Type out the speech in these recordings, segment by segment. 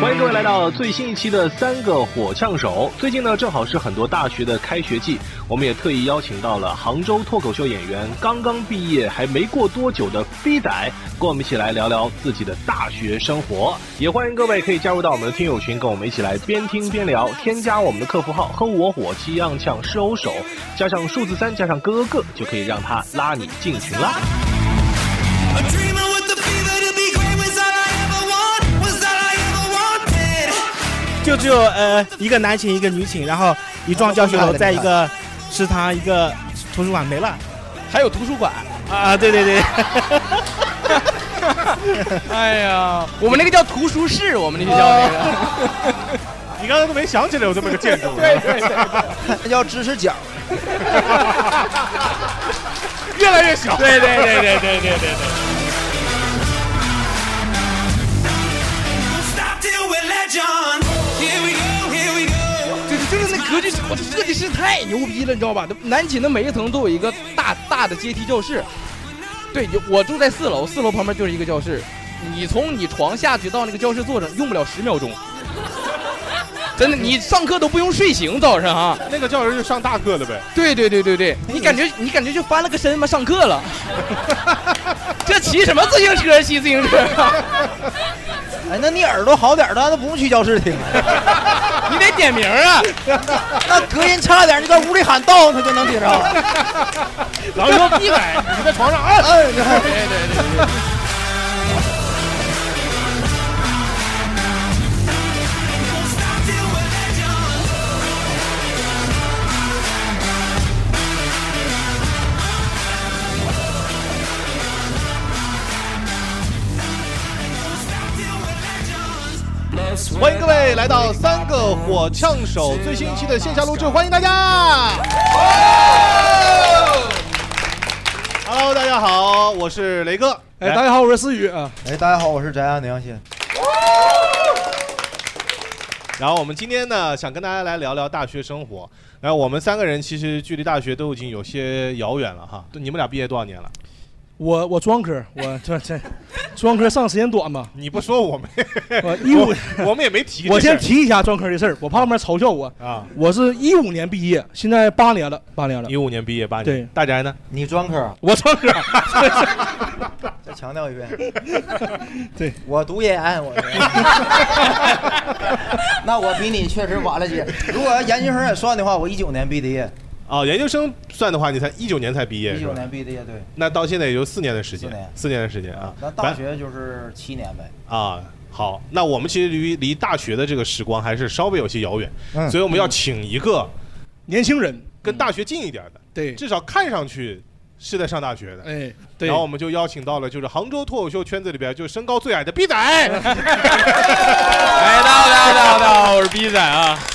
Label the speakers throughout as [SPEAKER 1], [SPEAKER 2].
[SPEAKER 1] 欢迎各位来到最新一期的三个火枪手。最近呢，正好是很多大学的开学季，我们也特意邀请到了杭州脱口秀演员，刚刚毕业还没过多久的飞仔，跟我们一起来聊聊自己的大学生活。也欢迎各位可以加入到我们的听友群，跟我们一起来边听边聊。添加我们的客服号“哼我火气样呛是欧手”，加上数字三，加上哥哥就可以让他拉你进群啦。
[SPEAKER 2] A dreamer with the fever to be great was all I ever want, was all I ever wanted.
[SPEAKER 3] 就只有呃一个男寝一个女寝，然后一幢教学楼，在一个食堂一个图书馆没了
[SPEAKER 4] 还有图书馆。
[SPEAKER 3] 啊！对对对，
[SPEAKER 4] 哎呀，我们那个叫图书室，我们那学校那个。
[SPEAKER 3] 你刚才都没想起来有这么个建筑。
[SPEAKER 4] 对对对，
[SPEAKER 5] 那叫知识角。
[SPEAKER 3] 越来越小。对对对对对对对。
[SPEAKER 2] Don't stop till we're legend. Here we go, here we go.
[SPEAKER 4] 对对，就是那格局，我这设计师太牛逼了，你知道吧？南寝的每一层都有一个大大的阶梯教室。对，有我住在四楼，四楼旁边就是一个教室。你从你床下去到那个教室坐着，用不了十秒钟。真的，你上课都不用睡醒，早上啊。
[SPEAKER 6] 那个教室就上大课了呗。
[SPEAKER 4] 对对对对对，你感觉你感觉就翻了个身吧，上课了。 这骑什么自行车？骑自行车啊？
[SPEAKER 5] 哎，那你耳朵好点儿的，那不用去教室听，
[SPEAKER 4] 你得点名啊！
[SPEAKER 5] 那隔音差点儿，你在屋里喊到，他就能听着。
[SPEAKER 3] 老师说逼 改，你在床上按。
[SPEAKER 5] 哎，你看
[SPEAKER 6] 欢迎各位来到三个火枪手最新一期的线下录制，欢迎大家。Hello，大家好，我是雷哥。
[SPEAKER 7] 哎，大家好，我是思雨啊。
[SPEAKER 5] 哎，大家好，我是翟安的杨 鑫。
[SPEAKER 6] 然后我们今天呢，想跟大家来聊聊大学生活。然后我们三个人其实距离大学都已经有些遥远了哈。对你们俩毕业多少年了？。
[SPEAKER 7] 我我专科，我这这专科上的时间短嘛
[SPEAKER 6] 你不说我们，
[SPEAKER 7] 我呃一五，
[SPEAKER 6] 我们也没提。
[SPEAKER 7] 我先提一下专科的事儿，我怕后面嘲笑我。
[SPEAKER 6] 啊，
[SPEAKER 7] 我是一五年毕业，现在八年了，八年了。
[SPEAKER 6] 一五年毕业，八年。
[SPEAKER 7] 对
[SPEAKER 6] 大宅呢？
[SPEAKER 5] 你专科啊？
[SPEAKER 7] 我专科，
[SPEAKER 5] 再强调一遍。
[SPEAKER 7] 对，
[SPEAKER 5] 我读 研，我 是。那我比你确实晚了些。如果要研究生也算的话，我一九年毕的业，
[SPEAKER 6] 哦，研究生算的话，你才一九年才毕业
[SPEAKER 5] 一
[SPEAKER 6] 是
[SPEAKER 5] 九
[SPEAKER 6] 吧？
[SPEAKER 5] 年毕的业，对。
[SPEAKER 6] 那到现在也就四年的时间
[SPEAKER 5] 四年，
[SPEAKER 6] 四年的时间啊。
[SPEAKER 5] 那大学就是七年呗。
[SPEAKER 6] 啊，好，那我们其实离离大学的这个时光还是稍微有些遥远，
[SPEAKER 5] 嗯
[SPEAKER 6] 所以我们要请一个
[SPEAKER 7] 年轻人，嗯
[SPEAKER 6] 跟大学近一点的，
[SPEAKER 7] 对，
[SPEAKER 6] 至少看上去是在上大学的。
[SPEAKER 7] 哎，对
[SPEAKER 6] 然，后我们就邀请到了，就是杭州脱口秀圈子里边就身高最矮的逼仔，
[SPEAKER 4] 哎，大家好，大家好，大家好，我是逼仔啊。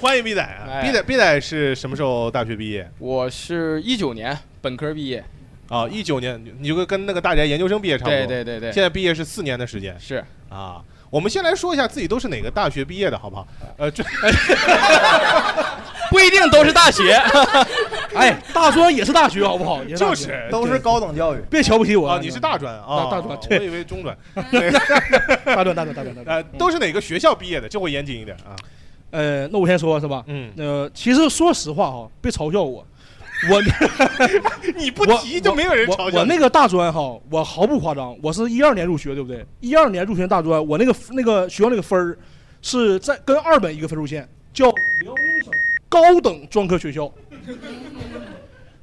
[SPEAKER 6] 欢迎逼仔啊！
[SPEAKER 4] 哎
[SPEAKER 6] 逼仔，逼仔是什么时候大学毕业？
[SPEAKER 4] 我是一九年本科毕业，
[SPEAKER 6] 啊，一九年，你就跟跟那个大宅研究生毕业差不多。
[SPEAKER 4] 对对对对，
[SPEAKER 6] 现在毕业是四年的时间
[SPEAKER 4] 是
[SPEAKER 6] 啊。我们先来说一下自己都是哪个大学毕业的，好不好？呃，这
[SPEAKER 4] 不一定都是大学，
[SPEAKER 7] 哎，大专 也是大学，好不好？也是大
[SPEAKER 6] 就
[SPEAKER 7] 学，
[SPEAKER 6] 是
[SPEAKER 5] 都是高等教育。
[SPEAKER 7] 别瞧不起我
[SPEAKER 6] 啊，你是大专啊，
[SPEAKER 7] 嗯大大专
[SPEAKER 6] 我
[SPEAKER 7] 对
[SPEAKER 6] 以为 中专。
[SPEAKER 7] 大专，大专，大专，大专。
[SPEAKER 6] 呃，都是哪个学校毕业的？这回严谨一点啊。
[SPEAKER 7] 呃，那我先说，是吧？
[SPEAKER 6] 嗯，
[SPEAKER 7] 呃，其实说实话哈，别嘲笑我，我。
[SPEAKER 6] 你不
[SPEAKER 7] 我
[SPEAKER 6] 提就没有人
[SPEAKER 7] 我
[SPEAKER 6] 嘲
[SPEAKER 7] 我
[SPEAKER 6] 笑你。
[SPEAKER 7] 那个大专哈，我毫不夸张，我是一二年入学，对不对？一二年入学大专，我那个那个学校那个分儿是在跟二本一个分数线，叫辽宁省高等专科学校。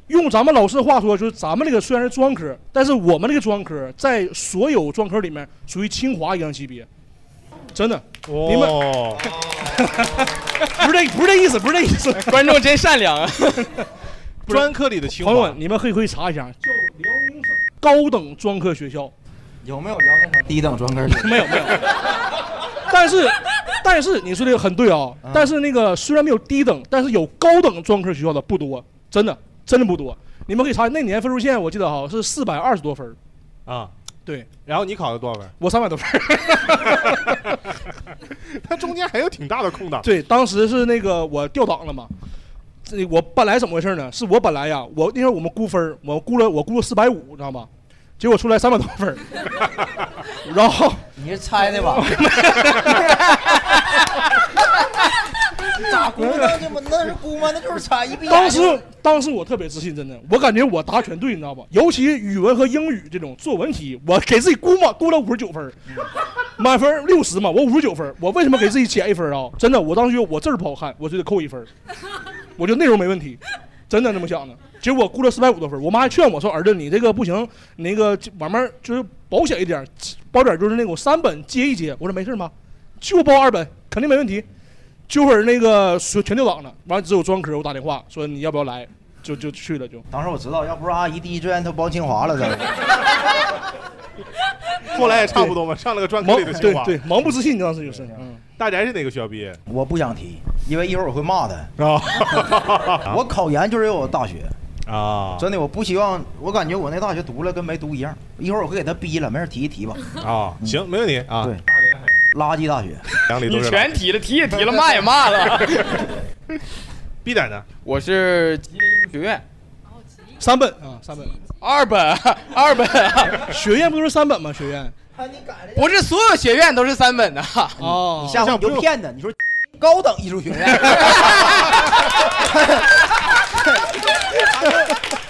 [SPEAKER 7] 用咱们老师的话说，就是咱们这个虽然是专科，但是我们这个专科在所有专科里面属于清华一样级别，真的你们
[SPEAKER 6] 哦，
[SPEAKER 7] 不是这不是这意思，不是这意思。
[SPEAKER 4] 观众真善良 啊。
[SPEAKER 7] 不是
[SPEAKER 6] 专科里的清
[SPEAKER 7] 朋友们
[SPEAKER 6] 华，，
[SPEAKER 7] 你们可以可以查一下，叫辽宁省高等专科学校。
[SPEAKER 5] 有没有辽宁省低等专科生？
[SPEAKER 7] 没有没有。但是，但是你说的很对啊、
[SPEAKER 5] 嗯
[SPEAKER 7] 但是那个虽然没有低等，但是有高等专科学校的不多，真的真的不多。你们可以查那年分数线，我记得哈是四百二十多分儿
[SPEAKER 6] 啊，
[SPEAKER 7] 对
[SPEAKER 6] 然后你考了多少分？
[SPEAKER 7] 我三百多 分儿
[SPEAKER 6] 它中间还有挺大的空档。
[SPEAKER 7] 对，当时是那个我调档了嘛。这我本来怎么回事呢？是我本来呀，我那时候我们估分儿我估了我估了四百五，你知道吗？结果出来三百多分儿，然后
[SPEAKER 5] 你是猜的吧？ 咋估呢？这不那是估吗？那就是猜一比一。
[SPEAKER 7] 当时当时我特别自信，真的，我感觉我答全对，你知道吧？尤其语文和英语这种作文题，我给自己估嘛，估了五十九分儿，满分六十嘛，我五十九分儿，我为什么给自己减一分儿啊？真的，我当时觉得我字儿不好看，我就得扣一分儿，我觉得内容没问题，真的这么想的。结果估了四百五多分儿，我妈还劝我说：“儿子，你这个不行，你那个就慢慢就是保险一点儿，保点儿就是那种三本接一接。”我说：“没事儿妈，就报二本，肯定没问题。”就会儿那个全全调档了，完了只有专科，我打电话说你要不要来，就就去了就。
[SPEAKER 5] 当时我知道，要不是阿姨第一志愿她报清华了，都。
[SPEAKER 6] 后来也差不多嘛，上了个专科
[SPEAKER 7] 盲
[SPEAKER 6] 里的清华。
[SPEAKER 7] 对对，盲不自信，当时就是。嗯，
[SPEAKER 6] 大宅是哪个学校毕业？
[SPEAKER 5] 我不想提，因为一会儿我会骂她。
[SPEAKER 6] 啊
[SPEAKER 5] 我考研就是因为我大学，
[SPEAKER 6] 啊
[SPEAKER 5] 真的，我不希望，我感觉我那大学读了跟没读一样。一会儿我会给她逼了，没事提一提吧。
[SPEAKER 6] 啊！行，没问题啊。
[SPEAKER 5] 对，垃圾大学。
[SPEAKER 6] 两里都
[SPEAKER 4] 你
[SPEAKER 6] 是
[SPEAKER 4] 全提了，提也提了，骂也骂 了。
[SPEAKER 6] B 仔呢？
[SPEAKER 4] 我是吉林艺术学院
[SPEAKER 7] 三本啊，三本。
[SPEAKER 4] 二本， 二本啊，
[SPEAKER 7] 学院不都是三本吗？学院。
[SPEAKER 4] 不是所有学院都是三本的。
[SPEAKER 7] 哦。
[SPEAKER 5] 下回你就骗他，你说高等艺术学 院，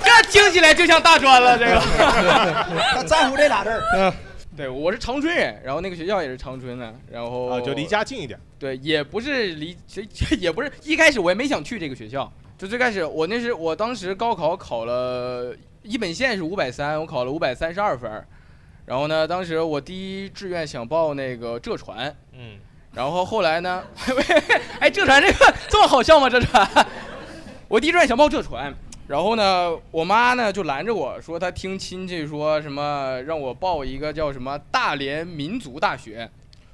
[SPEAKER 4] 这听起来就像大专了，这个。
[SPEAKER 5] 他在乎这俩字儿。
[SPEAKER 6] 嗯
[SPEAKER 4] 对，我是长春人，然后那个学校也是长春的，然后
[SPEAKER 6] 啊，就离家近一点。
[SPEAKER 4] 对，也不是离，其实也不是一开始我也没想去这个学校，就最开始我那时我当时高考考了一本线是五百三，我考了五百三十二分儿，然后呢，当时我第一志愿想报那个浙传，
[SPEAKER 6] 嗯，
[SPEAKER 4] 然后后来呢， 哎，浙传这个这么好笑吗？浙传，我第一志愿想报浙传，然后呢，我妈呢就拦着我说，她听亲戚说什么让我报一个叫什么大连民族大学，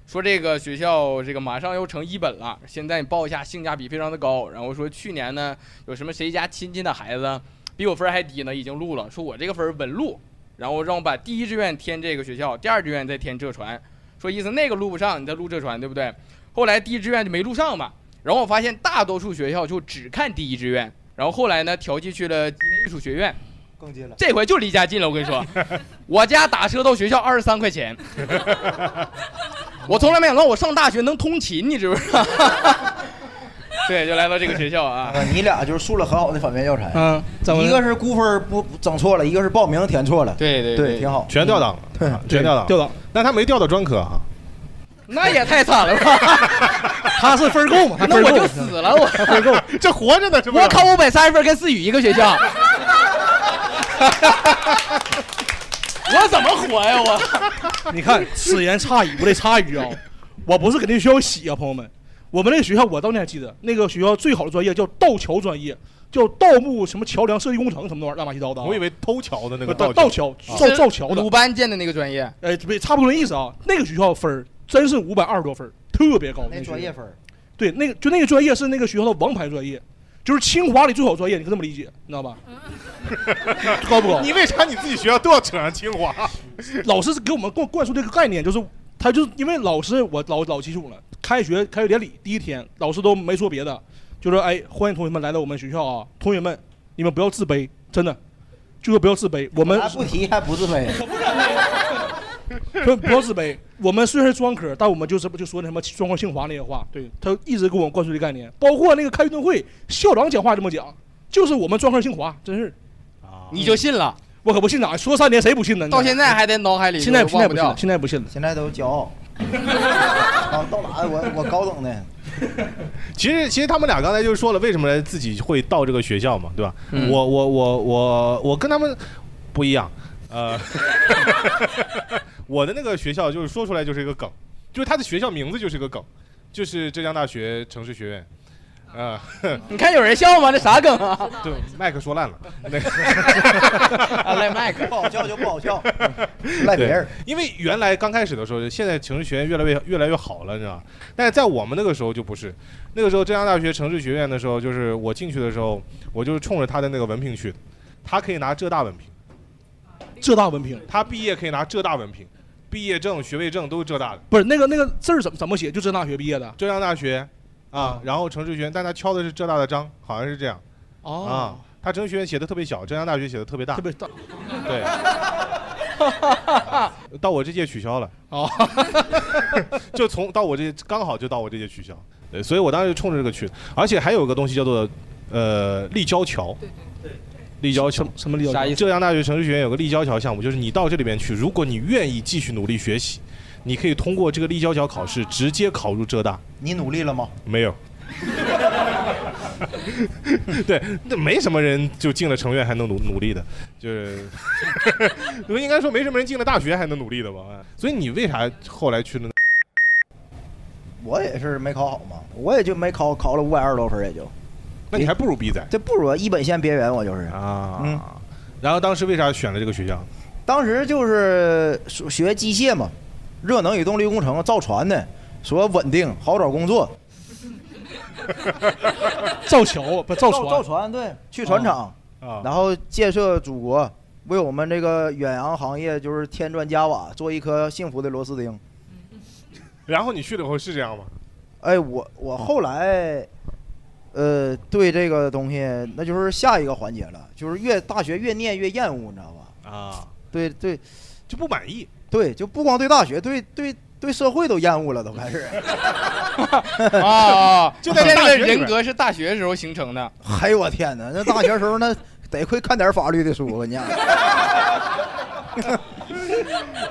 [SPEAKER 4] 说这个学校这个马上要成一本了，现在你报一下性价比非常的高。然后说去年呢有什么谁家亲戚的孩子比我分儿还低呢，已经录了，说我这个分儿稳录，然后让我把第一志愿填这个学校，第二志愿再填浙传，说意思那个录不上，你再录浙传，对不对？后来第一志愿就没录上嘛，然后我发现大多数学校就只看第一志愿，然后后来呢调剂去了吉林艺术学院，
[SPEAKER 5] 更近了。
[SPEAKER 4] 这回就离家近了，我跟你说，我家打车到学校二十三块钱，我从来没想到我上大学能通勤，你知不知道？对，就来到这个学校啊，
[SPEAKER 5] 啊，你俩就是树了很好的反面教材。
[SPEAKER 7] 嗯，怎么了？
[SPEAKER 5] 一个是估分儿不不整错了，一个是报名填错了。
[SPEAKER 4] 对对对
[SPEAKER 5] 挺好。
[SPEAKER 6] 全调档了，啊
[SPEAKER 5] 对
[SPEAKER 6] 全调档。
[SPEAKER 7] 调档，
[SPEAKER 6] 但他没调到专科啊。
[SPEAKER 4] 那也太惨了吧？
[SPEAKER 7] 他是分儿够嘛？他
[SPEAKER 4] 那
[SPEAKER 7] 分儿
[SPEAKER 4] 我
[SPEAKER 7] 够
[SPEAKER 4] 就死了，我
[SPEAKER 6] 这活着呢，这不是
[SPEAKER 4] 我考五百三十分，跟思雨一个学校， 我怎么活呀我？
[SPEAKER 7] 你 看，此言差矣，我得插一句啊，我不是给那学校洗啊，朋友们，我们那个学校我到现在还记得，那个学校最好的专业叫道桥专业，叫道路什么桥梁设计工程什么玩意儿，乱七八糟的啊。
[SPEAKER 6] 我以为偷桥的那个
[SPEAKER 7] 不道
[SPEAKER 6] 道啊
[SPEAKER 7] 道
[SPEAKER 6] 桥。
[SPEAKER 7] 桥造造桥的
[SPEAKER 4] 鲁，班建的那个专业，
[SPEAKER 7] 呃，不差不多那意思啊。那个学校分儿真是五百二十多分儿，特别高。
[SPEAKER 5] 那
[SPEAKER 7] 个
[SPEAKER 5] 专业
[SPEAKER 7] 学校
[SPEAKER 5] 分儿，
[SPEAKER 7] 对，那个就那个专业是那个学校的王牌专业，就是清华里最好专业，你可以这么理解，你 知道吧？高不高？
[SPEAKER 6] 你为啥你自己学校都要扯上清华？
[SPEAKER 7] 老师是给我们灌灌输这个概念，就是他就是因为老师我老老记住了，开学开学典礼第一天，老师都没说别的，就说哎，欢迎同学们来到我们学校啊，同学们你们不要自卑，真的，就说不要自卑，我们
[SPEAKER 5] 还不提还不自卑。
[SPEAKER 7] 不不要自卑。我们虽然是专科，但我们就是不就说那什么专科清华那些话，对他一直给我们灌输的概念，包括那个开运动会校长讲话这么讲，就是我们专科清华，真是
[SPEAKER 4] 啊你就信了，
[SPEAKER 7] 我可不信哪说三年谁不信呢？
[SPEAKER 4] 到现在还在脑海里，
[SPEAKER 7] 现在现
[SPEAKER 4] 忘
[SPEAKER 7] 在
[SPEAKER 4] 不
[SPEAKER 7] 不信
[SPEAKER 4] 掉
[SPEAKER 7] 了，。现在不信了。
[SPEAKER 5] 现在都骄傲。 啊，到哪我我高等的，
[SPEAKER 6] 其实，其实他们俩刚才就说了，为什么自己会到这个学校嘛，对吧？
[SPEAKER 4] 嗯
[SPEAKER 6] 我我我我我跟他们不一样，呃， 我的那个学校就是说出来就是一个梗，就是他的学校名字就是一个梗，就是浙江大学城市学院，呃，
[SPEAKER 4] 你看有人笑吗？这啥梗啊？
[SPEAKER 6] 对，麦克说烂了，那个。
[SPEAKER 4] 啊赖麦克
[SPEAKER 5] 不好笑就不好笑，赖别人。
[SPEAKER 6] 因为原来刚开始的时候，现在城市学院越来越越来越好了，你知道吗？但是在我们那个时候就不是，那个时候浙江大学城市学院的时候，就是我进去的时候，我就是冲着他的那个文凭去的，他可以拿浙大文凭，
[SPEAKER 7] 浙大文凭
[SPEAKER 6] 他毕业可以拿浙大文凭，毕业证、学位证都是浙大的，
[SPEAKER 7] 不是那个那个字儿怎么怎么写？就浙大学毕业的
[SPEAKER 6] 浙江大学啊，然后城市学院，但他敲的是浙大的章，好像是这样
[SPEAKER 7] 哦
[SPEAKER 6] 啊。他城市学院写的特别小，浙江大学写的特别 大
[SPEAKER 7] 特，别大。
[SPEAKER 6] 对，到我这届取消了。哦， 就从到我这刚好就到我这届取消，对，所以我当时就冲着这个去的，而且还有个东西叫做呃立交桥。立交桥
[SPEAKER 7] 什么立交桥啥意思
[SPEAKER 6] 浙江大学城市学院有个立交桥项目，就是你到这里边去，如果你愿意继续努力学习，你可以通过这个立交桥考试直接考入浙大。
[SPEAKER 5] 你努力了吗？
[SPEAKER 6] 没有。对，那没什么人就进了成院还能努努力的，就是， 我应该说没什么人进了大学还能努力的吧？哎所以你为啥后来去了呢？
[SPEAKER 5] 我也是没考好嘛，我也就没考，考了五百二十多分儿也就。
[SPEAKER 6] 那你还不如逼仔，
[SPEAKER 5] 这不如我一本线边缘，我就是
[SPEAKER 6] 啊。
[SPEAKER 5] 嗯，
[SPEAKER 6] 然后当时为啥选了这个学校？
[SPEAKER 5] 当时就是学学机械嘛，热能与动力工程造船的，说稳定好找工作。
[SPEAKER 7] 造桥不造船
[SPEAKER 5] 造船对，去船厂，
[SPEAKER 8] 啊
[SPEAKER 5] 然后建设祖国，为我们这个远洋行业就是添砖加瓦，做一颗幸福的螺丝钉。
[SPEAKER 6] 然后你去了以后是这样吗？
[SPEAKER 5] 哎，我我后来，呃，对这个东西，那就是下一个环节了，就是越大学越念越厌恶，你知道吧？
[SPEAKER 6] 啊，
[SPEAKER 5] 对对，
[SPEAKER 6] 就不满意。
[SPEAKER 5] 对，就不光对大学，对对对社会都厌恶了，都开始。
[SPEAKER 4] 啊，
[SPEAKER 5] 就在
[SPEAKER 4] 现
[SPEAKER 5] 大
[SPEAKER 4] 在的
[SPEAKER 5] 学里边
[SPEAKER 4] 人格是大学时候形成的。
[SPEAKER 5] 哎呦我天哪！那大学时候那得亏看点法律的书，我跟你讲，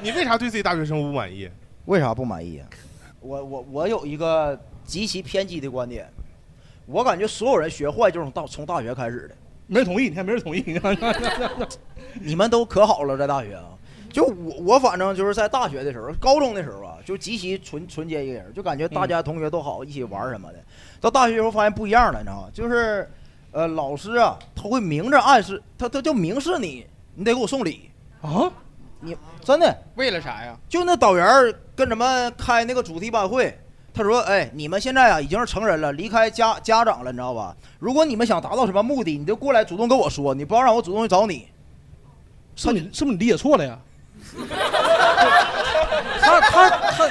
[SPEAKER 6] 你为啥对自己大学生不满意？
[SPEAKER 5] 为啥不满意啊？我我我有一个极其偏激的观点，我感觉所有人学坏就是从大从大学开始的。
[SPEAKER 7] 没人同意，你看没人同意。
[SPEAKER 5] 你们都可好了，在大学啊。就我我反正就是在大学的时候，高中的时候啊，就极其纯纯洁一个人，就感觉大
[SPEAKER 7] 嗯
[SPEAKER 5] 家同学都好，一起玩什么的。到大学以后发现不一样了，你知道吗？就是，呃，老师啊，他会明着暗示，他他就明示你，你得给我送礼啊。你真的
[SPEAKER 4] 为了啥呀？
[SPEAKER 5] 就那导员儿跟咱们开那个主题班会，他说：“哎，你们现在啊已经是成人了，离开家家长了，你知道吧？如果你们想达到什么目的，你就过来主动跟我说，你不要让我主动去找你。”
[SPEAKER 7] 是不是你是不是你理解错了呀？
[SPEAKER 5] 他他他，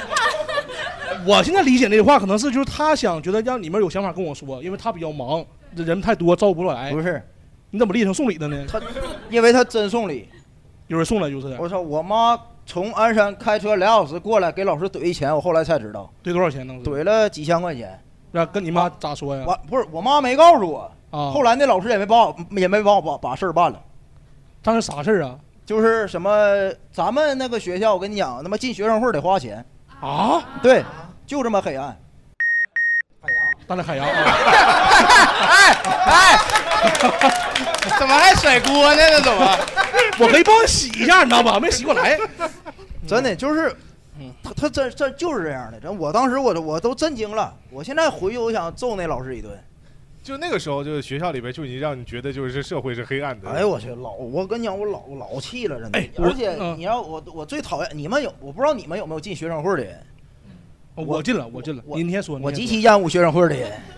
[SPEAKER 7] 我现在理解那句话可能是就是他想觉得让你们有想法跟我说，因为他比较忙，人太多照顾不过来。
[SPEAKER 5] 不是，
[SPEAKER 7] 你怎么理解成送礼 的呢？
[SPEAKER 5] 他因为他真送礼，
[SPEAKER 7] 有人送了就是。
[SPEAKER 5] 我操！我妈从鞍山开车俩小时过来，给老师怼一千，我后来才知道，
[SPEAKER 7] 对多少钱能？
[SPEAKER 5] 怼了几千块钱。
[SPEAKER 7] 那跟你妈咋说呀？
[SPEAKER 5] 完不是，我妈没告诉我。
[SPEAKER 7] 啊
[SPEAKER 5] 后来那老师也没帮我，也没帮我把把事儿办了。
[SPEAKER 7] 当时啥事儿啊？
[SPEAKER 5] 就是什么，咱们那个学校，我跟你讲，他妈进学生会得花钱。
[SPEAKER 7] 啊？
[SPEAKER 5] 对，就这么黑暗。
[SPEAKER 7] 大连海洋。啊
[SPEAKER 5] 哎
[SPEAKER 4] 怎么还甩锅呢？那怎么？
[SPEAKER 7] 我可以帮你洗一下，你知道吧？没洗过来。
[SPEAKER 5] 真的就是，他他真真就是这样的。真，我当时我都我都震惊了。我现在回去，我想揍那老师一顿。
[SPEAKER 6] 就那个时候，就是学校里边就已经让你觉得就是社会是黑暗的。
[SPEAKER 5] 哎呦我去，老我跟你讲，我老我老气了，真的。
[SPEAKER 6] 哎我
[SPEAKER 5] 而且
[SPEAKER 6] 嗯
[SPEAKER 5] 你让我我最讨厌你们有，我不知道你们有没有进学生会的人。
[SPEAKER 7] 哦我进了，我进了。您先说，
[SPEAKER 5] 我极其厌恶学生会的 人。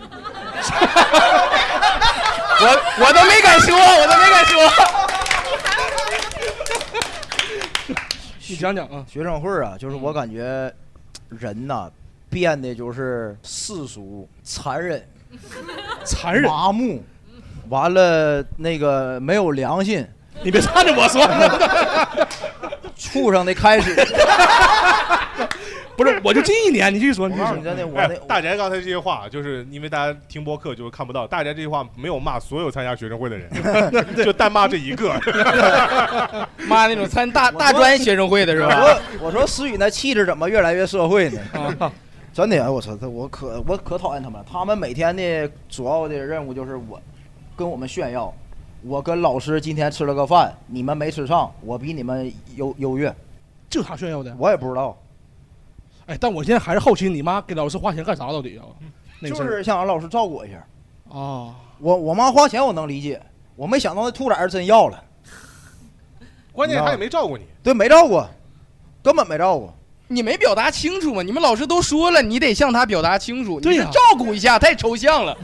[SPEAKER 4] 我我都没敢说，我都没敢说。
[SPEAKER 7] 你讲讲啊，
[SPEAKER 5] 学生会啊，就是我感觉人呐、变得就是世俗、残忍、
[SPEAKER 7] 残忍、
[SPEAKER 5] 麻木，完了那个没有良心。
[SPEAKER 7] 你别看着我说，
[SPEAKER 5] 畜生的开始。
[SPEAKER 7] 不是，我就进一年，你继续说，你继续
[SPEAKER 5] 告
[SPEAKER 7] 说
[SPEAKER 5] 诉。你真的，我
[SPEAKER 6] 哎
[SPEAKER 5] 那
[SPEAKER 6] 大宅刚才这些话，就是因为大家听播客就是看不到，大宅这些话没有骂所有参加学生会的人， 就单骂这一个。
[SPEAKER 4] 妈，那种参大大专学生会的是
[SPEAKER 5] 我
[SPEAKER 4] 吧？
[SPEAKER 5] 说我说思雨那气质怎么越来越 社会呢？
[SPEAKER 4] 哦
[SPEAKER 5] 真的，哎我操，他我可我可讨厌他们了。他们每天的主要的任务就是我跟我们炫耀，我跟老师今天吃了个饭，你们没吃上，我比你们优优越。
[SPEAKER 7] 这有啥炫耀的？
[SPEAKER 5] 我也不知道，
[SPEAKER 7] 哎，但我现在还是好奇，你妈给老师花钱干啥到 底啊？那个
[SPEAKER 5] 就
[SPEAKER 7] 事儿
[SPEAKER 5] 是想让老师照顾我一下。
[SPEAKER 7] 啊，
[SPEAKER 5] 我我妈花钱我能理解，我没想到那兔崽儿真要了，
[SPEAKER 6] 关键他也没照顾你，
[SPEAKER 5] 对，没照顾，根本没照顾。
[SPEAKER 4] 你没表达清楚吗？你们老师都说了，你得向他表达清楚。
[SPEAKER 7] 对呀
[SPEAKER 4] 你这照顾一下，太抽象了，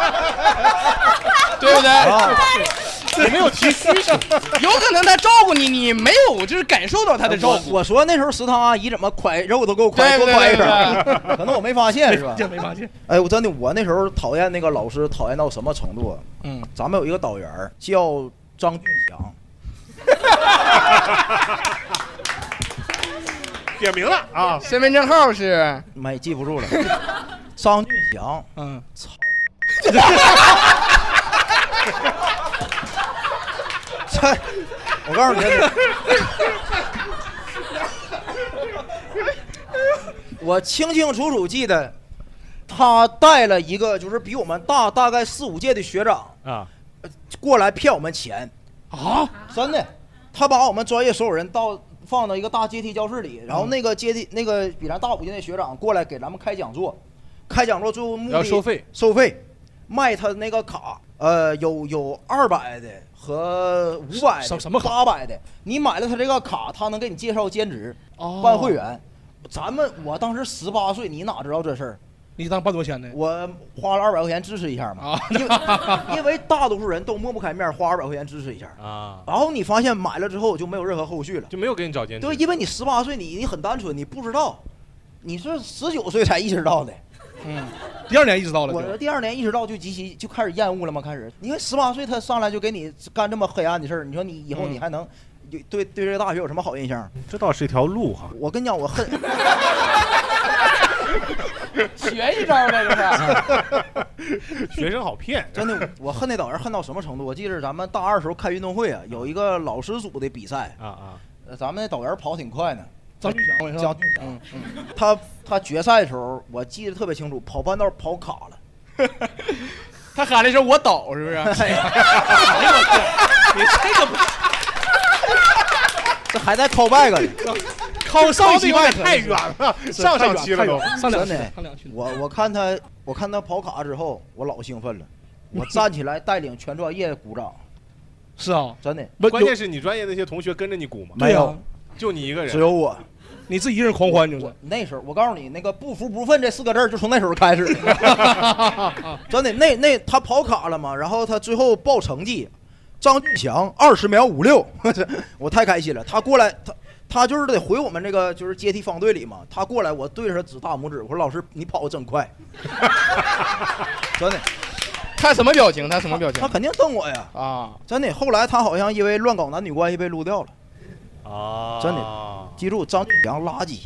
[SPEAKER 4] 对不对？
[SPEAKER 6] 你没有提需求。
[SPEAKER 4] 有可能他照顾你，你没有就是感受到他的照
[SPEAKER 5] 我
[SPEAKER 4] 顾。
[SPEAKER 5] 我说那时候食堂阿姨怎么蒯肉都给我蒯
[SPEAKER 4] 对
[SPEAKER 5] 多
[SPEAKER 4] 对
[SPEAKER 5] 蒯
[SPEAKER 4] 对
[SPEAKER 5] 一点儿，
[SPEAKER 4] 对，
[SPEAKER 5] 可能我没发现是吧？
[SPEAKER 7] 这没发现。
[SPEAKER 5] 哎，我真的，我那时候讨厌那个老师，讨厌到什么程度啊？
[SPEAKER 4] 嗯，
[SPEAKER 5] 咱们有一个导员儿叫张俊祥，
[SPEAKER 6] 点名了啊！
[SPEAKER 4] 身份证号是
[SPEAKER 5] 没记不住了。张俊祥，
[SPEAKER 3] 嗯，
[SPEAKER 5] 操！这， 我告诉你，我清清楚楚记得，他带了一个就是比我们大大概四五届的学长
[SPEAKER 6] 啊，
[SPEAKER 5] 过来骗我们钱啊！真的，他把我们专业所有人到放到一个大阶梯教室里，然后那个阶
[SPEAKER 6] 嗯
[SPEAKER 5] 梯那个比咱大五届的学长过来给咱们开讲座，开讲座最后目的
[SPEAKER 6] 要收费，
[SPEAKER 5] 收费，卖他那个卡，呃，有有二百的和五百的，
[SPEAKER 7] 什什么卡
[SPEAKER 5] 八百的，你买了他这个卡，他能给你介绍兼职，
[SPEAKER 7] 哦
[SPEAKER 5] 办会员。咱们我当时十八岁，你哪知道这事儿？
[SPEAKER 7] 你当办多少钱呢？啊
[SPEAKER 5] 我花了二百块钱支持一下嘛，因为 因为大多数人都抹不开面，花二百块钱支持一下。
[SPEAKER 6] 啊，
[SPEAKER 5] 然后你发现买了之后就没有任何后续了，
[SPEAKER 6] 就没有给你找兼职
[SPEAKER 5] 对，因为你十八岁，你你很单纯，你不知道，你是十九岁才意识到的。
[SPEAKER 7] 嗯，第二年意识到了，
[SPEAKER 5] 我第二年意识到就极其就开始厌恶了嘛，开始，因为十八岁他上来就给你干这么黑暗的事儿，你说你以后你还
[SPEAKER 6] 嗯
[SPEAKER 5] 能有对对这个大学有什么好印象？
[SPEAKER 6] 这倒是一条路哈。
[SPEAKER 5] 我跟你讲，我恨。
[SPEAKER 4] 学一招呗，
[SPEAKER 5] 嗯
[SPEAKER 4] 就是。
[SPEAKER 6] 学生好骗，
[SPEAKER 5] 真的，我恨那导员恨到什么程度？我记得咱们大二时候开运动会啊，有一个老师组的比赛，
[SPEAKER 6] 啊啊，
[SPEAKER 5] 呃咱们那导员跑挺快呢。
[SPEAKER 7] 张俊祥，我跟你
[SPEAKER 5] 张
[SPEAKER 7] 说，
[SPEAKER 5] 俊祥，嗯他他决赛的时候，我记得特别清楚，跑半道跑卡了。
[SPEAKER 4] 他喊了一声“我倒”，是不 是？
[SPEAKER 5] 哎
[SPEAKER 7] 哎
[SPEAKER 5] 这还在 call back 呢，
[SPEAKER 6] 靠上
[SPEAKER 7] 期
[SPEAKER 6] 一
[SPEAKER 7] 外
[SPEAKER 6] 外
[SPEAKER 7] 可
[SPEAKER 6] 太远了，上上期了都。
[SPEAKER 7] 上两
[SPEAKER 5] 真
[SPEAKER 7] 期，上
[SPEAKER 5] 的
[SPEAKER 7] 两期。。
[SPEAKER 5] 我我看他，我看他跑卡之后，我老兴奋了，我站起来带领全专业鼓掌，
[SPEAKER 7] 是啊，
[SPEAKER 5] 真的
[SPEAKER 7] 不
[SPEAKER 6] 关键
[SPEAKER 7] 是
[SPEAKER 6] 是你专业那些同学跟着你鼓吗？
[SPEAKER 5] 没有
[SPEAKER 7] 啊，
[SPEAKER 6] 就你一个
[SPEAKER 5] 只
[SPEAKER 6] 人，
[SPEAKER 5] 有我。
[SPEAKER 7] 你自己一人狂欢就
[SPEAKER 5] 我
[SPEAKER 7] 是。
[SPEAKER 5] 那时候，我告诉你，那个不服不忿这四个字儿就从那时候开始。 真的，那那他跑卡了嘛，然后他最后报成绩，张俊祥二十秒五六， 我太开心了。他过来，他他就是得回我们这个就是阶梯方队里嘛。他过来，我对着他指大拇指，我说老师你跑的真快，真的，
[SPEAKER 4] 他什么表情？他什么表情
[SPEAKER 5] 他？肯定瞪我呀。
[SPEAKER 4] 啊，
[SPEAKER 5] 真的，后来他好像因为乱搞男女关系被撸掉了。
[SPEAKER 6] 啊
[SPEAKER 5] 真记住，张俊祥垃圾，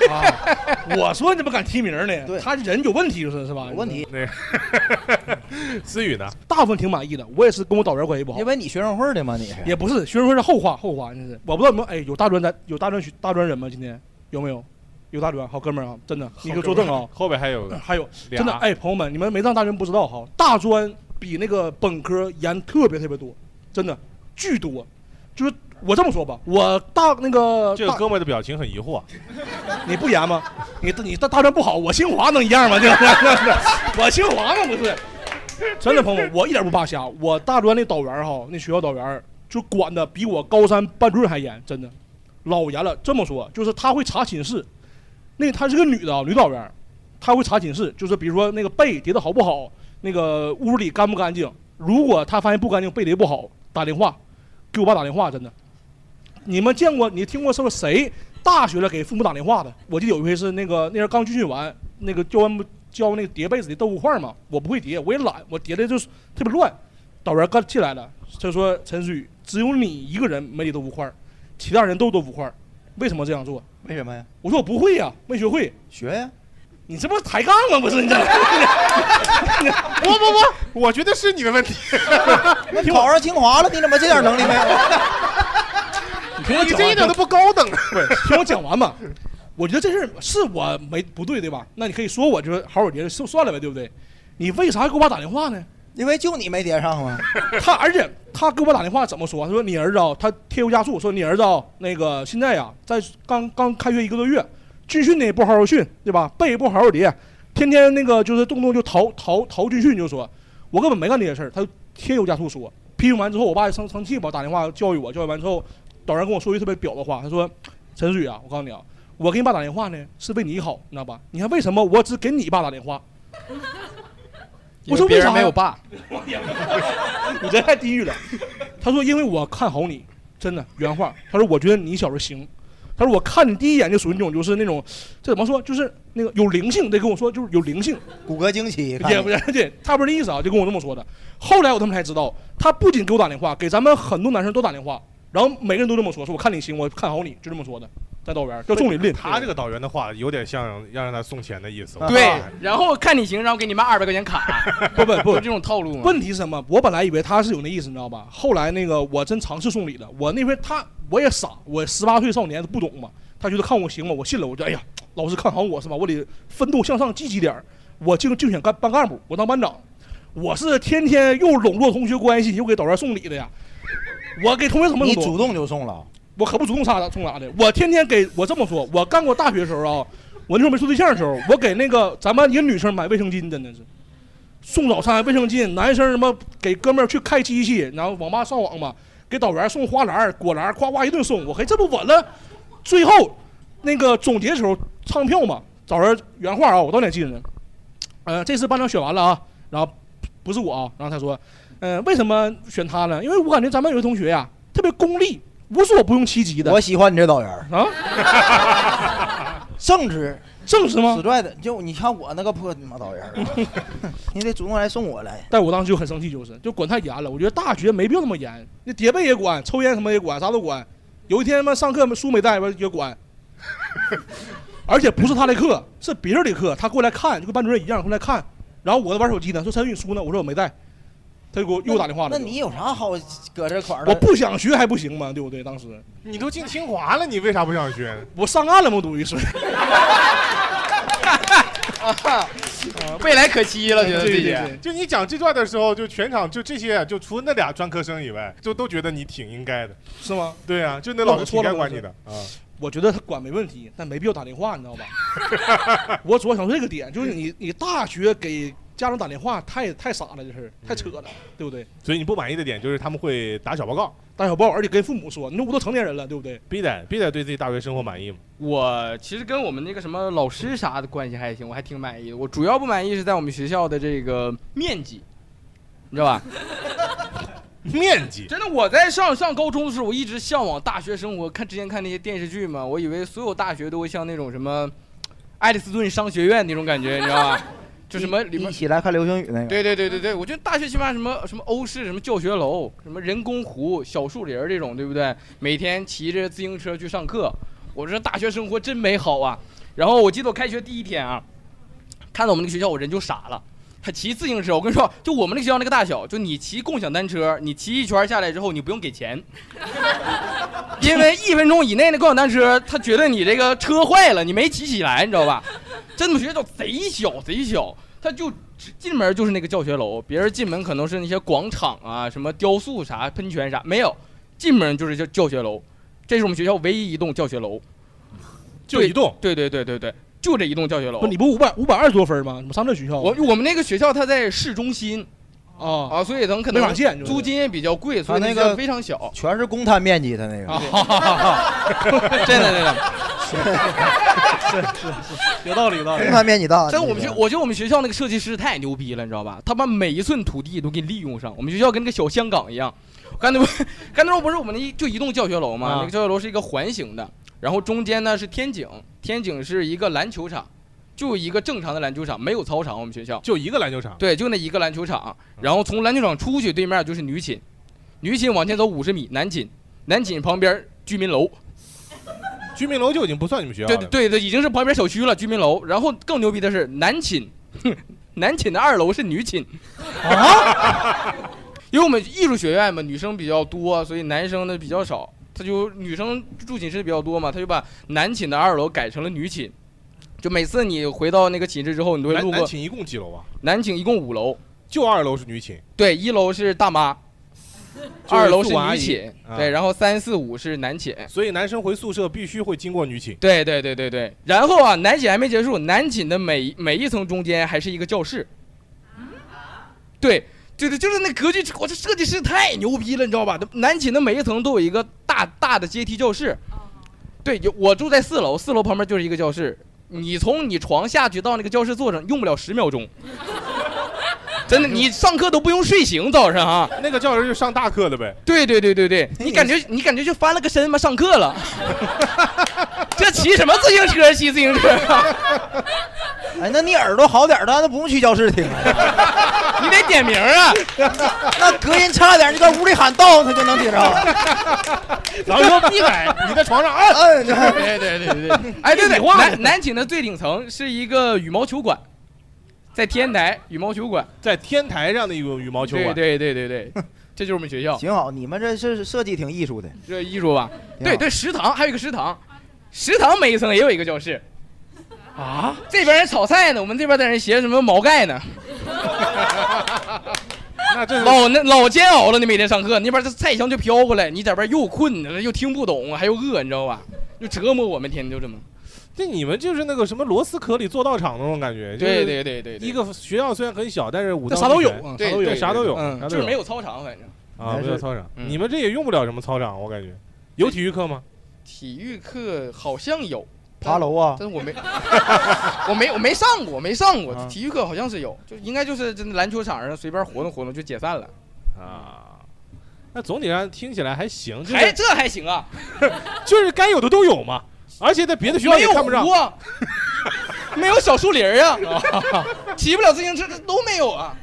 [SPEAKER 7] 我说你怎么敢提名呢？
[SPEAKER 5] 对
[SPEAKER 7] 他人有问题就是是吧？
[SPEAKER 5] 有问题。
[SPEAKER 6] 那个思雨呢？
[SPEAKER 7] 大部分挺满意的，我也是跟我导员关系不好
[SPEAKER 5] 因，为你学生会的嘛，你
[SPEAKER 7] 也不是学生会是后话后话，真是我不知道有没有哎有大专咱有大专学大专人吗？今天有没有？有大专好哥们儿啊，真的你就作证啊。
[SPEAKER 6] 后边还有个
[SPEAKER 7] 还有
[SPEAKER 6] 俩
[SPEAKER 7] 真的哎，朋友们，你们没上大专不知道哈，大专比那个本科严特别特别多，真的巨多。就是我这么说吧，我大那个
[SPEAKER 6] 这个
[SPEAKER 7] 大
[SPEAKER 6] 哥们儿的表情很疑惑，
[SPEAKER 7] 你不严吗？你你大大专不好，我清华能一样吗？这 我清华吗？不是，真的朋友们，我一点不扒瞎。我大专那导员哈，那学校导员就管的比我高三班主任还严，真的老严了。这么说，就是他会查寝室，那她是个女的啊，女导员，她会查寝室，就是比如说那个被叠的好不好，那个屋里干不干净。如果她发现不干净，被叠不好，打电话给我爸打电话，真的。你们见过，你听过说谁大学了给父母打电话的？我记得有一回是那个那人刚军训完，那个教官不教那个叠被子的豆腐块嘛，我不会叠，我也懒，我叠的就是特别乱。导员刚进来了，他说：“陈思雨，只有你一个人没叠豆腐块，其他人都豆腐块，为什么这样做
[SPEAKER 5] 为什么呀？？”
[SPEAKER 7] 我说：“我不会呀、没学会。”
[SPEAKER 5] 学呀、
[SPEAKER 7] 你这不是抬杠吗？不是 你这，
[SPEAKER 6] 不不不，我觉得是你的问题，
[SPEAKER 5] 那考上清华了，你怎么这点能力没有？
[SPEAKER 7] 你听我
[SPEAKER 6] 你
[SPEAKER 7] 讲
[SPEAKER 6] 这一
[SPEAKER 7] 完
[SPEAKER 6] 点都，不高等。
[SPEAKER 7] 听我讲完吧。我觉得这事儿是我没不对，对吧？那你可以说我就是好好别人就算了呗，对不对？你为啥给我爸打电话呢？
[SPEAKER 5] 因为就你没叠上嘛。
[SPEAKER 7] 他而且他给我打电话怎么说？他说你儿子啊，他添油加醋说你儿子啊，那个现在呀、在刚刚开学一个多月，军训呢也不好好训，对吧？背也不好好叠，天天那个就是动不动就逃逃逃军训，就说我根本没干这些事儿，他就添油加醋说。批评完之后，我爸生生气吧，打电话教育我，教育完之后，导员跟我说一句特别表的话，他说：“陈思雨啊，我告诉你啊，我给你爸打电话呢是为你好，你知道吧？你看为什么我只给你爸打电话？我说
[SPEAKER 4] 因别
[SPEAKER 7] 为啥
[SPEAKER 4] 人
[SPEAKER 7] 呀
[SPEAKER 4] 没有爸，
[SPEAKER 7] 你这太地狱了。他说因为我看好你，真的原话。他说我觉得你小时候行。他说我看你第一眼就属于那种就是那种这怎么说就是那个有灵性，得跟我说就是有灵性，
[SPEAKER 5] 骨骼惊奇，看
[SPEAKER 7] 也不
[SPEAKER 5] 你
[SPEAKER 7] 是对，他不是那意思啊，就跟我这么说的。后来我他们才知道，他不仅给我打电话，给咱们很多男生都打电话，然后每个人都这么说，说我看你行，我看好你，就这么说的，在导员就中你令。
[SPEAKER 6] 他这个导员的话有点像要让他送钱的意思。
[SPEAKER 7] 对
[SPEAKER 4] 然后看你行，然后给你们二百块钱卡，
[SPEAKER 7] 不不不，
[SPEAKER 4] 这种套路吗？
[SPEAKER 7] 问题是什么？我本来以为他是有那意思，你知道吧？后来那个我真尝试送礼了，我那回他我也傻，我十八岁少年不懂嘛，他觉得看我行嘛，我信了，我就哎呀，老师看好我是吧？我得奋斗向上，积极点儿我竞竞选干班干部，我当班长，我是天天又笼络同学关系，又给导员送礼的呀。我给同学什么？
[SPEAKER 5] 你主动就送了，
[SPEAKER 7] 我可不主动啥的送
[SPEAKER 4] 啊
[SPEAKER 7] 啥的，我天天给我这么说，我干过大学的时候啊，我那时候没处对象的时候，我给那个咱班一个女生买卫生巾，真的是送早餐卫生巾，男生什么给哥们儿去开机器，然后网吧上网嘛，给导员送花篮儿、果篮儿，夸夸一顿送，我嘿这不稳了。最后那个总结的时候唱票嘛，导员原话啊，我到现在记着呢。呃，这次班长选完了啊，然后不是我啊，然后他说，嗯、为什么选他呢？因为我感觉咱们有些同学呀、特别功利，无所不用其极的。
[SPEAKER 5] 我喜欢你这导员
[SPEAKER 7] 啊，
[SPEAKER 5] 正直，
[SPEAKER 7] 正直吗
[SPEAKER 5] 死拽的，就你看我那个破他妈导员儿，啊你得主动来送我来。
[SPEAKER 7] 但我当时就很生气，就是就管太严了。我觉得大学没必要那么严，那叠被也管，抽烟什么也管，啥都管。有一天他妈上课书没带，完也管， 而且不是他的课，是别人的课，他过来看，就跟班主任一样过来看。然后我在玩手机呢，说陈宇书呢，我说我没带，他就给我又打电话
[SPEAKER 5] 那
[SPEAKER 7] 了。
[SPEAKER 5] 你有啥好搁这块儿的？
[SPEAKER 7] 我不想学还不行吗？对不对？当时
[SPEAKER 6] 你都进清华了，你为啥不想学？
[SPEAKER 7] 我上岸了吗？读于是。
[SPEAKER 4] 啊哦未来可期
[SPEAKER 7] 哎
[SPEAKER 4] 了，觉得自己。
[SPEAKER 6] 就你讲这段的时候，就全场就这些，就除了那俩专科生以外， 就都觉得你挺应该的，
[SPEAKER 7] 是吗？
[SPEAKER 6] 对啊，就那老师
[SPEAKER 7] 我
[SPEAKER 6] 挺
[SPEAKER 7] 错
[SPEAKER 6] 该
[SPEAKER 7] 了
[SPEAKER 6] 管你的啊。
[SPEAKER 7] 我觉得他管没问题，但没必要打电话，你知道吧？ 我主要想说这个点，就是你你大学给家长打电话太太傻了，这事儿
[SPEAKER 6] 嗯
[SPEAKER 7] 太扯了，对不对？
[SPEAKER 6] 所以你不满意的点就是他们会打小报告，
[SPEAKER 7] 打小报，而且跟父母说，你说我都成年人了，对不对？
[SPEAKER 6] 必得必得对自己大学生活满 意嘛。
[SPEAKER 4] 我其实跟我们那个什么老师啥的关系还行，我还挺满意的。我主要不满意是在我们学校的这个面积，你知道吧？
[SPEAKER 6] 面积
[SPEAKER 4] 真的，我在上上高中的时候，我一直向往大学生活。看之前看那些电视剧嘛，我以为所有大学都会像那种什么爱丽斯顿商学院那种感觉，你知道吧？就什么里面
[SPEAKER 5] 一起来看流星雨那个。
[SPEAKER 4] 对对对对对，我觉得大学起码什么什么欧式什么教学楼、什么人工湖、小树林儿这种，对不对？每天骑着自行车去上课，我说大学生活真美好啊。然后我记得我开学第一天啊，看到我们那个学校，我人就傻了。还骑自行车，我跟你说，就我们那个学校那个大小，就你骑共享单车，你骑一圈下来之后，你不用给钱， 因为一分钟以内的共享单车，他觉得你这个车坏了，你没骑起来，你知道 吧？真的学校贼小贼小，他就只进门就是那个教学楼，别人进门可能是那些广场啊、什么雕塑啥、喷泉啥，没有，进门就是教教学楼，这是我们学校唯一一栋教学楼，
[SPEAKER 6] 就一栋，
[SPEAKER 4] 对对对对对，就这一栋教学楼
[SPEAKER 7] 不，。你不五百五百二十多分吗？你们上这学校
[SPEAKER 4] 我 我们那个学校它在市中心
[SPEAKER 7] 啊？
[SPEAKER 4] 啊，所以咱们可
[SPEAKER 7] 没
[SPEAKER 4] 能
[SPEAKER 7] 法建就是
[SPEAKER 4] 租金也比较贵，所以
[SPEAKER 5] 它那
[SPEAKER 4] 学校
[SPEAKER 5] 个
[SPEAKER 4] 非常小。
[SPEAKER 5] 全是公摊面积，他那个、
[SPEAKER 7] 哦
[SPEAKER 4] 真的真的，
[SPEAKER 3] 有道理，有道理
[SPEAKER 5] 公。摊面积大。
[SPEAKER 4] 但
[SPEAKER 5] 那
[SPEAKER 4] 我们学，
[SPEAKER 5] 个
[SPEAKER 4] 我觉得我们学校那个设计师太牛逼了，你知道吧？他把每一寸土地都给利用上。我们学校跟那个小香港一样。我刚才不，刚才说不是我们 那一就一栋教学楼吗？
[SPEAKER 3] 啊
[SPEAKER 4] 那个教学楼是一个环形的，然后中间呢是天井，天井是一个篮球场，就一个正常的篮球场，没有操场。我们学校
[SPEAKER 6] 就一个篮球场，
[SPEAKER 4] 对，就那一个篮球场。然后从篮球场出去，对面就是女寝，女寝往前走五十米，男寝，男寝旁边居民楼，
[SPEAKER 6] 居民楼就已经不算你们学校
[SPEAKER 4] 对
[SPEAKER 6] 了。
[SPEAKER 4] 对对对，已经是旁边小区了，居民楼。然后更牛逼的是男寝， 男寝的二楼是女寝。啊？ 因为我们艺术学院嘛，女生比较多，所以男生的比较少。他就女生住寝室比较多嘛，他就把男寝的二楼改成了女寝。就每次你回到那个寝室之后，你都会
[SPEAKER 6] 男
[SPEAKER 4] 路
[SPEAKER 6] 男
[SPEAKER 4] 过
[SPEAKER 6] 寝一共几楼啊？
[SPEAKER 4] 男寝，一共五楼。
[SPEAKER 6] 就二楼是女寝，
[SPEAKER 4] 对，一楼是大妈，
[SPEAKER 6] 就是
[SPEAKER 4] 二楼是
[SPEAKER 6] 宿阿
[SPEAKER 4] 女
[SPEAKER 6] 姨
[SPEAKER 4] 寝，
[SPEAKER 6] 啊
[SPEAKER 4] 对，然后三四五是男寝。
[SPEAKER 6] 所以男生回宿舍必须会经过女寝。
[SPEAKER 4] 对对对对对，然后啊，男寝还没结束，男寝的每一每一层中间还是一个教室。对，就是就是那格局，我这设计师太牛逼了，你知道吧？男寝的每一层都有一个大大的阶梯教室。对，有我住在四楼，四楼旁边就是一个教室。你从你床下去到那个教室坐上，用不了十秒钟。真的，你上课都不用睡醒，早上啊。
[SPEAKER 6] 那个教室就上大课的呗，
[SPEAKER 4] 对对对对对，你感觉你感觉就翻了个身嘛，上课了。这骑什么自行车？骑自行车啊，
[SPEAKER 5] 哎，那你耳朵好点儿的，那不用去教室听。
[SPEAKER 4] 你得点名啊！
[SPEAKER 5] 那隔音差点，就在屋里喊到他就能听着。
[SPEAKER 7] 然后说闭嘴，
[SPEAKER 6] 你在床上按，
[SPEAKER 5] 嗯，这
[SPEAKER 4] 对对对对对，哎对对，南南寝的最顶层是一个羽毛球馆，在天台羽毛球馆，
[SPEAKER 6] 在天台上的一个羽毛球
[SPEAKER 4] 对
[SPEAKER 6] 馆，
[SPEAKER 4] 对对对对，这就是我们学校，
[SPEAKER 5] 挺好，你们这是设计挺艺术的。
[SPEAKER 4] 这艺术吧？
[SPEAKER 5] 挺好
[SPEAKER 4] 对对，食堂还有一个食堂，食堂每一层也有一个教室。啊，这边人炒菜呢，我们这边在那写什么毛概呢？
[SPEAKER 6] 那这是
[SPEAKER 4] 老那老煎熬了，你每天上课，你那边这菜香就飘过来，你在边又困呢，又听不懂，还又饿，你知道吧？就折磨我们，天天就这么。
[SPEAKER 6] 这你们就是那个什么螺丝壳里做道场那种感觉，就是
[SPEAKER 4] 对对对对，对
[SPEAKER 6] 一个学校虽然很小，但是五
[SPEAKER 7] 这
[SPEAKER 6] 道
[SPEAKER 7] 啥都有
[SPEAKER 6] 俱全
[SPEAKER 7] 啊，
[SPEAKER 4] 对
[SPEAKER 7] 啥都有
[SPEAKER 6] 对，。啥都有，
[SPEAKER 7] 嗯
[SPEAKER 6] 啥都
[SPEAKER 4] 就是没有操场，反正
[SPEAKER 6] 啊，
[SPEAKER 5] 但
[SPEAKER 6] 没有
[SPEAKER 5] 是
[SPEAKER 6] 操场，
[SPEAKER 4] 嗯
[SPEAKER 6] 你们这也用不了什么操场，我感觉有体育课吗？
[SPEAKER 4] 体育课好像有，
[SPEAKER 5] 爬楼啊
[SPEAKER 4] 但，是我没， 我没我没上过，没上过
[SPEAKER 6] 啊
[SPEAKER 4] 体育课，好像是有，就应该就是真的篮球场上随便活动活动就解散了，
[SPEAKER 6] 啊，那总体上听起来还行，就
[SPEAKER 4] 还
[SPEAKER 6] 是
[SPEAKER 4] 这还行啊，
[SPEAKER 6] 就是该有的都有嘛，而且在别的学校
[SPEAKER 4] 没
[SPEAKER 6] 也
[SPEAKER 4] 有
[SPEAKER 6] 看不上
[SPEAKER 4] 湖。 啊，没有小树林儿啊，骑不了自行车，这都没有啊。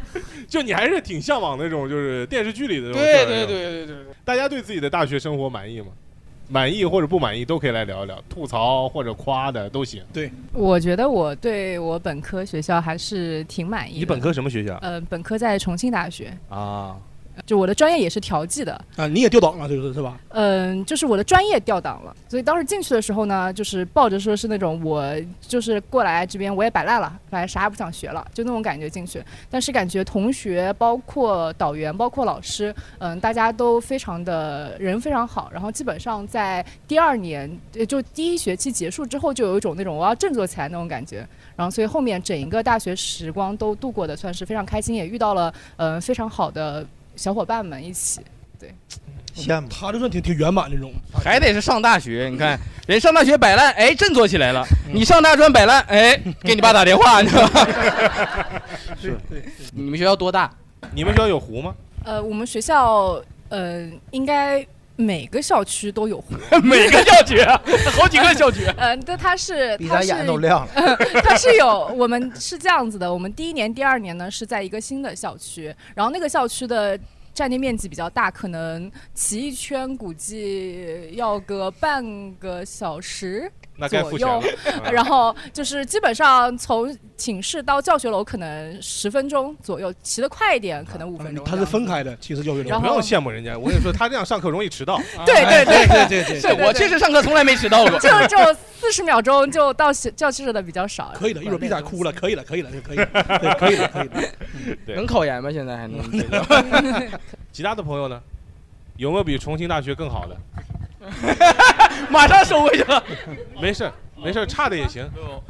[SPEAKER 6] 就你还是挺向往那种就是电视剧里的那种。啊
[SPEAKER 4] 对对对，对对对。
[SPEAKER 6] 大家对自己的大学生活满意吗？满意或者不满意都可以来聊一聊，吐槽或者夸的都行。
[SPEAKER 9] 我觉得我对我本科学校还是挺满意的。
[SPEAKER 6] 你本科什么学
[SPEAKER 4] 啊
[SPEAKER 6] 校
[SPEAKER 9] 呃，本科在重庆大学，
[SPEAKER 6] 啊？
[SPEAKER 9] 就我的专业也是调剂的，
[SPEAKER 7] 啊，你也调档了，这个是吧？
[SPEAKER 9] 嗯，就是我的专业调档了，所以当时进去的时候呢，就是抱着说是那种我就是过来这边我也摆烂了，反正啥也不想学了，就那种感觉进去。但是感觉同学、包括导员、包括老师，嗯，大家都非常的人非常好，然后基本上在第二年，呃就第一学期结束之后，就有一种那种我要振作起来那种感觉。然后所以后面整一个大学时光都度过的算是非常开心，也遇到了嗯、呃非常好的小伙伴们一起。
[SPEAKER 5] 羡慕。
[SPEAKER 7] 他就算挺挺圆满那种，
[SPEAKER 4] 还得是上大学，你看人上大学摆烂，哎，振作起来了；你上大专摆烂，哎，给你爸打电话，你知道 吧？
[SPEAKER 5] 是，
[SPEAKER 4] 你们学校多大？
[SPEAKER 6] 你们学校有湖吗？
[SPEAKER 9] 呃，我们学校呃，应该每个校区都有湖。
[SPEAKER 4] 每个校区，啊好几个校区。啊
[SPEAKER 9] 呃，但它是
[SPEAKER 5] 比
[SPEAKER 9] 它
[SPEAKER 5] 咱
[SPEAKER 9] 是
[SPEAKER 5] 眼都亮了。
[SPEAKER 9] 它是有我们是这样子的，我们第一年、第二年呢是在一个新的校区，然后那个校区的。占地面积比较大，可能骑一圈估计要个半个小时
[SPEAKER 6] 那该
[SPEAKER 9] 左
[SPEAKER 6] 付钱
[SPEAKER 9] 右
[SPEAKER 6] 了。。啊
[SPEAKER 9] 然后就是基本上从寝室到教学楼可能十分钟左右，骑得快一点可能五分钟这样子。
[SPEAKER 7] 他是分开的，其实教学
[SPEAKER 9] 然
[SPEAKER 7] 楼
[SPEAKER 9] 后
[SPEAKER 6] 不要羡慕人家，我跟你说，他这样上课容易迟到。啊哎
[SPEAKER 9] 对对对
[SPEAKER 7] 对对对
[SPEAKER 4] 是
[SPEAKER 9] 对对
[SPEAKER 4] 我确实上课从来没迟到过。
[SPEAKER 9] 就就四十秒钟就到学教室的比较少。
[SPEAKER 7] 可以的，一会儿
[SPEAKER 9] 必
[SPEAKER 7] 闭仔哭了，可以了，可以了，可以了，对可以了，可以了。
[SPEAKER 6] 嗯对嗯
[SPEAKER 4] 能考研吗？现在还能？
[SPEAKER 6] 其他的朋友呢？有没有比重庆大学更好的？
[SPEAKER 4] 马上 收回去了。
[SPEAKER 6] 没事儿，没 事儿，差的也行。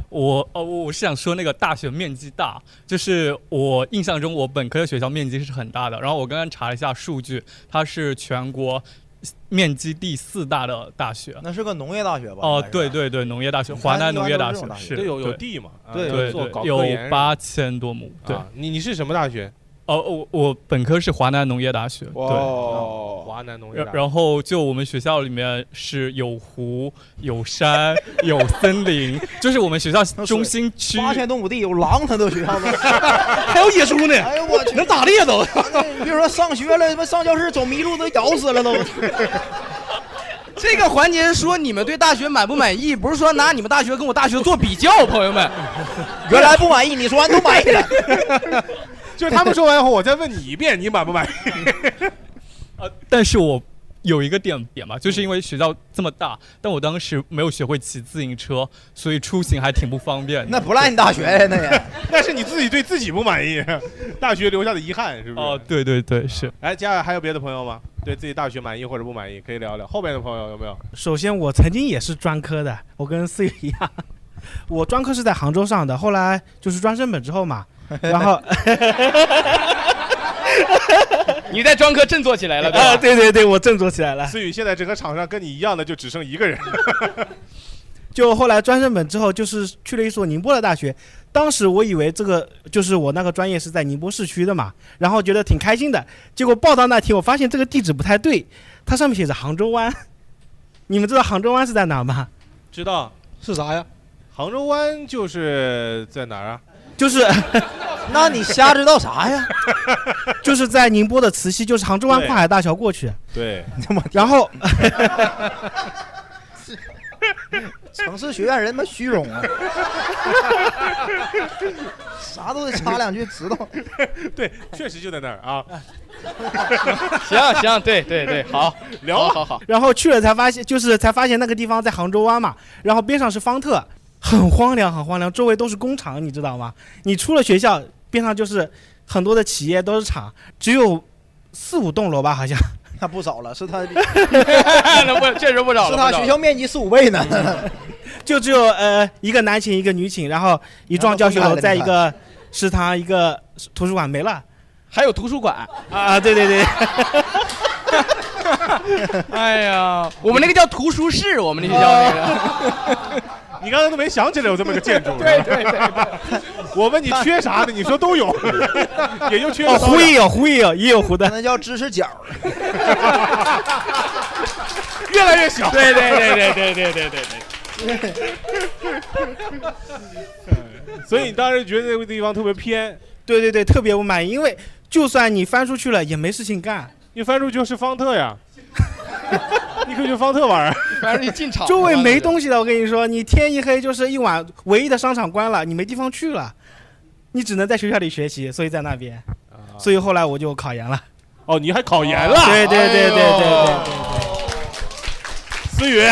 [SPEAKER 10] 我哦，我我是想说那个大学面积大，就是我印象中我本科的学校面积是很大的。然后我刚刚查了一下数据，它是全国面积第四大的大学。
[SPEAKER 5] 那是个农业大学吧？
[SPEAKER 10] 哦、
[SPEAKER 5] 应该是
[SPEAKER 10] 对。对对，农业大学，华南农业大学是
[SPEAKER 6] 这有有
[SPEAKER 10] 对
[SPEAKER 6] 地嘛？啊
[SPEAKER 5] 对
[SPEAKER 10] 对
[SPEAKER 6] 做搞
[SPEAKER 10] 对，
[SPEAKER 6] 科研
[SPEAKER 10] 有八千多亩。对，
[SPEAKER 6] 啊，你你是什么大学？
[SPEAKER 10] 哦，我我本科是华南农业大学，对。
[SPEAKER 4] 哦，
[SPEAKER 6] 华南农业
[SPEAKER 10] 然
[SPEAKER 6] 大学。
[SPEAKER 10] 然后就我们学校里面是有湖、有山、有森 林，就是我们学校中心区
[SPEAKER 5] 八千多亩地有狼，他都学校都。
[SPEAKER 7] 还有野猪呢，
[SPEAKER 5] 哎呦我去！
[SPEAKER 7] 能打 猎都。
[SPEAKER 5] 你别说上学了，他妈上教室走迷路都咬死了都。
[SPEAKER 4] 这个环节是说你们对大学满不满意，不是说拿你们大学跟我大学做比较，朋友们。
[SPEAKER 5] 原来不满意，你说完都满意了。
[SPEAKER 6] 就是他们说完后，我再问你一遍，你满不满意？
[SPEAKER 10] 但是我有一个点点吧，就是因为学校这么大，但我当时没有学会骑自行车，所以出行还挺不方便的。
[SPEAKER 5] 那不赖你大学呀，那也。
[SPEAKER 6] 那是你自己对自己不满意， 大学留下的遗憾是不是？
[SPEAKER 10] 哦， 对对对， 是
[SPEAKER 6] 哎，接下来还有别的朋友吗？对自己大学满意或者不满意，可以聊聊。后边的朋友有没有？
[SPEAKER 3] 首先，我曾经也是专科的，我跟思雨一样，我专科是在杭州上的，后来就是专升本之后嘛，然 后
[SPEAKER 4] 你在专科振作起来了，对
[SPEAKER 3] 啊，
[SPEAKER 4] 吧？
[SPEAKER 3] 对对对，我振作起来了。
[SPEAKER 6] 思雨现在整个场上跟你一样的就只剩一 个人，
[SPEAKER 3] 就后来专升本之后，就是去了一所宁波的大学。当时我以为这个就是我那个专业是在宁波市区的嘛，然后觉得挺开心的。结果报到那天，我发现这个地址不太对，它上面写着杭州湾。你们知道杭州湾是在哪儿吗？
[SPEAKER 6] 知道？
[SPEAKER 7] 是啥呀？
[SPEAKER 6] 杭州湾就是在哪儿啊？
[SPEAKER 3] 就是
[SPEAKER 5] 那你瞎知道啥呀？
[SPEAKER 3] 就是在宁波的慈溪，就是杭州湾跨海大桥过去。
[SPEAKER 6] 对，
[SPEAKER 3] 然后
[SPEAKER 5] 城市学院人他妈虚荣啊，啥都得插两句，知道？
[SPEAKER 6] 对， 确实就在那儿啊。
[SPEAKER 4] 行行，对对对， 好，
[SPEAKER 6] 聊
[SPEAKER 4] 好
[SPEAKER 6] 吧
[SPEAKER 4] 好好，
[SPEAKER 3] 然后去了才发现，就是才发现那个地方在杭州湾嘛，然后边上是方特，很荒凉，很荒凉，周围都是工厂，你知道吗？你出了学校，边上就是很多的企业都是厂，只有四五栋楼吧，好像。
[SPEAKER 5] 那不少了，是他比
[SPEAKER 4] 那不确实不 少了，
[SPEAKER 5] 是他
[SPEAKER 4] 不少了嗯
[SPEAKER 5] 学校面积四五倍呢。
[SPEAKER 3] 就只有呃一个男寝一个女寝，然后一幢教学楼，在一个食堂一个图书馆没了
[SPEAKER 4] 还有图书馆，
[SPEAKER 3] 啊！对对对，
[SPEAKER 4] 哎呀，我们那个叫图书室，我们那学校那个，
[SPEAKER 6] 你刚才都没想起来有这么个建筑。对对对，我问你缺啥的，你说都 有，也就缺
[SPEAKER 3] 哦，
[SPEAKER 6] 个
[SPEAKER 3] 湖也有，湖也有，也有湖的。
[SPEAKER 5] 那叫知识角儿，
[SPEAKER 6] 越来越小。
[SPEAKER 4] 对对对对对对对对对，
[SPEAKER 6] 所以你当时觉得那个地方特别偏，
[SPEAKER 3] 对对对，特别不满意，因为就算你翻出去了，也没事情干。
[SPEAKER 6] 你翻出去就是方特呀， 你可以去方特玩儿。
[SPEAKER 4] 反正一进场，
[SPEAKER 3] 周围没东西的，我跟你说，你天一黑就是一晚，唯一的商场关了，你没地方去了，你只能在学校里学习，所以在那边，所以后来我就考研了。
[SPEAKER 6] 啊
[SPEAKER 3] 啊
[SPEAKER 6] 哦，你还考研了？
[SPEAKER 3] 对对对对对对对，
[SPEAKER 6] 思雨，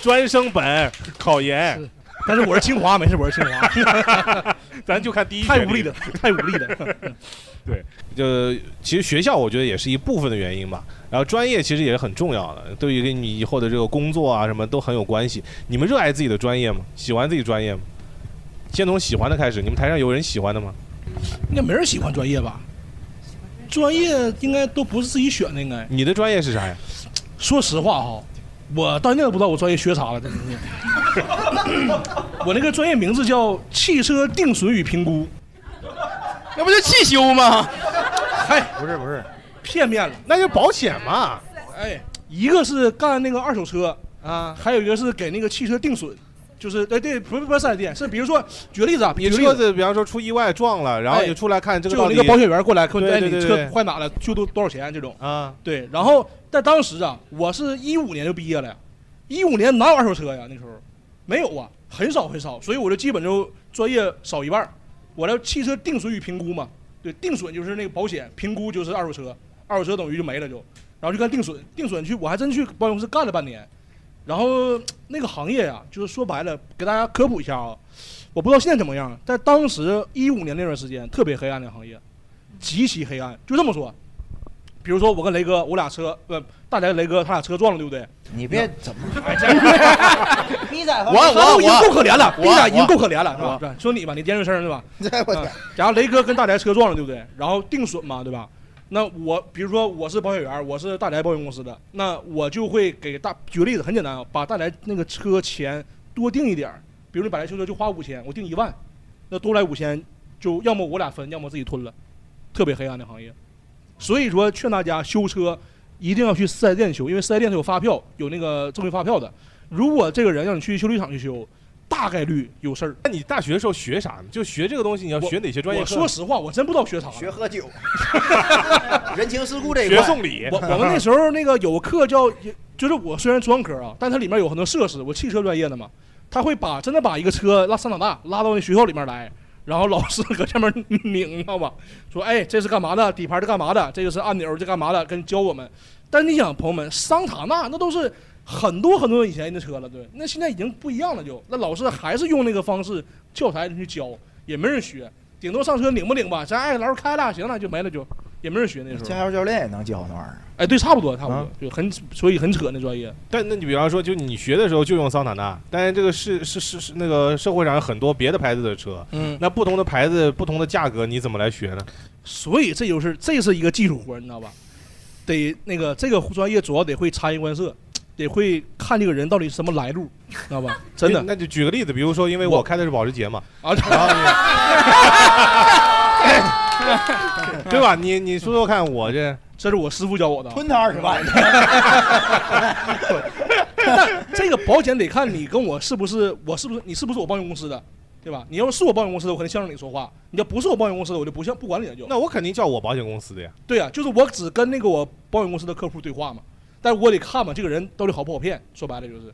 [SPEAKER 6] 专升本考研，
[SPEAKER 7] 但是我是清华，没事，我是清华，
[SPEAKER 6] 咱就看第一
[SPEAKER 7] 太
[SPEAKER 6] 学
[SPEAKER 7] 无力了，太无力了。
[SPEAKER 6] 就其实学校我觉得也是一部分的原因吧，然后专业其实也是很重要的，对于你以后的这个工作啊什么都很有关系。你们热爱自己的专业吗？喜欢自己专业吗？先从喜欢的开始，你们台上有人喜欢的吗？
[SPEAKER 7] 应该没人喜欢专业吧？专业应该都不是自己选的，应该。
[SPEAKER 6] 你的专业是啥呀？
[SPEAKER 7] 说实话哈，我到现在都不知道我专业学啥了，真的是。 我那个专业名字叫汽车定损与评估，
[SPEAKER 4] 那不就汽修 吗？
[SPEAKER 5] 不是不是，
[SPEAKER 7] 哎片面了。
[SPEAKER 6] 那就保险嘛。
[SPEAKER 7] 哎，一个是干那个二手车啊，还有一个是给那个汽车定损，就是哎对，不是不是四 S 店，是比如说举个例子啊，举
[SPEAKER 6] 你
[SPEAKER 7] 个例
[SPEAKER 6] 车子比方说出意外撞了，然后你出来看这
[SPEAKER 7] 就
[SPEAKER 6] 个
[SPEAKER 7] 有
[SPEAKER 6] 到底
[SPEAKER 7] 那个保险员过来问，
[SPEAKER 6] 对
[SPEAKER 7] 哎，
[SPEAKER 6] 对
[SPEAKER 7] 你
[SPEAKER 6] 对
[SPEAKER 7] 车
[SPEAKER 6] 对
[SPEAKER 7] 坏哪了，修多多少钱这种。
[SPEAKER 6] 啊，
[SPEAKER 7] 对，然后在当时啊，我是一五年就毕业了呀，一五年哪有二手车呀？那时候没有啊，很少很少，所以我就基本就专业少一半儿。我的汽车定损与评估嘛，对，定损就是那个保险，评估就是二手车，二手车等于就没了就，然后就干定损，定损去我还真去保险公司干了半年，然后那个行业呀、就是说白了，给大家科普一下啊，我不知道现在怎么样，但当时一五年那段时间特别黑暗的行业，极其黑暗，就这么说。比如说我跟雷哥，我俩车，呃，大宅雷哥他俩车撞了，对不对？
[SPEAKER 5] 你别怎么，你咋
[SPEAKER 4] 我我
[SPEAKER 7] 已经够
[SPEAKER 4] 我
[SPEAKER 7] 可怜了，
[SPEAKER 4] 我
[SPEAKER 7] 你俩已经
[SPEAKER 4] 我
[SPEAKER 7] 够可怜了，是吧？啊对说你吧，你尖锐声儿对吧？嗯
[SPEAKER 5] 这我天，
[SPEAKER 7] 然后雷哥跟大宅车撞了，对不对？然后定损嘛，对吧？那我比如说我是保险员，我是大宅保险公司的，那我就会给大举个例子，很简单啊，把大宅那个车钱多定一点儿，比如你本来修车就花五千，我定一万，那多来五千，就要么我俩分，要么自己吞了，特别黑暗的行业。所以说，劝大家修车一定要去四 S 店修，因为四 S 店它有发票，有那个正规发票的。如果这个人让你去修理厂去修，大概率有事儿。
[SPEAKER 6] 那你大学的时候学啥呢？就学这个东西，你要
[SPEAKER 7] 我
[SPEAKER 6] 学哪些专业
[SPEAKER 7] 我
[SPEAKER 6] 课？
[SPEAKER 7] 说实话，我真不知道学啥呢。
[SPEAKER 5] 学喝酒， 人情世故这一
[SPEAKER 6] 学
[SPEAKER 5] 块，
[SPEAKER 6] 送礼，
[SPEAKER 7] 我我们那时候那个有课叫，就是我虽然专科啊，但它里面有很多设施，我汽车专业的嘛，他会把真的把一个车拉上场大拉到那学校里面来，然后老师搁下面拧，你知道吧？说哎，这是干嘛的？底盘是干嘛的？这个是按钮，这干嘛的？跟教我们。但你想，朋友们，桑塔纳那都是很多很多以前的车了，对，那现在已经不一样了就，那老师还是用那个方式教材去教，也没人学，顶多上车拧吧拧吧，咱哎老师开了，行了就没了就，也没人学那时候。
[SPEAKER 5] 加油教练也能教那玩意儿。
[SPEAKER 7] 哎，对，差不多，差不多，
[SPEAKER 6] 啊
[SPEAKER 7] 就很，所以很扯那专业。
[SPEAKER 6] 但那你比方说，就你学的时候就用桑塔纳，但是这个是是是是那个社会上有很多别的牌子的车，
[SPEAKER 7] 嗯，
[SPEAKER 6] 那不同的牌子、不同的价格，你怎么来学呢？
[SPEAKER 7] 所以这就是这是一个技术活儿，你知道吧？得那个这个专业主要得会察言观色，得会看这个人到底什么来路，知道吧？真的
[SPEAKER 6] 那就举个例子，比如说，因为
[SPEAKER 7] 我
[SPEAKER 6] 我开的是保时捷嘛，
[SPEAKER 7] 啊，
[SPEAKER 6] 对吧？你你说说看，我这
[SPEAKER 7] 这是我师傅教我的 啊。
[SPEAKER 5] 吞他二十万，
[SPEAKER 7] 但这个保险得看你跟我是不是，我是不是你是不是我保险公司的，对吧？你要是我保险公司的，我肯定向着你说话；你要不是我保险公司的，我就不向不管你了就。
[SPEAKER 6] 那我肯定叫我保险公司的呀。
[SPEAKER 7] 对呀、就是我只跟那个我保险公司的客户对话嘛，但是我得看嘛，这个人到底好不好骗。说白了就是，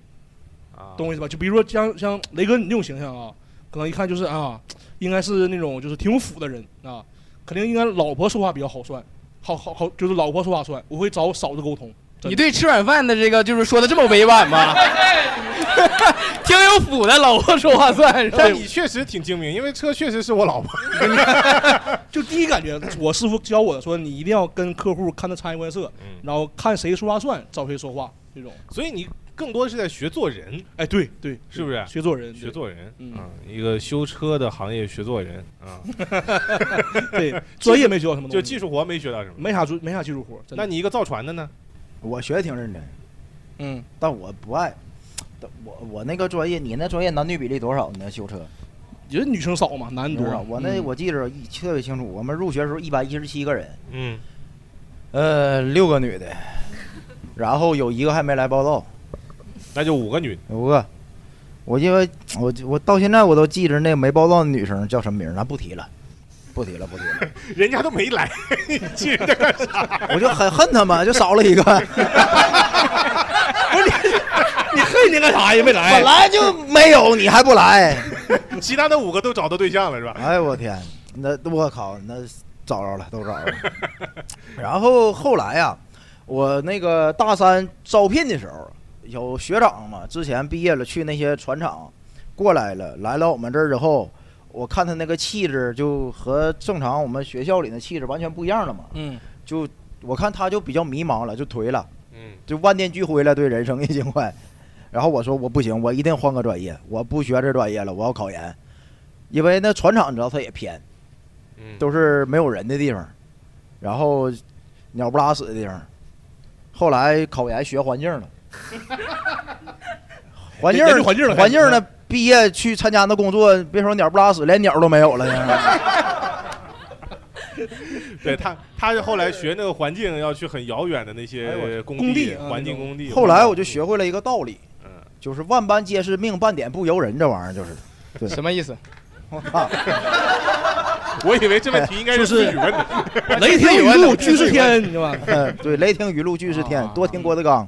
[SPEAKER 6] 啊
[SPEAKER 7] 懂我意思吧？就比如说像像雷哥你这种形象啊，可能一看就是啊，应该是那种就是挺有腐的人啊，肯定应该老婆说话比较好算，好好好，就是老婆说话算。我会找嫂子沟通。真的
[SPEAKER 4] 你对吃软饭的这个就是说的这么委婉吗？ 挺有谱的，老婆说话算。
[SPEAKER 6] 但你确实挺精明，因为车确实是我老婆。
[SPEAKER 7] 就第一感觉，我师傅教我的，说你一定要跟客户看得察言观色，然后看谁说话算，找谁说话 这种。
[SPEAKER 6] 嗯所以你更多是在学做人，
[SPEAKER 7] 哎，对对，
[SPEAKER 6] 是不是？
[SPEAKER 7] 学做人，
[SPEAKER 6] 学做人，
[SPEAKER 7] 嗯
[SPEAKER 6] 啊，一个修车的行业学做人啊，
[SPEAKER 7] 对，专业没学到什么东西，
[SPEAKER 6] 就技术活没学到什么。
[SPEAKER 7] 没啥技没啥技术活。真的
[SPEAKER 6] 那你一个造船的呢？
[SPEAKER 5] 我学的挺认真，
[SPEAKER 7] 嗯，
[SPEAKER 5] 但我不爱。但我我那个专业，你那专业男女比例多少？你那修车
[SPEAKER 7] 也是女生少嘛，男
[SPEAKER 5] 你
[SPEAKER 7] 多
[SPEAKER 5] 知道。我那
[SPEAKER 7] 嗯
[SPEAKER 5] 我记着一特别清楚，我们入学的时候一百一十七个人，
[SPEAKER 6] 嗯，
[SPEAKER 5] 呃，六个 女的，然后有一个还没来报道，
[SPEAKER 6] 那就五个女的，
[SPEAKER 5] 有个，我因为我我到现在我都记着那没报道的女生叫什么名儿，咱不提了，不提了，不提了，
[SPEAKER 6] 人家都没来， 你记着干 啥？
[SPEAKER 5] 我就很恨他们，就少了 一个，
[SPEAKER 7] 你恨人干啥呀？没来
[SPEAKER 5] 本，来就没有，你还不来，
[SPEAKER 6] 其他的五个都找到对象了是吧？
[SPEAKER 5] 哎我天，那我靠，那找着了，都找着了。 然后后来呀、我那个大三招聘的时候，有学长嘛，之前毕业了去那些船厂过来了，来了我们这儿之后，我看他那个气质就和正常我们学校里的气质完全不一样了嘛，
[SPEAKER 7] 嗯，
[SPEAKER 5] 就我看他就比较迷茫了，就颓了。
[SPEAKER 6] 嗯，
[SPEAKER 5] 就万念俱灰了，对人生已经快。然后我说我不行，我一定换个专业，我不学这专业了，我要考研，因为那船厂你知道它也偏，
[SPEAKER 6] 嗯
[SPEAKER 5] 都是没有人的地方，然后鸟不拉屎的地方。后来考研学环境了， 环境
[SPEAKER 7] 研究环境了
[SPEAKER 5] 环境呢？毕业去参加那工作，别说鸟不拉屎，连鸟都没有
[SPEAKER 7] 嗯
[SPEAKER 5] 了。
[SPEAKER 6] 对他，他后来学那个环境要去很遥远的那
[SPEAKER 7] 哎
[SPEAKER 6] 些
[SPEAKER 7] 我
[SPEAKER 6] 工
[SPEAKER 7] 工地啊
[SPEAKER 6] 环
[SPEAKER 7] 那
[SPEAKER 6] 境
[SPEAKER 7] 种
[SPEAKER 6] 工地。
[SPEAKER 5] 后来我就学会了一个道理，
[SPEAKER 6] 嗯，
[SPEAKER 5] 就是万般皆是命，半点不由人，这玩意儿 就是。
[SPEAKER 4] 什么意思？
[SPEAKER 5] 我操！
[SPEAKER 6] 我以为这问题应该是
[SPEAKER 7] 就是
[SPEAKER 6] 自己问的。
[SPEAKER 7] 雷霆雨露俱是天，你知道吧？
[SPEAKER 5] 嗯，对，雷霆雨露俱是天
[SPEAKER 4] 啊，
[SPEAKER 5] 多听郭德纲。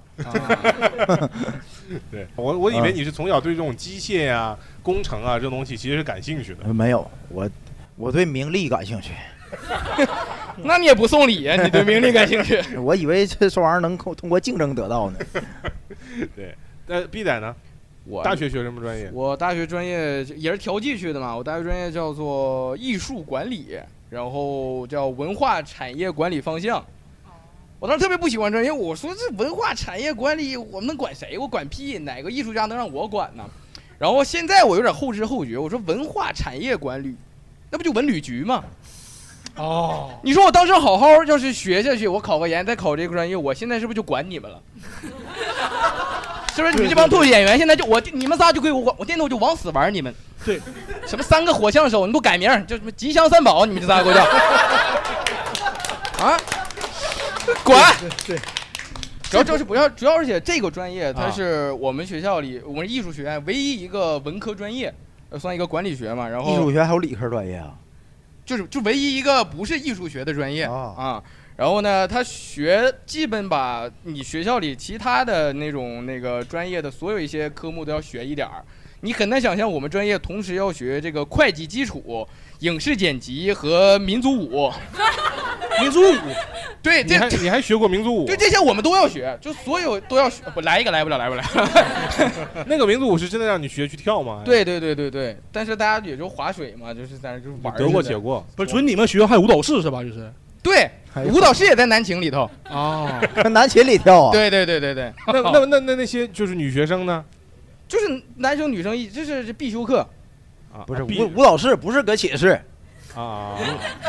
[SPEAKER 6] 对我，我以为
[SPEAKER 5] 嗯
[SPEAKER 6] 你是从小对这种机械呀、工程啊这种东西其实是感兴趣的。
[SPEAKER 5] 呃没有，我我对名利感兴趣，
[SPEAKER 4] 那你也不送礼呀、你对名利感兴趣？
[SPEAKER 5] 我以为这这玩意儿能通通过竞争得到呢。
[SPEAKER 6] 那 B 仔呢？
[SPEAKER 4] 我
[SPEAKER 6] 大学学什么专业？
[SPEAKER 4] 我大学专业也是调剂去的嘛，我大学专业叫做艺术管理，然后叫文化产业管理方向。我当时特别不喜欢这，因为我说这文化产业管理，我们能管谁？我管屁！哪个艺术家能让我管呢？然后现在我有点后知后觉，我说文化产业管理，那不就文旅局吗？
[SPEAKER 7] 哦，
[SPEAKER 4] 你说我当时好好要是学下去，我考个研再考这个专业，我现在是不是就管你们了？ 是不是你们这帮脱口演员现在就我你们仨就归我管，我电动就往死玩你们。
[SPEAKER 7] 对，
[SPEAKER 4] 什么三个火枪手，你不改名儿叫什么吉祥三宝，你们这仨给我叫。 啊， 滚！
[SPEAKER 7] 对对
[SPEAKER 4] 主要就是不要，主要是且这个专业
[SPEAKER 5] 啊
[SPEAKER 4] 它是我们学校里我们艺术学院唯一一个文科专业，呃算一个管理学嘛。然后
[SPEAKER 5] 艺术学还有理科专业啊？
[SPEAKER 4] 就是就唯一一个不是艺术学的专业
[SPEAKER 5] 哦
[SPEAKER 4] 啊。然后呢，他学基本把你学校里其他的那种那个专业的所有一些科目都要学一点儿。你很难想象我们专业同时要学这个会计基础、影视剪辑和民族 舞。
[SPEAKER 7] 民族舞，
[SPEAKER 4] 对，
[SPEAKER 6] 你
[SPEAKER 4] 这
[SPEAKER 6] 还你还学过民族舞啊
[SPEAKER 4] 对？这些我们都要学，就所有都要学。不来一个来不了，来不了。
[SPEAKER 6] 那个民族舞是真的让你学去跳吗？，
[SPEAKER 4] 对对对对对，但是大家也就划水嘛，就是在那就玩儿
[SPEAKER 6] 得过
[SPEAKER 4] 似的
[SPEAKER 6] 且过。
[SPEAKER 7] 不是准你们学校还有舞蹈室是吧？就是
[SPEAKER 4] 对，舞蹈室也在 南秦里头。
[SPEAKER 7] 啊，
[SPEAKER 5] 南琴里跳啊？
[SPEAKER 4] 对对对对对。
[SPEAKER 6] 那那那那那些就是女学生呢？
[SPEAKER 4] 就是男生女生一，这是这必修课，
[SPEAKER 6] 啊，
[SPEAKER 5] 不是
[SPEAKER 6] 啊
[SPEAKER 5] 舞舞蹈室，不是搁寝室。
[SPEAKER 6] 啊啊，啊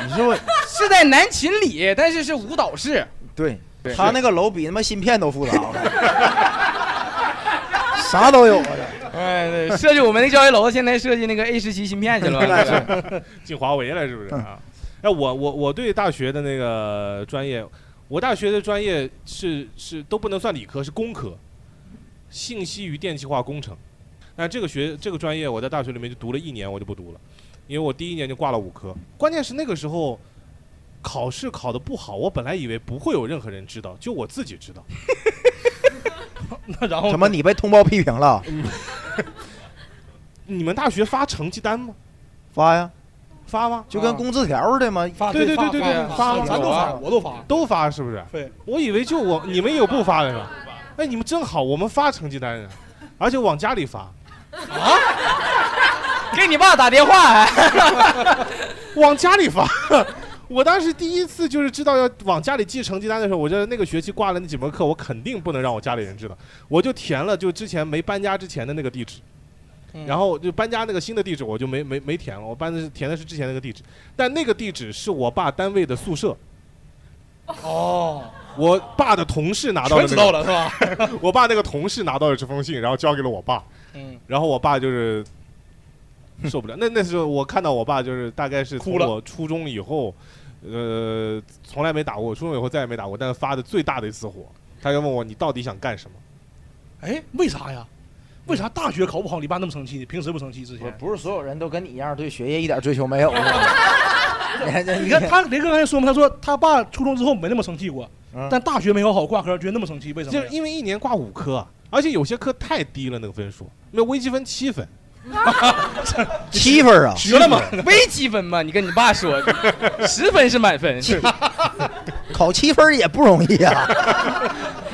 [SPEAKER 5] 你说
[SPEAKER 4] 是在南琴里，但是是舞蹈室。
[SPEAKER 5] 对
[SPEAKER 4] 对，
[SPEAKER 5] 他那个楼比他妈芯片都复杂， 啥都有啊！
[SPEAKER 4] 哎，对，设计我们那教学楼现在设计那个 A 十七芯片去 了。
[SPEAKER 5] 那是
[SPEAKER 6] 进华为了是不是啊？哎，我我我对大学的那个专业，我大学的专业是是都不能算理科，是工科，信息与电气化工程。但这个学这个专业，我在大学里面就读了一年，我就不读了，因为我第一年就挂了五科。关键是那个时候考试考得不好，我本来以为不会有任何人知道，就我自己知道。
[SPEAKER 7] 那然后
[SPEAKER 5] 怎么你被通报批评了？
[SPEAKER 6] 你们大学发成绩单吗？
[SPEAKER 5] 发呀，
[SPEAKER 6] 发吗？
[SPEAKER 5] 就跟工字条似的嘛。
[SPEAKER 7] 发
[SPEAKER 6] 对对
[SPEAKER 7] 发
[SPEAKER 6] 对对对
[SPEAKER 7] 发
[SPEAKER 6] 发
[SPEAKER 7] 咱都
[SPEAKER 6] 有啊
[SPEAKER 7] 发，我都发。
[SPEAKER 6] 都发是不是？
[SPEAKER 7] 对，
[SPEAKER 6] 我以为就我你们也有不发的是吧？哎，你们真好，我们发成绩单啊，而且往家里发，
[SPEAKER 4] 给你爸打电话还、
[SPEAKER 6] 往家里发。我当时第一次就是知道要往家里寄成绩单的时候，我觉得那个学期挂了那几门课，我肯定不能让我家里人知道，我就填了就之前没搬家之前的那个地址，然后就搬家那个新的地址我就没没没填了，我搬的是填的是之前那个地址，但那个地址是我爸单位的宿舍，
[SPEAKER 7] 哦，
[SPEAKER 6] 我爸的同事拿到了、
[SPEAKER 7] 全知
[SPEAKER 6] 那个，
[SPEAKER 7] 道了是吧？
[SPEAKER 6] 我爸那个同事拿到了这封信，然后交给了我爸，
[SPEAKER 7] 嗯，
[SPEAKER 6] 然后我爸就是受不了。那那时候我看到我爸就是大概是从
[SPEAKER 7] 哭了
[SPEAKER 6] 我初中以后，呃，从来没打过，初中以后再也没打过，但是发的最大的一次火，他就问我你到底想干什么？
[SPEAKER 7] 哎，为啥呀？为啥大学考不好，你爸那么生气，平时不生气？之
[SPEAKER 5] 不
[SPEAKER 7] 前
[SPEAKER 5] 不是所有人都跟你一样对学业一点追求没有。是吧
[SPEAKER 7] 你看他雷哥刚才说嘛，他说他爸初中之后没那么生气过，
[SPEAKER 5] 嗯
[SPEAKER 7] 但大学没考好挂科，觉得那么生气，为什么
[SPEAKER 6] 就是
[SPEAKER 7] 呀？
[SPEAKER 6] 因为一年挂五科，而且有些科太低了那个分数，那微积分七分，
[SPEAKER 5] 七分啊，
[SPEAKER 7] 学了吗？
[SPEAKER 4] 微积分嘛，你跟你爸说，十分是满 分，
[SPEAKER 5] 考七分也不容易啊。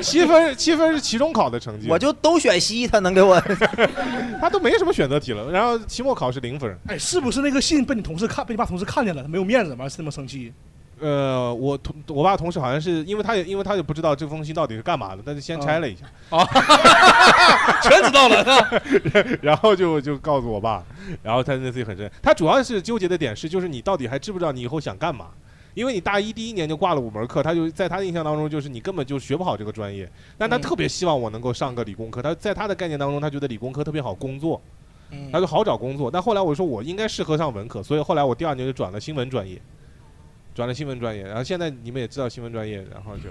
[SPEAKER 6] 七分七分是期中考的成绩，
[SPEAKER 5] 我就都选 C，他能给我
[SPEAKER 6] 他都没什么选择题了，然后期末考是零分。
[SPEAKER 7] 哎，是不是那个信被你同事看，被你爸同事看见了，他没有面子，完是那么生气？
[SPEAKER 6] 呃，我同我爸同事好像是因为他也因为他也不知道这封信到底是干嘛的，他就
[SPEAKER 5] 嗯
[SPEAKER 6] 先拆了一下，
[SPEAKER 3] 嗯
[SPEAKER 4] 全知道了。
[SPEAKER 6] 然后就就告诉我爸，然后他那次也很深，他主要是纠结的点是就是你到底还知不知道你以后想干嘛？因为你大一第一年就挂了五门课，他就在他的印象当中就是你根本就学不好这个专业，但他
[SPEAKER 4] 嗯
[SPEAKER 6] 特别希望我能够上个理工科，他在他的概念当中他觉得理工科特别好工作，
[SPEAKER 4] 嗯
[SPEAKER 6] 他就好找工作。但后来我说我应该适合上文科，所以后来我第二年就转了新闻专业，转了新闻专业。然后现在你们也知道新闻专业，然后 就，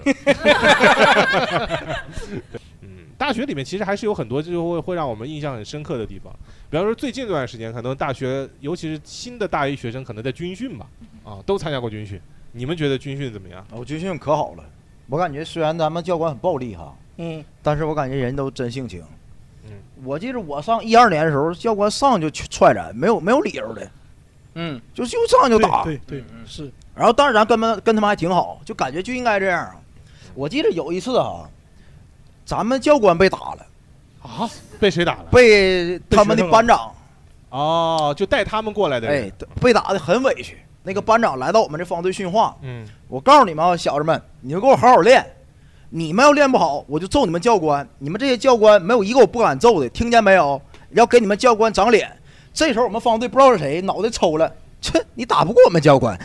[SPEAKER 6] 嗯，大学里面其实还是有很多就会会让我们印象很深刻的地方。比方说最近这段时间，可能大学尤其是新的大一学生，可能在军训吧，啊，都参加过军训。你们觉得军训怎么样？
[SPEAKER 5] 哦我军训可好了，我感觉虽然咱们教官很暴力哈，
[SPEAKER 7] 嗯，
[SPEAKER 5] 但是我感觉人都真性情。
[SPEAKER 6] 嗯，
[SPEAKER 5] 我记得我上一二年的时候，教官上就去踹咱，没有没有理由的，
[SPEAKER 4] 嗯，
[SPEAKER 5] 就就上就
[SPEAKER 7] 对
[SPEAKER 5] 打。
[SPEAKER 7] 对对，是
[SPEAKER 5] 然后当然咱跟他们跟他们还挺好，就感觉就应该这样。我记得有一次啊，咱们教官被打了，
[SPEAKER 6] 啊，被谁打了？
[SPEAKER 5] 被他们
[SPEAKER 7] 被学
[SPEAKER 5] 的
[SPEAKER 7] 生
[SPEAKER 5] 班长，
[SPEAKER 6] 哦，就带他们过来的人。
[SPEAKER 5] 哎，被打的很委屈。那个班长来到我们这方队训话，
[SPEAKER 6] 嗯，
[SPEAKER 5] 我告诉你们啊，小子们，你就给我好好练。你们要练不好，我就揍你们教官。你们这些教官没有一个我不敢揍的，听见没有？要给你们教官长脸。这时候我们方队不知道是谁脑袋抽了，切，你打不过我们教官。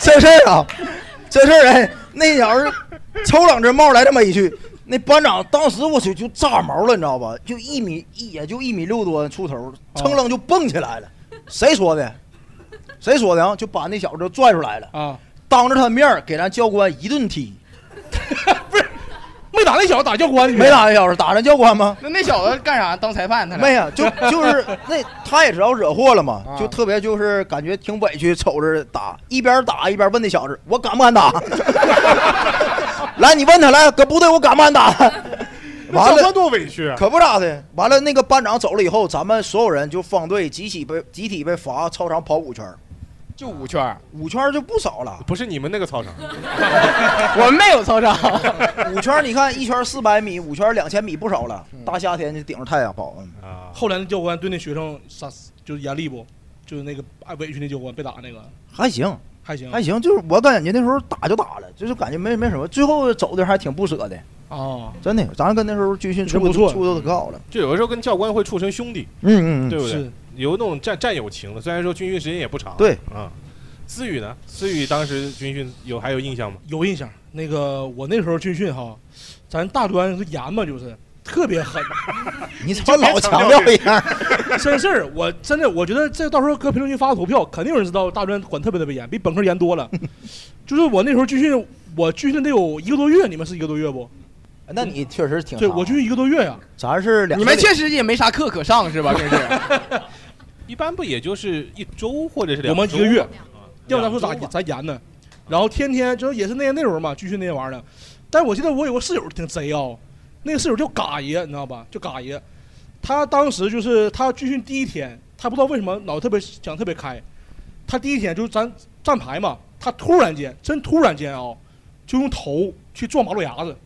[SPEAKER 5] 这事儿啊，这事儿哎，那小子抽两只帽来这么一句，那班长当时我去就炸毛了，你知道吧？就一米一，也就一米六多出头，
[SPEAKER 7] 啊
[SPEAKER 5] 噌楞就蹦起来了。谁说的？谁说的啊？就把那小子就拽出来了，
[SPEAKER 7] 啊，
[SPEAKER 5] 当着他面儿给咱教官一顿 踢，
[SPEAKER 7] 没打那小子打教官去，
[SPEAKER 5] 没打那小子，打咱教官吗？
[SPEAKER 4] 那那小子干啥？当裁判他俩？啊
[SPEAKER 5] 没呀，就 就是那他也知道惹祸了嘛，就特别就是感觉挺委屈，瞅着打，一边打一边问那小子：“我敢不敢打？” 来，你问他来，搁部队我敢不敢打？
[SPEAKER 6] 那
[SPEAKER 5] 完
[SPEAKER 6] 教官
[SPEAKER 5] 了，
[SPEAKER 6] 多委屈啊！。
[SPEAKER 5] 可不咋的。完了，那个班长走了以后，咱们所有人就方队集体被集体被罚操场跑五圈儿，
[SPEAKER 4] 就五圈儿，
[SPEAKER 5] 五圈儿就不少了
[SPEAKER 6] 不是你们那个操场，
[SPEAKER 4] 我们没有操场。
[SPEAKER 5] 五圈儿你看一圈四百米，五圈两千米不少了。
[SPEAKER 4] 嗯
[SPEAKER 5] 大夏天就顶着太阳跑，嗯
[SPEAKER 6] 啊，
[SPEAKER 7] 后来那教官对那学生啥就是严厉不？就是那个哎委屈那教官被打那个
[SPEAKER 5] 还行
[SPEAKER 7] 还行
[SPEAKER 5] 还行，就是我感觉那时候打就打了，就是感觉没没什么，最后走的还挺不舍的。
[SPEAKER 4] 哦
[SPEAKER 7] 啊，
[SPEAKER 5] 真的，咱跟那时候军训
[SPEAKER 7] 真
[SPEAKER 5] 处
[SPEAKER 7] 不错
[SPEAKER 5] 处的可
[SPEAKER 4] 嗯
[SPEAKER 5] 好了。
[SPEAKER 6] 就有的时候跟教官会处成兄弟，
[SPEAKER 5] 嗯
[SPEAKER 6] 对不对
[SPEAKER 7] 是？
[SPEAKER 6] 有那种战战友情的，虽然说军训时间也不长。
[SPEAKER 5] 对，
[SPEAKER 6] 啊、思雨呢？思雨当时军训有还有印象吗？
[SPEAKER 7] 有印象。那个我那时候军训哈，咱大专是严嘛，就是特别狠。
[SPEAKER 5] 你怎么老强调一样？
[SPEAKER 7] 真事儿，我真的我觉得这到时候搁 评论区发个投票，肯定有人知道大专管特别特别严，比本科严多了。就是我那时候军训，我军训得有一个多月，你们是一个多月不？
[SPEAKER 5] 哎那你确实挺
[SPEAKER 7] 对
[SPEAKER 5] 长
[SPEAKER 7] 我军训一个多月呀、
[SPEAKER 5] 咱是两
[SPEAKER 4] 你们确实也没啥课可上是吧？这是
[SPEAKER 6] 一般不也就是一周或者是
[SPEAKER 7] 我
[SPEAKER 6] 两
[SPEAKER 7] 们
[SPEAKER 6] 周
[SPEAKER 7] 一个月
[SPEAKER 6] 吧，
[SPEAKER 7] 要不然说咋
[SPEAKER 6] 两周吧
[SPEAKER 7] 咋严呢？然后天天就是也是那些内容嘛，军训那些玩意儿的。但我记得我有个室友挺贼啊、那个室友叫嘎爷，你知道吧？叫嘎爷，他当时就是他军训第一天，他不知道为什么脑子特别想特别开，他第一天就是咱站牌嘛，他突然间真突然间啊、就用头去撞马路牙子，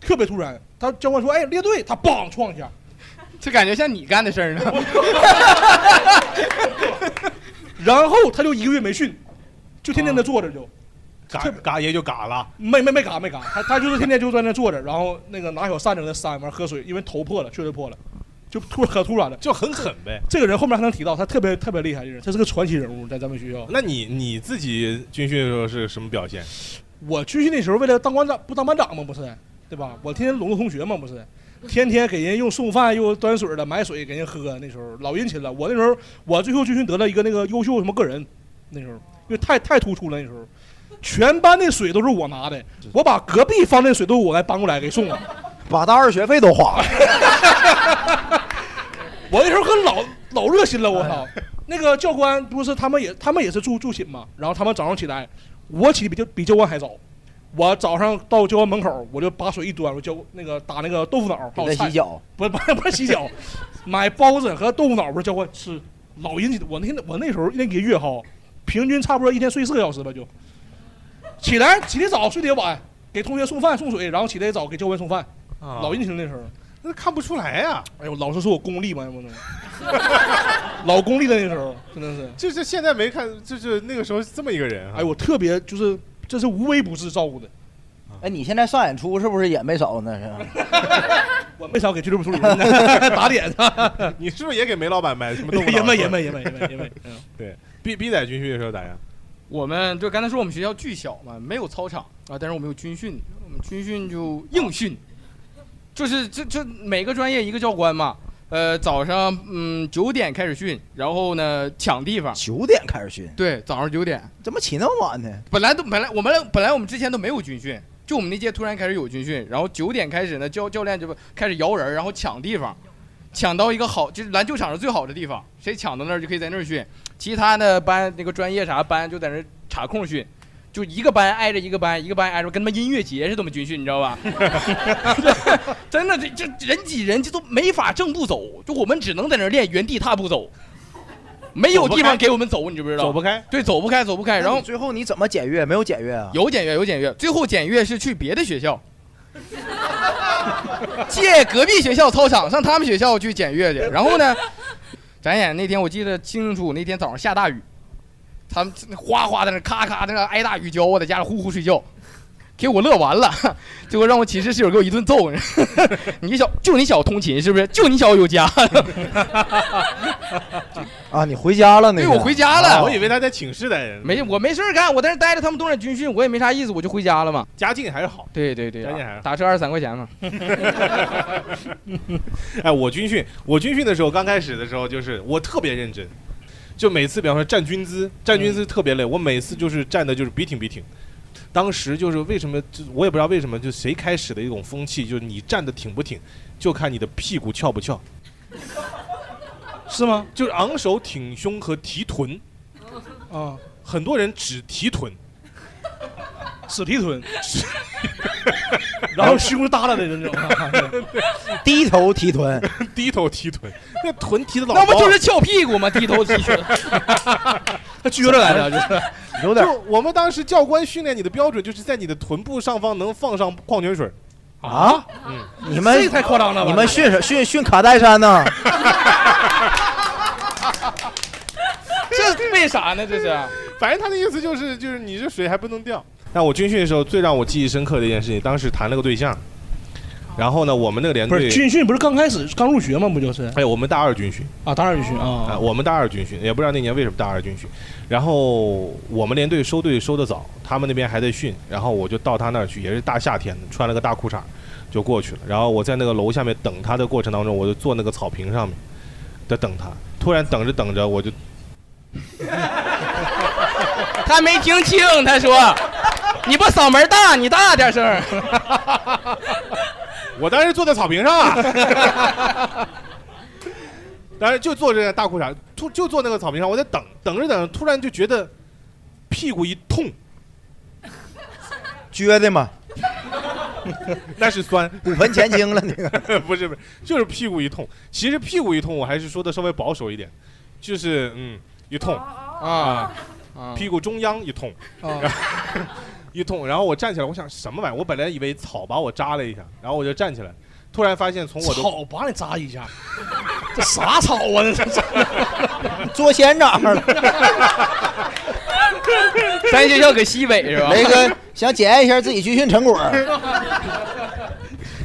[SPEAKER 7] 特别突然。他教官说：“哎，列队！”他梆撞一下，
[SPEAKER 4] 这感觉像你干的事儿呢。
[SPEAKER 7] 然后他就一个月没训，就天天
[SPEAKER 4] 啊
[SPEAKER 7] 在坐着就。
[SPEAKER 6] 嘎嘎爷就嘎了，
[SPEAKER 7] 没没没嘎没嘎，他他就是天天就在那坐着，然后那个拿小扇子在那扇，完喝水，因为头破了，确实破了，就突可突然的。
[SPEAKER 6] 就很狠呗。
[SPEAKER 7] 这个人后面还能提到，他特别特别厉害，这人，他是个传奇人物，在咱们学校。
[SPEAKER 6] 那你你自己军训的时候是什么表现？
[SPEAKER 7] 我军训那时候为了当班长，不当班长吗？不是，对吧？我天天笼络同学嘛，不是，天天给人用送饭又端水的买水给人喝，那时候老殷勤了。我那时候我最后军训得了一个那个优秀什么个人，那时候因为太太突出了，那时候全班的水都是我拿的，我把隔壁方的水都我来搬过来给送了。
[SPEAKER 5] 把大二学费都花了，
[SPEAKER 7] 我那时候可老老热心了，我
[SPEAKER 5] 哎
[SPEAKER 7] 操！那个教官不是他们也他们也是住住寝嘛，然后他们早上起来，我起的比教比教官还早。我早上到教官门口，我就把水一端，我教那个打那个豆腐脑儿，还有
[SPEAKER 5] 在
[SPEAKER 7] 菜
[SPEAKER 5] 洗，脚。
[SPEAKER 7] 不是不是不是洗脚，买包子和豆腐脑儿，不是教官吃。老引起我那天我那时候那个月哈，平均差不多一天睡四个小时吧，就起来起得早，睡得晚，给同学送饭送水，然后起得早给教官送饭，
[SPEAKER 6] 啊
[SPEAKER 7] 老殷勤那时候。
[SPEAKER 6] 那看不出来呀、
[SPEAKER 7] 哎呦，老师说我功利嘛，要不 能，老功利的那时候真的是，
[SPEAKER 6] 就是现在没看，就是那个时候是这么一个人啊。
[SPEAKER 7] 哎，我特别就是这是无微不至照顾的，
[SPEAKER 5] 哎，你现在上演出是不是也没少呢？是
[SPEAKER 7] 我没少给俱乐部助 理人呢 打 脸啊，
[SPEAKER 6] 你是不是也给梅老板买什么豆腐脑？
[SPEAKER 7] 也没也没也没也没也没，嗯
[SPEAKER 6] 逼逼仔军训的时候咋样？
[SPEAKER 4] 我们就刚才说我们学校巨小嘛，没有操场啊，但是我们有军训，我们军训就硬训，就是这这每个专业一个教官嘛。呃，早上嗯九点开始训，然后呢抢地方，
[SPEAKER 5] 九点开始训，
[SPEAKER 4] 对，早上九点，
[SPEAKER 5] 怎么起那么晚呢？
[SPEAKER 4] 本来都本来我们本来我们之前都没有军训，就我们那届突然开始有军训，然后九点开始呢，教教练就开始摇人，然后抢地方，抢到一个好就是篮球场上最好的地方，谁抢到那儿就可以在那儿训，其他的班那个专业啥班就在那儿插空训。就一个班挨着一个班，一个班挨着，跟他妈音乐节似的嘛军训，你知道吧？真的，这这人挤人，这都没法正步走，就我们只能在那儿练原地踏步走，没有地方给我们走，你知不知道？
[SPEAKER 6] 走不开，
[SPEAKER 4] 对，走不开，走不哎开。然
[SPEAKER 5] 那
[SPEAKER 4] 后
[SPEAKER 5] 你最后你怎么检阅？没有检阅啊？
[SPEAKER 4] 有检阅，有检阅，最后检阅是去别的学 校，借隔壁学校操场上他们学校去检阅去。然后呢，展演那天我记得清楚，那天早上下大雨，他们哗哗在那咔咔在那挨大雨浇，我在家里呼呼睡觉，给我乐完了， 结果让我寝室室友给我一顿揍。 你小就你小通勤是不是？就你小有家，
[SPEAKER 5] 啊，你回家了呢？
[SPEAKER 4] 对我回家了
[SPEAKER 6] 啊我以为他在寝室待着呢。
[SPEAKER 4] 没我没事儿干，我在那待着，他们都在军训，我也没啥意思，我就回家了嘛。
[SPEAKER 6] 家境还是好。
[SPEAKER 4] 对对对
[SPEAKER 6] 展演还是，
[SPEAKER 4] 打车二十三块钱 嘛。
[SPEAKER 6] 哎，我军训，我军训的时候，刚开始的时候就是我特别认真，就每次比方说站军姿，站
[SPEAKER 7] 嗯
[SPEAKER 6] 军姿特别累，我每次就是站的就是笔挺笔挺。当时就是为什么，就我也不知道为什么，就谁开始的一种风气，就是你站的挺不挺，就看你的屁股翘不翘，
[SPEAKER 7] 是吗？
[SPEAKER 6] 就是昂首挺胸和提臀。
[SPEAKER 7] 啊，
[SPEAKER 6] 很多人只提 臀，
[SPEAKER 7] 史提臀，然后虚空耷拉的那种，
[SPEAKER 5] 嗯低头提臀，
[SPEAKER 6] 低头提臀，那臀提的老
[SPEAKER 4] 那不
[SPEAKER 6] 高
[SPEAKER 4] 就
[SPEAKER 6] 了
[SPEAKER 4] 是翘屁股吗？低头提臀。
[SPEAKER 7] 他撅着来的，就是
[SPEAKER 5] 有点
[SPEAKER 6] 就我们当时教官训练你的标准，就是在你的臀部上方能放上矿泉水。
[SPEAKER 5] 啊。
[SPEAKER 6] 嗯
[SPEAKER 5] 你们
[SPEAKER 7] 嗯这太夸张了吧？
[SPEAKER 5] 你 们训什训训卡戴珊 呢？
[SPEAKER 4] 这为啥呢？这是
[SPEAKER 6] 反正他的意思就是，就是你这水还不能掉。但我军训的时候，最让我记忆深刻的一件事情，当时谈了个对象，然后呢，我们那个连
[SPEAKER 7] 不是
[SPEAKER 6] 队，
[SPEAKER 7] 军训不是刚开始刚入学吗？不就是
[SPEAKER 6] 哎，我们大二军训
[SPEAKER 7] 啊？当然军训
[SPEAKER 6] 啊，
[SPEAKER 7] 啊，
[SPEAKER 6] 我们大二军训，也不知道那年为什么大二军训。然后我们连队收队收的早，他们那边还在训，然后我就到他那儿去，也是大夏天的，穿了个大裤衩就过去了。然后我在那个楼下面等他的过程当中，我就坐那个草坪上面在等他。突然等着等着，我就
[SPEAKER 4] 他没听清，他说你不嗓门大，你大点声儿。
[SPEAKER 6] 我当时坐在草坪上啊， 当时就坐这大裤衩，突就坐那个草坪上，我在等等着等着，突然就觉得屁股一痛，
[SPEAKER 5] 撅的嘛，
[SPEAKER 6] 那是酸，
[SPEAKER 5] 骨盆前倾了那个。
[SPEAKER 6] 不是不是，就是屁股一痛。其实屁股一痛，我还是说的稍微保守一点，就是嗯一痛啊，屁股中央一痛，然后 一痛。然后我站起来，我想什么玩意儿？我本来以为草把我扎了一下，然后我就站起来，突然发现从我的
[SPEAKER 7] 草把你扎一下， 这啥草啊？这是
[SPEAKER 5] 做仙长了，
[SPEAKER 4] 咱学校搁西北是吧？
[SPEAKER 5] 雷哥想检验一下自己军训成果，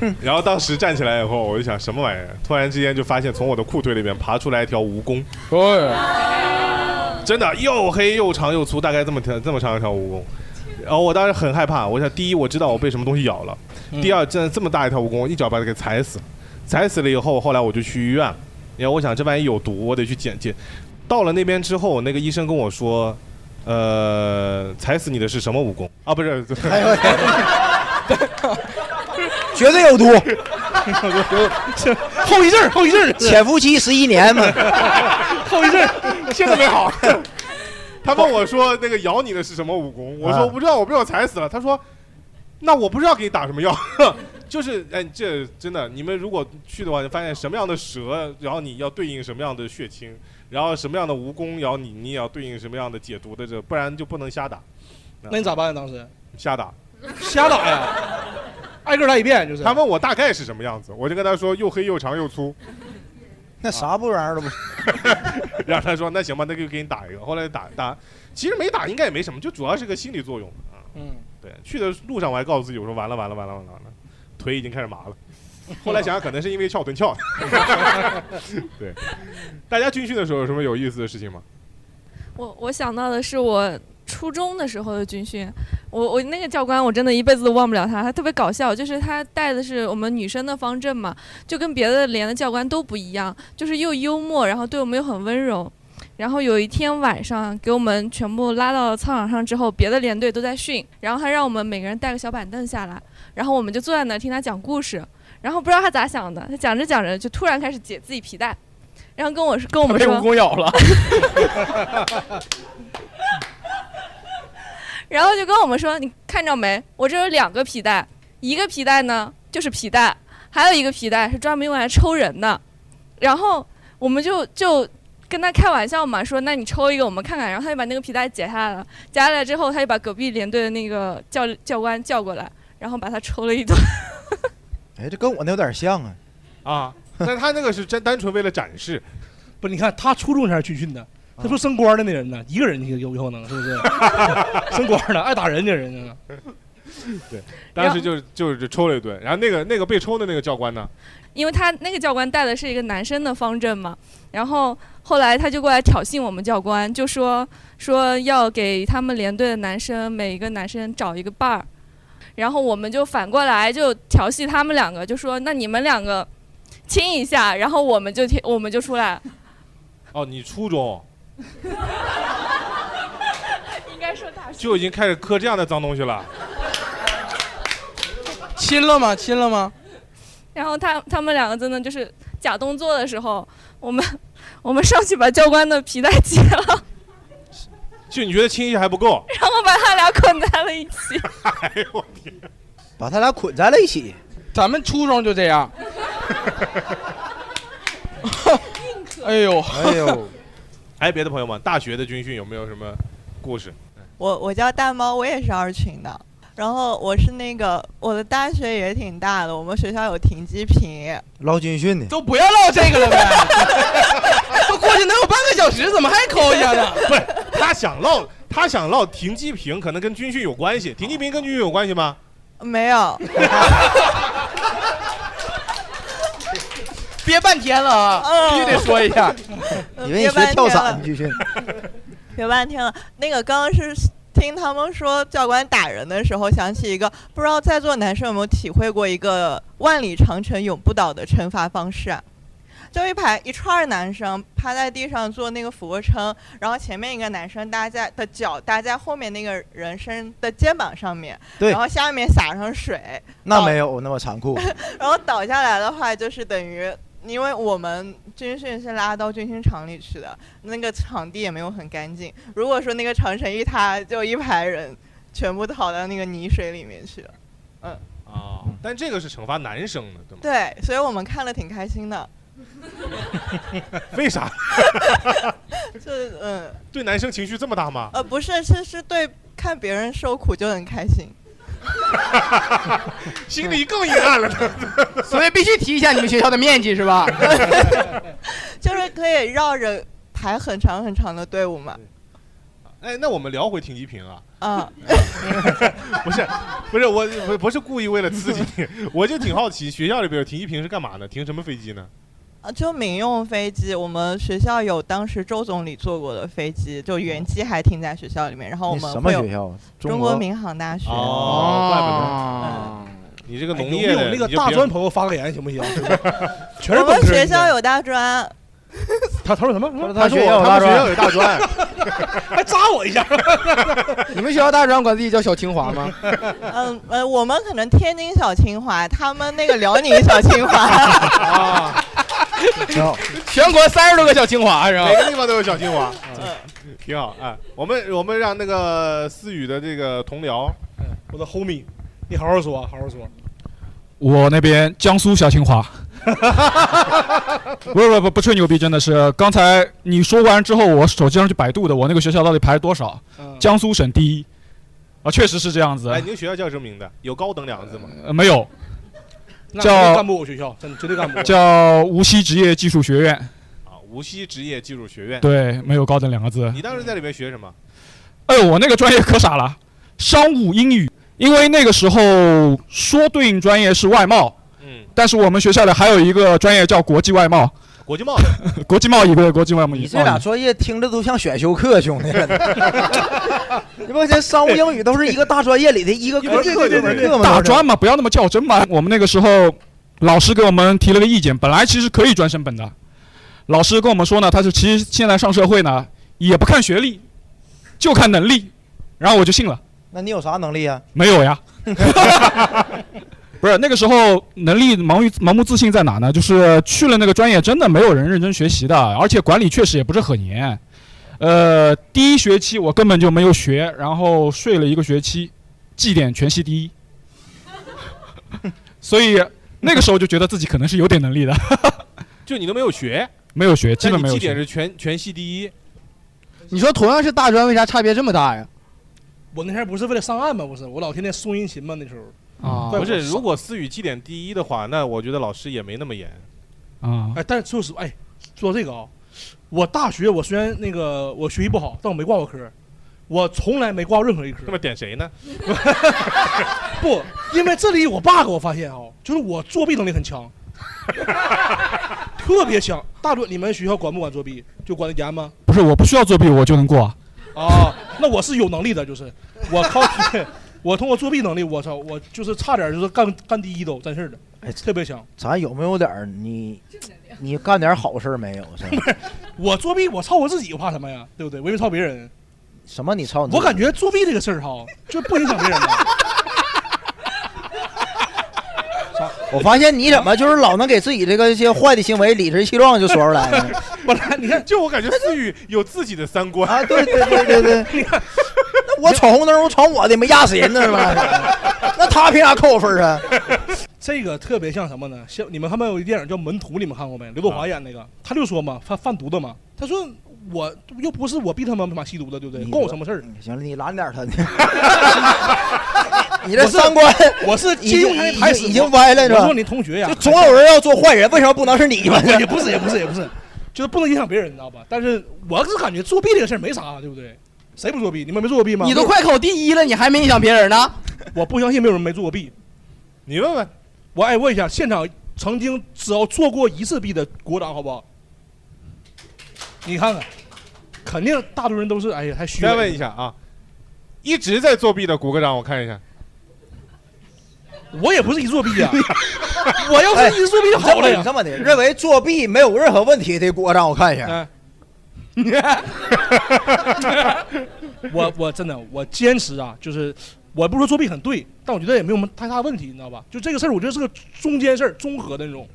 [SPEAKER 6] 然后当时站起来以后，我就想什么玩意儿？突然之间就发现从我的裤腿里面爬出来一条蜈蚣，
[SPEAKER 4] 对，
[SPEAKER 6] 真的又黑又长又粗，大概这么条这么长一条蜈蚣。然后我当时很害怕，我想第一我知道我被什么东西咬了，第二真的这么大一条蜈蚣，我一脚把它给踩死。踩死了以后，后来我就去医院，因为我想这万一有毒，我得去检检。到了那边之后，那个医生跟我说，呃，踩死你的是什么蜈蚣啊？不是，
[SPEAKER 5] 绝对有毒，
[SPEAKER 7] 后遗症，后遗症，
[SPEAKER 5] 潜伏期十一年嘛。
[SPEAKER 7] 后遗症。
[SPEAKER 6] 现在没好。他问我说：“那个咬你的是什么武功？”我说：“
[SPEAKER 5] 啊
[SPEAKER 6] 我不知道， 我被我踩死了。”他说：“那我不知道给你打什么药。”就是，哎，这真的，你们如果去的话，就发现什么样的蛇咬你要对应什么样的血清，然后什么样的蜈蚣咬你，你也要对应什么样的解毒的这，不然就不能瞎打，啊
[SPEAKER 7] 那你咋办呀？啊当时
[SPEAKER 6] 瞎打。
[SPEAKER 7] 瞎打呀，挨个来一遍就是。
[SPEAKER 6] 他问我大概是什么样子，我就跟他说又黑又长又粗，
[SPEAKER 5] 那啥不玩意儿都不是，
[SPEAKER 6] 然后他说那行吧，那就给你打一个。后来打打，其实没打应该也没什么，就主要是个心理作用啊。
[SPEAKER 7] 嗯，
[SPEAKER 6] 对，去的路上我还告诉自己，我说完了完了完了完了完了，腿已经开 始麻了。后来想想，可能是因为翘臀翘。对，大家军训的时候有什么有意思的事情吗？
[SPEAKER 11] 我我想到的是我初中的时候的军训，我我那个教官我真的一辈子都忘不了他，他特别搞笑，就是他带的是我们女生的方阵嘛，就跟别的连的教官都不一样，就是又幽默，然后对我们又很温柔。然后有一天晚上给我们全部拉到操场上之后，别的连队都在训，然后他让我们每个人带个小板凳下来，然后我们就坐在那儿听他讲故事。然后不知道他咋想的，他讲着讲着就突然开始解自己皮带，然后跟我说跟我们
[SPEAKER 4] 被
[SPEAKER 11] 说
[SPEAKER 4] 蜈蚣咬了。
[SPEAKER 11] 然后就跟我们说：“你看着没？我这有两个皮带，一个皮带呢就是皮带，还有一个皮带是专门用来抽人的。”然后我们就就跟他开玩笑嘛，说：“那你抽一个我们看看。”然后他就把那个皮带解下来了，解下来之后，他就把隔壁连队的那个教教官叫过来，然后把他抽了一顿。
[SPEAKER 5] 哎，这跟我那有点像啊。
[SPEAKER 6] 啊， 但他那个是真单纯为了展示，啊
[SPEAKER 7] 不是，你看他初中才是军训的，他说升官的那人呢，一个人有有可能是不 是？升官的爱打人的人呢？
[SPEAKER 6] 当时就是就是抽了一顿。然后那个那个被抽的那个教官呢，
[SPEAKER 11] 因为他那个教官带的是一个男生的方阵嘛，然后后来他就过来挑衅我们教官，就说说要给他们连队的男生每一个男生找一个伴儿，然后我们就反过来就调戏他们两个，就说那你们两个亲一下，然后我们就 我们就出来，
[SPEAKER 6] 哦，你初中
[SPEAKER 11] 应该说大
[SPEAKER 6] 就已经开始磕这样的脏东西了，
[SPEAKER 4] 亲了吗？亲了吗？
[SPEAKER 11] 然后他他们两个真的就是假动作的时候，我们 我们上去把教官的皮带解了，
[SPEAKER 6] 就你觉得亲一下还不够？
[SPEAKER 11] 然后把他俩捆在了一起。
[SPEAKER 6] 哎呦我天！
[SPEAKER 5] 把他俩捆在了一起，
[SPEAKER 4] 咱们初中就这样。 哎呦，
[SPEAKER 5] 哎 呦，
[SPEAKER 6] 哎，别的朋友们，大学的军训有没有什么故事？
[SPEAKER 12] 我我叫大猫，我也是二群的。然后我是那个我的大学也挺大的，我们学校有停机坪，
[SPEAKER 5] 捞军训的，
[SPEAKER 4] 都不要唠这个了呗。 都过去能有半个小时，怎么还抠一下呢？
[SPEAKER 6] 不是，他想唠，他想唠停机坪，可能跟军训有关
[SPEAKER 4] 哦
[SPEAKER 6] 系。停机坪跟军训有关系吗？
[SPEAKER 12] 没有，
[SPEAKER 4] 憋半天了啊，
[SPEAKER 12] 嗯
[SPEAKER 4] 必须得说一下。
[SPEAKER 12] 呃
[SPEAKER 5] 以为你学跳伞军训，
[SPEAKER 12] 学半天了。那个刚刚是听他们说教官打人的时候，想起一个，不知道在座男生有没有体会过一个万里长城永不倒的惩罚方式啊？就一排一串儿男生趴在地上做那个俯卧撑，然后前面一个男生搭在的脚搭在后面那个人身的肩膀上面，
[SPEAKER 5] 对
[SPEAKER 12] 然后下面洒上水，
[SPEAKER 5] 那没有那么残酷。
[SPEAKER 12] 然后倒下来的话，就是等于，因为我们军训是拉到军训场里去的，那个场地也没有很干净。如果说那个长城一塌，就一排人全部倒到那个泥水里面去了。嗯，
[SPEAKER 4] 哦
[SPEAKER 6] 啊，但这个是惩罚男生的，对吗？
[SPEAKER 12] 对，所以我们看了挺开心 的。
[SPEAKER 6] 为啥？
[SPEAKER 12] 就是嗯
[SPEAKER 6] 对男生情绪这么大吗？
[SPEAKER 12] 呃，不是，是是对看别人受苦就很开心。
[SPEAKER 6] 心里更阴暗了。
[SPEAKER 13] 所以必须提一下你们学校的面积是 吧？
[SPEAKER 12] 就是可以绕着排很长很长的队伍嘛。
[SPEAKER 6] 哎，那我们聊回停机坪啊，
[SPEAKER 12] 啊，
[SPEAKER 6] 不是，不是我，不不是故意为了刺激你，我就挺好奇，学校里边有停机坪是干嘛的？停什么飞机呢？
[SPEAKER 12] 啊，就民用飞机，我们学校有当时周总理坐过的飞机，就原机还停在学校里面。然后我
[SPEAKER 5] 你
[SPEAKER 12] 们
[SPEAKER 5] 什么
[SPEAKER 12] 会有
[SPEAKER 5] 学校啊中
[SPEAKER 12] 中国
[SPEAKER 5] 国
[SPEAKER 12] 民航大学。嗯
[SPEAKER 6] 哦，怪嗯不得，你这个农业的，
[SPEAKER 7] 有那个
[SPEAKER 6] 你就
[SPEAKER 7] 大
[SPEAKER 6] 别
[SPEAKER 7] 专朋友发个言行不行？ 全是
[SPEAKER 12] 我
[SPEAKER 7] 本
[SPEAKER 12] 们学
[SPEAKER 7] 科人。
[SPEAKER 12] 校有大专，
[SPEAKER 7] 他他说什么？
[SPEAKER 5] 嗯
[SPEAKER 13] 他说
[SPEAKER 7] 他
[SPEAKER 13] 他学校有大
[SPEAKER 7] 说我他们学校有
[SPEAKER 13] 专，
[SPEAKER 7] 大专，
[SPEAKER 13] 还扎我一下。 你们学校大专管自己叫小清华吗？
[SPEAKER 12] 嗯呃，我们可能天津小清华，他们那个辽宁小清华，
[SPEAKER 13] 啊，全国三十多个小清华是吧
[SPEAKER 6] 每？个地方都有小金娃，挺好。哎，我们我们让那个思雨的这个同僚，
[SPEAKER 7] 我的 homie，你好好说，好好说。
[SPEAKER 14] 我那边江苏小清华，不是不是不不吹牛逼，真的是。刚才你说完之后，我手机上去百度的，我那个学校到底排多少？江苏省第一，啊，确实是这样子。
[SPEAKER 6] 哎，你们学校叫什么名字？有高等两个字吗？
[SPEAKER 14] 呃，没有，
[SPEAKER 7] 那
[SPEAKER 14] 叫
[SPEAKER 7] 绝对干不过我学校，真的绝对干不过。
[SPEAKER 14] 叫无锡职业技术学院，
[SPEAKER 6] 啊，无锡职业技术学院。
[SPEAKER 14] 对，没有高等两个字
[SPEAKER 6] 你。当时在里面学什么？
[SPEAKER 14] 哎呦，我那个专业可傻了，商务英语，因为那个时候说对应专业是外贸，
[SPEAKER 6] 嗯，
[SPEAKER 14] 但是我们学校的还有一个专业叫国际外贸，
[SPEAKER 6] 国际贸易。
[SPEAKER 14] 国际贸易对，国际外贸易。
[SPEAKER 5] 你 这俩专业听着都像选修课，兄弟。 你不这商务英语都是一个大专业里的一个
[SPEAKER 6] 一门
[SPEAKER 5] 课，
[SPEAKER 6] 课
[SPEAKER 5] 一门课吗？
[SPEAKER 14] 大专嘛，不要那么较真嘛。我们那个时候，老师给我们提了个意见，本来其实可以专升本的，老师跟我们说呢，他是其实现在上社会呢，也不看学历，就看能力。然后我就信了，
[SPEAKER 5] 那你有啥能力啊？
[SPEAKER 14] 没有呀。 不是那个时候能力盲于盲目自信在哪呢？就是去了那个专业，真的没有人认真学习的，而且管理确实也不是很严。呃，第一学期我根本就没有学，然后睡了一个学期，绩点全系第一。 所以那个时候就觉得自己可能是有点能力的，
[SPEAKER 6] 就你都没有学，
[SPEAKER 14] 没有学，基
[SPEAKER 6] 但
[SPEAKER 14] 本
[SPEAKER 6] 你
[SPEAKER 14] 没有
[SPEAKER 6] 绩点
[SPEAKER 14] 学。
[SPEAKER 6] 是全全系第一。
[SPEAKER 13] 你说同样是大专，为啥差别这么大呀？
[SPEAKER 7] 我那天不是为了上岸吗？不是，我老天天松阴琴吗？那时候
[SPEAKER 13] 啊
[SPEAKER 7] 对
[SPEAKER 6] 不嗯是，
[SPEAKER 7] 我
[SPEAKER 6] 如果思雨绩点第一的话，那我觉得老师也没那么严。
[SPEAKER 14] 啊、
[SPEAKER 7] 哎，但是说实哎，说这个啊，我大学我虽然那个我学习不好，但我没挂过科，我从来没挂过任何一科
[SPEAKER 6] 那。么点谁呢？
[SPEAKER 7] 不，因为这里有 bug，我发现啊、就是我作弊能力很强， 特别强。大专你们学校管不管作弊？就管得严吗？
[SPEAKER 14] 不是，我不需要作弊，我就能过。
[SPEAKER 7] 啊，那我是有能力的，就是我靠， 我通过作弊能力，我操，我就是差点就是干干第一都，真事儿的，
[SPEAKER 5] 哎
[SPEAKER 7] 特别强。
[SPEAKER 5] 咱有没有点儿你你干点儿好事儿没有？是吧
[SPEAKER 7] 我作弊，我操我自己，我怕什么呀？对不对？我也没操别人。
[SPEAKER 5] 什么？你操你！
[SPEAKER 7] 我感觉作弊这个事儿哈，就不影响别人啊的。
[SPEAKER 5] 我发现你怎么就是老能给自己这个一些坏的行为理直气壮就说出来呢？
[SPEAKER 7] 本来你看，
[SPEAKER 6] 就 我感觉思雨有自己的三观。
[SPEAKER 5] 啊，对对对对 对，那我闯红灯，我闯我的，没压死人呢，是吧？那他凭啥扣我分儿啊？
[SPEAKER 7] 这个特别像什么呢？像你们看没有一电影叫《门徒》，你们看过没？刘德华演那个，他就说嘛，他贩毒的嘛。他说我又不是我逼他们他妈吸毒的，对不对？
[SPEAKER 5] 你
[SPEAKER 7] 关我什么事儿？
[SPEAKER 5] 行了，你拦点儿 他。你这三观
[SPEAKER 7] 我是
[SPEAKER 5] 已
[SPEAKER 7] 借用他
[SPEAKER 5] 经
[SPEAKER 7] 的台词，
[SPEAKER 5] 已经歪了是
[SPEAKER 7] 我
[SPEAKER 5] 吧
[SPEAKER 7] 说？你同学呀
[SPEAKER 5] 就，总有人要做坏人，为什么不能是你们呢？
[SPEAKER 7] 也不是也不是也不是，就是不能影响别人，你知道吧？但是我是感觉作弊这个事儿没啥，对不对？谁不作弊？你们没做过弊吗？
[SPEAKER 13] 你都快考第一了，你还没影响别人 呢？
[SPEAKER 7] 我不相信没有人没做过弊。
[SPEAKER 6] 你问问，
[SPEAKER 7] 我哎，问一下，现场曾经只要做过一次弊的鼓掌好不好？你看看，肯定大多数人都是哎呀，还虚伪。
[SPEAKER 6] 再问一下啊，一直在作弊的鼓个掌，我看一下。
[SPEAKER 7] 我也不是一作弊啊，我要是一作弊就好了呀
[SPEAKER 5] 哎这么的，认为作弊没有任何问题的给我让我看一下。
[SPEAKER 7] 哎我我真的我坚持啊，就是我不是说作弊很对，但我觉得也没有什么太大问题，你知道吧？就这个事儿，我觉得是个中间事儿，综合的那种。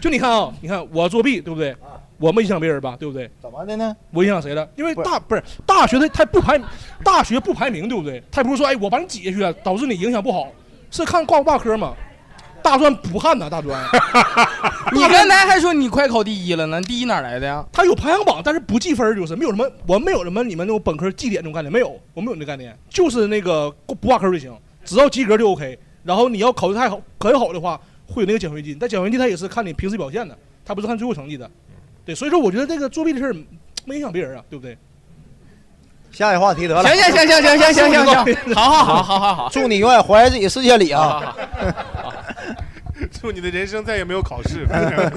[SPEAKER 7] 就你看啊、你看我作弊对不对？我没影响别人吧，对不对？
[SPEAKER 5] 怎么的呢？
[SPEAKER 7] 我影响谁了？因为大不是大学的，他不排大学不排名，对不对？他也不是说哎我把你挤下去了，导致你影响不好，是看挂不挂科嘛？大专不看呐，大专。
[SPEAKER 4] 你刚才还说你快考第一了呢，第一哪来的呀？
[SPEAKER 7] 他有排行榜，但是不记分儿，就是没有什么，我没有什么你们那种本科绩点这种概念，没有，我没有那概念，就是那个不挂科就行，只要及格就 OK。然后你要考得太好，很好的话，会有那个奖学金，但奖学金他也是看你平时表现的，他不是看最后成绩的。对，所以说我觉得这个作弊的事儿没影响别人啊，对不对？
[SPEAKER 5] 下一话题得了。
[SPEAKER 7] 行行行行行行行 行行好好好
[SPEAKER 4] 好好好
[SPEAKER 5] 祝你永远活在自己世界里啊！
[SPEAKER 6] 祝你的人生再也没有考试。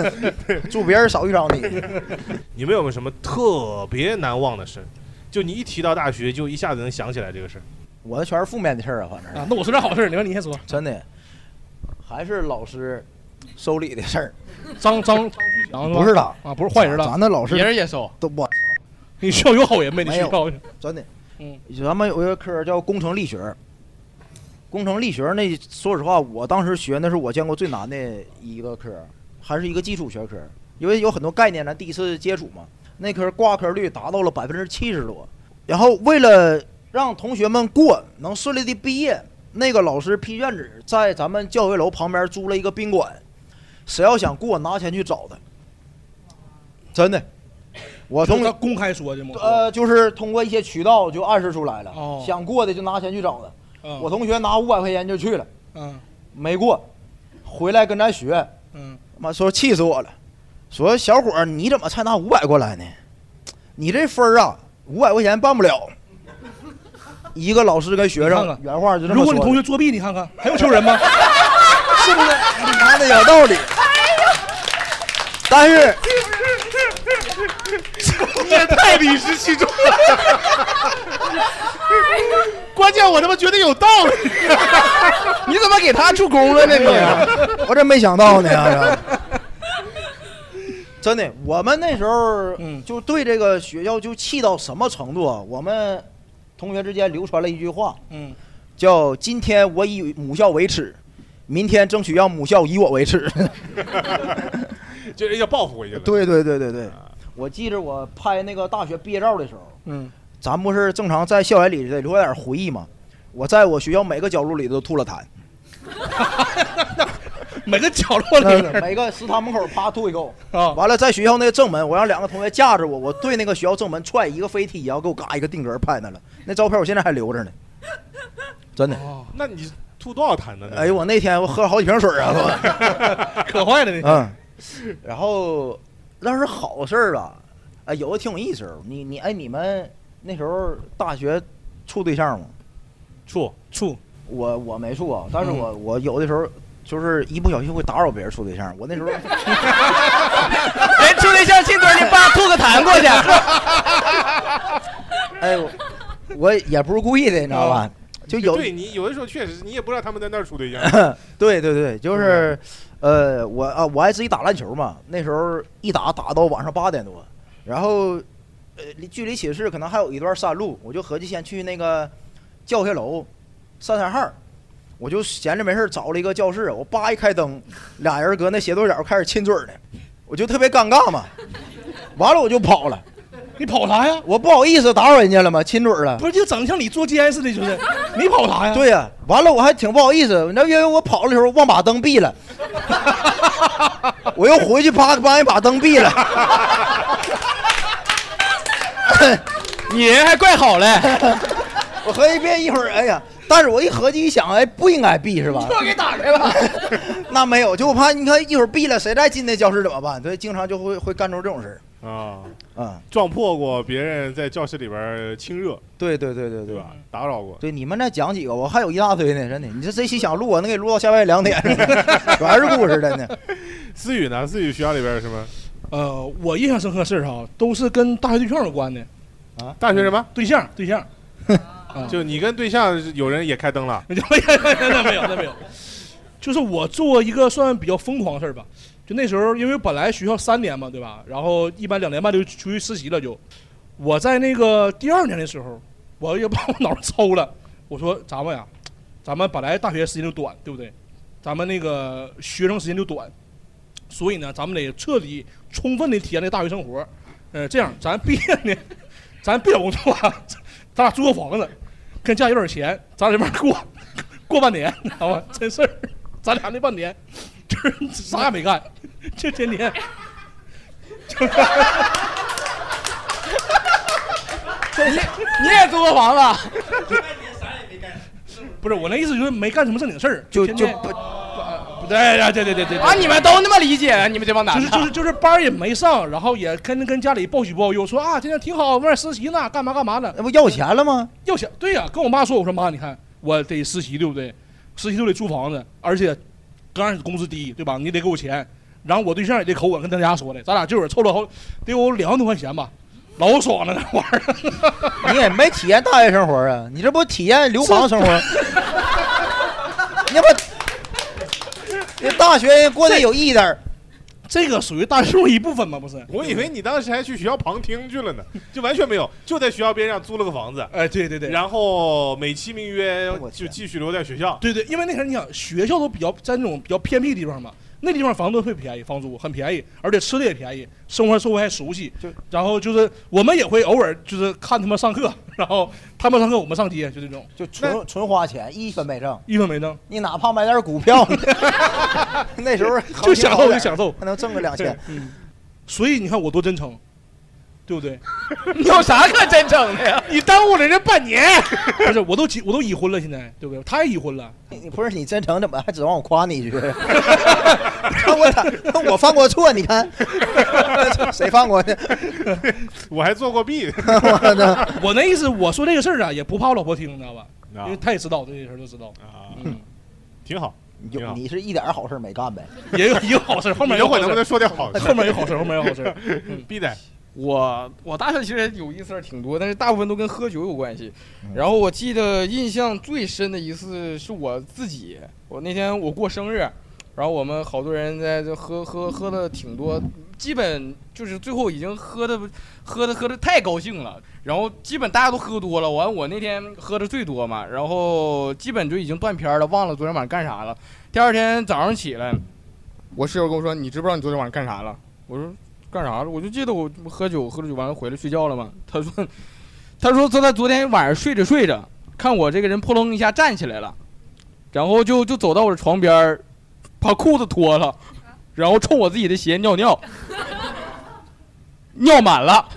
[SPEAKER 5] 祝别人少遇着你。
[SPEAKER 6] 你们有没有什么特别难忘的事？就你一提到大学，就一下子能想起来这个事儿。
[SPEAKER 5] 我的全是负面的事儿啊，反正
[SPEAKER 7] 啊，那我说点好事儿，你让你先说。
[SPEAKER 5] 真的，还是老师收礼的事儿。
[SPEAKER 7] 张张张巨强吧
[SPEAKER 5] 不是他
[SPEAKER 7] 啊，不是换人了，
[SPEAKER 5] 咱的老师
[SPEAKER 7] 别人也收。
[SPEAKER 5] 都我
[SPEAKER 7] 你需要有好人呗，你
[SPEAKER 5] 没
[SPEAKER 7] 去
[SPEAKER 5] 有
[SPEAKER 7] 告去。
[SPEAKER 5] 真的。
[SPEAKER 7] 嗯，
[SPEAKER 5] 咱们有一个科叫工程力学，工程力学那说实话，我当时学那是我见过最难的一个科，还是一个基础学科，因为有很多概念咱第一次接触嘛。那科挂科率达到了百分之七十多，然后为了让同学们过，能顺利的毕业，那个老师批卷子在咱们教学楼旁边租了一个宾馆，谁要想过，拿钱去找他。真的，我从
[SPEAKER 7] 他公开说的吗？
[SPEAKER 5] 呃，就是通过一些渠道就暗示出来了，
[SPEAKER 7] 哦
[SPEAKER 5] 想过的就拿钱去找他。
[SPEAKER 7] 嗯
[SPEAKER 5] 我同学拿五百块钱就去了，
[SPEAKER 7] 嗯
[SPEAKER 5] 没过，回来跟咱学，
[SPEAKER 7] 嗯，
[SPEAKER 5] 妈说气死我了，说小伙儿你怎么才拿五百过来呢？你这分儿啊，五百块钱办不 了。一个老师跟学
[SPEAKER 7] 你看
[SPEAKER 5] 生
[SPEAKER 7] 看
[SPEAKER 5] 原话就这么
[SPEAKER 7] 如
[SPEAKER 5] 说的。
[SPEAKER 7] 果你同学作弊，你看看还有求人 吗？
[SPEAKER 5] 是不是？你妈的有道理。但是
[SPEAKER 6] 你也太理直气壮了。 关键我他妈觉得有道 理。
[SPEAKER 4] 你怎么给他助攻了呢？你
[SPEAKER 5] 我真没想到呢， 真的，我们那时候就对这个学校就气到什么程度啊？我们同学之间流传了一句话，
[SPEAKER 7] 嗯，
[SPEAKER 5] 叫“今天我以母校为耻，明天争取让母校以我为耻”
[SPEAKER 6] 就是要报复回去了。
[SPEAKER 5] 对对对对对，我记着我拍那个大学毕业照的时候，
[SPEAKER 7] 嗯，
[SPEAKER 5] 咱不是正常在校园里得留下点回忆吗？我在我学校每个角落里都吐了痰，
[SPEAKER 7] 每个角落里面
[SPEAKER 5] 每个食堂门口啪吐一口。
[SPEAKER 7] 啊，
[SPEAKER 5] 完了，在学校那个正门，我让两个同学架着我，我对那个学校正门踹一个飞踢，然后给我嘎一个定格拍那了。那照片我现在还留着呢，真的。
[SPEAKER 6] 哦那你吐多少痰呢？
[SPEAKER 5] 哎呦，我那天我喝了好几瓶水啊，我。
[SPEAKER 7] 可坏了你。
[SPEAKER 5] 嗯，然后那是好事儿啊，哎，有个挺有意思儿。你你哎，你们那时候大学处对象吗？
[SPEAKER 6] 处
[SPEAKER 7] 处，
[SPEAKER 5] 我我没处啊，但是
[SPEAKER 7] 嗯
[SPEAKER 5] 我、我有的时候就是一不小心会打扰别人处对象。我那时候
[SPEAKER 4] 人处对象进堆里叭吐个痰过去，
[SPEAKER 5] 哎，我我也不是故意的，你知道
[SPEAKER 4] 嗯
[SPEAKER 5] 吧？就有
[SPEAKER 6] 对你有的时候确实，你也不知道他们在那儿 处对象。
[SPEAKER 5] 对对对，就是，呃，我啊，我爱自己打篮球嘛。那时候一打打到晚上八点多，然后，呃，离距离寝室可能还有一段山路，我就合计先去那个教学楼散散号。我就闲着没事儿找了一个教室，我叭一开灯，俩人搁那斜对角开始亲嘴儿呢，我就特别尴尬嘛。完了我就跑了，
[SPEAKER 7] 你跑啥呀？
[SPEAKER 5] 我不好意思打扰人家了嘛，亲嘴儿了。
[SPEAKER 7] 不是就整得像你捉奸似的，就是你跑啥呀？
[SPEAKER 5] 对呀、完了我还挺不好意思，你知道，因为我跑的时候忘把灯闭 了，我又回去啪把一把灯闭 了，
[SPEAKER 4] 你人还怪好嘞。
[SPEAKER 5] 我合计别一会儿，哎呀，但是我一合计一想，哎，不应该闭是吧？
[SPEAKER 4] 给打开了。
[SPEAKER 5] 那没有，就我怕你看一会儿闭了，谁再进那教室怎么办？对，经常就会会干出这种事儿。
[SPEAKER 6] 啊，
[SPEAKER 5] 嗯，
[SPEAKER 6] 撞破过别人在教室里边儿亲热，
[SPEAKER 5] 对对对对
[SPEAKER 6] 对
[SPEAKER 5] 对
[SPEAKER 6] 吧？打扰过。
[SPEAKER 5] 对，你们再讲几个，我还有一大堆呢，真的。你这这期想录，我能给录到下半夜两点， 全是故事，真的。
[SPEAKER 6] 思雨呢？思雨学校里边儿是吗？
[SPEAKER 7] 呃，我印象深刻的事儿哈，都是跟大学对象有关的。
[SPEAKER 6] 啊，大学什么
[SPEAKER 7] 对象？对象？
[SPEAKER 6] 就你跟对象有人也开灯了？
[SPEAKER 7] 那没有，那没有。就是我做一个算比较疯狂的事儿吧。就那时候，因为本来学校三年嘛，对吧？然后一般两年半就出去实习了就，我在那个第二年的时候，我也把我脑子抽了。我说咱们呀，咱们本来大学时间就短，对不对？咱们那个学生时间就短，所以呢，咱们得彻底充分的体验这大学生活。呃，这样咱毕业呢， 咱别找工作啊，咱俩租个房子，跟家有点钱，咱俩这边过过半年，知道吗？真事儿，咱俩那半年就是啥也没干，就天天。就你你也租过房子？ 不是我那意思就是没干什么正经事儿，就就不不对对对对对
[SPEAKER 4] 啊你们都那么理解你们这帮男
[SPEAKER 7] 就
[SPEAKER 4] 的
[SPEAKER 7] 是就是就是班儿也没上，然后也跟跟家里报喜不报忧，说啊今天挺好，外面实习呢，干嘛干嘛的。那
[SPEAKER 5] 不要钱了吗？
[SPEAKER 7] 要钱，对呀、跟我妈说，我说妈，你看我得实习，对不对？实习就得租房子，而且刚开始工资低，对吧？你得给我钱，然后我对象也得口吻跟他家说的，咱俩这会儿凑了好得有两万多块钱吧，老爽了那玩意儿。
[SPEAKER 5] 你也没体验大学生活啊，你这不体验流氓生活？ 你不，那大学过得有意义点儿。
[SPEAKER 7] 这个属于大学生活一部分嘛，不是？
[SPEAKER 6] 我以为你当时还去学校旁听去了呢，就完全没有，就在学校边上租了个房子。
[SPEAKER 7] 哎，对对对。
[SPEAKER 6] 然后美其名曰就继续留在学校。
[SPEAKER 7] 对对，因为那时候你想，学校都比较在那种比较偏僻的地方嘛，那地方房租会便宜，房租很便宜，而且吃的也便宜，生活生活还熟悉。然后就是我们也会偶尔就是看他们上课，然后他们上课我们上街，就这种，
[SPEAKER 5] 就纯纯花钱，一分没挣，
[SPEAKER 7] 一分没挣。
[SPEAKER 5] 你哪怕买点股票， 那时候
[SPEAKER 7] 就享受就享受，
[SPEAKER 5] 还能挣个两千。
[SPEAKER 7] 嗯所以你看我多真诚，对不对？
[SPEAKER 4] 你有啥可真诚的呀？
[SPEAKER 7] 你耽误了人家半年。 不是，我都结我都已婚了，现在对不对？他也已婚了。
[SPEAKER 5] 你不是你真诚，怎么还指望我夸你一句？看我咋，那我犯过错，你看 谁犯过呢？
[SPEAKER 6] 我还做 过弊。
[SPEAKER 7] 我那意思，我说这个事儿啊，也不怕我老婆听，你知道吧？因为她也知道这些事儿，都知道。嗯，
[SPEAKER 6] 啊挺好。
[SPEAKER 5] 有你是一点儿好事没干呗？
[SPEAKER 7] 也 有也有好事，后面有
[SPEAKER 6] 一会
[SPEAKER 7] 好事
[SPEAKER 6] 儿能不能说点好事？
[SPEAKER 7] 后面有好事，后面有好 事。嗯
[SPEAKER 6] 必得。
[SPEAKER 4] 我我大学其实有意思儿挺多，但是大部分都跟喝酒有关系。
[SPEAKER 6] 嗯
[SPEAKER 4] 然后我记得印象最深的一次是我自己，我那天我过生日，然后我们好多人在这喝喝喝的挺多，基本就是最后已经喝的喝的喝的太高兴了，然后基本大家都喝多了，完我那天喝的最多嘛，然后基本就已经断片儿了，忘了昨天晚上干啥了。第二天早上起来，我室友跟我说：“你知不知道你昨天晚上干啥了？”我说：“干啥了？我就记得我喝酒，喝了酒完了回来睡觉了嘛。”他说：“ 他说他昨天晚上睡着睡着，看我这个人扑棱一下站起来了，然后就就走到我的床边儿，把裤子脱了，然后冲我自己的鞋尿 尿，尿满了。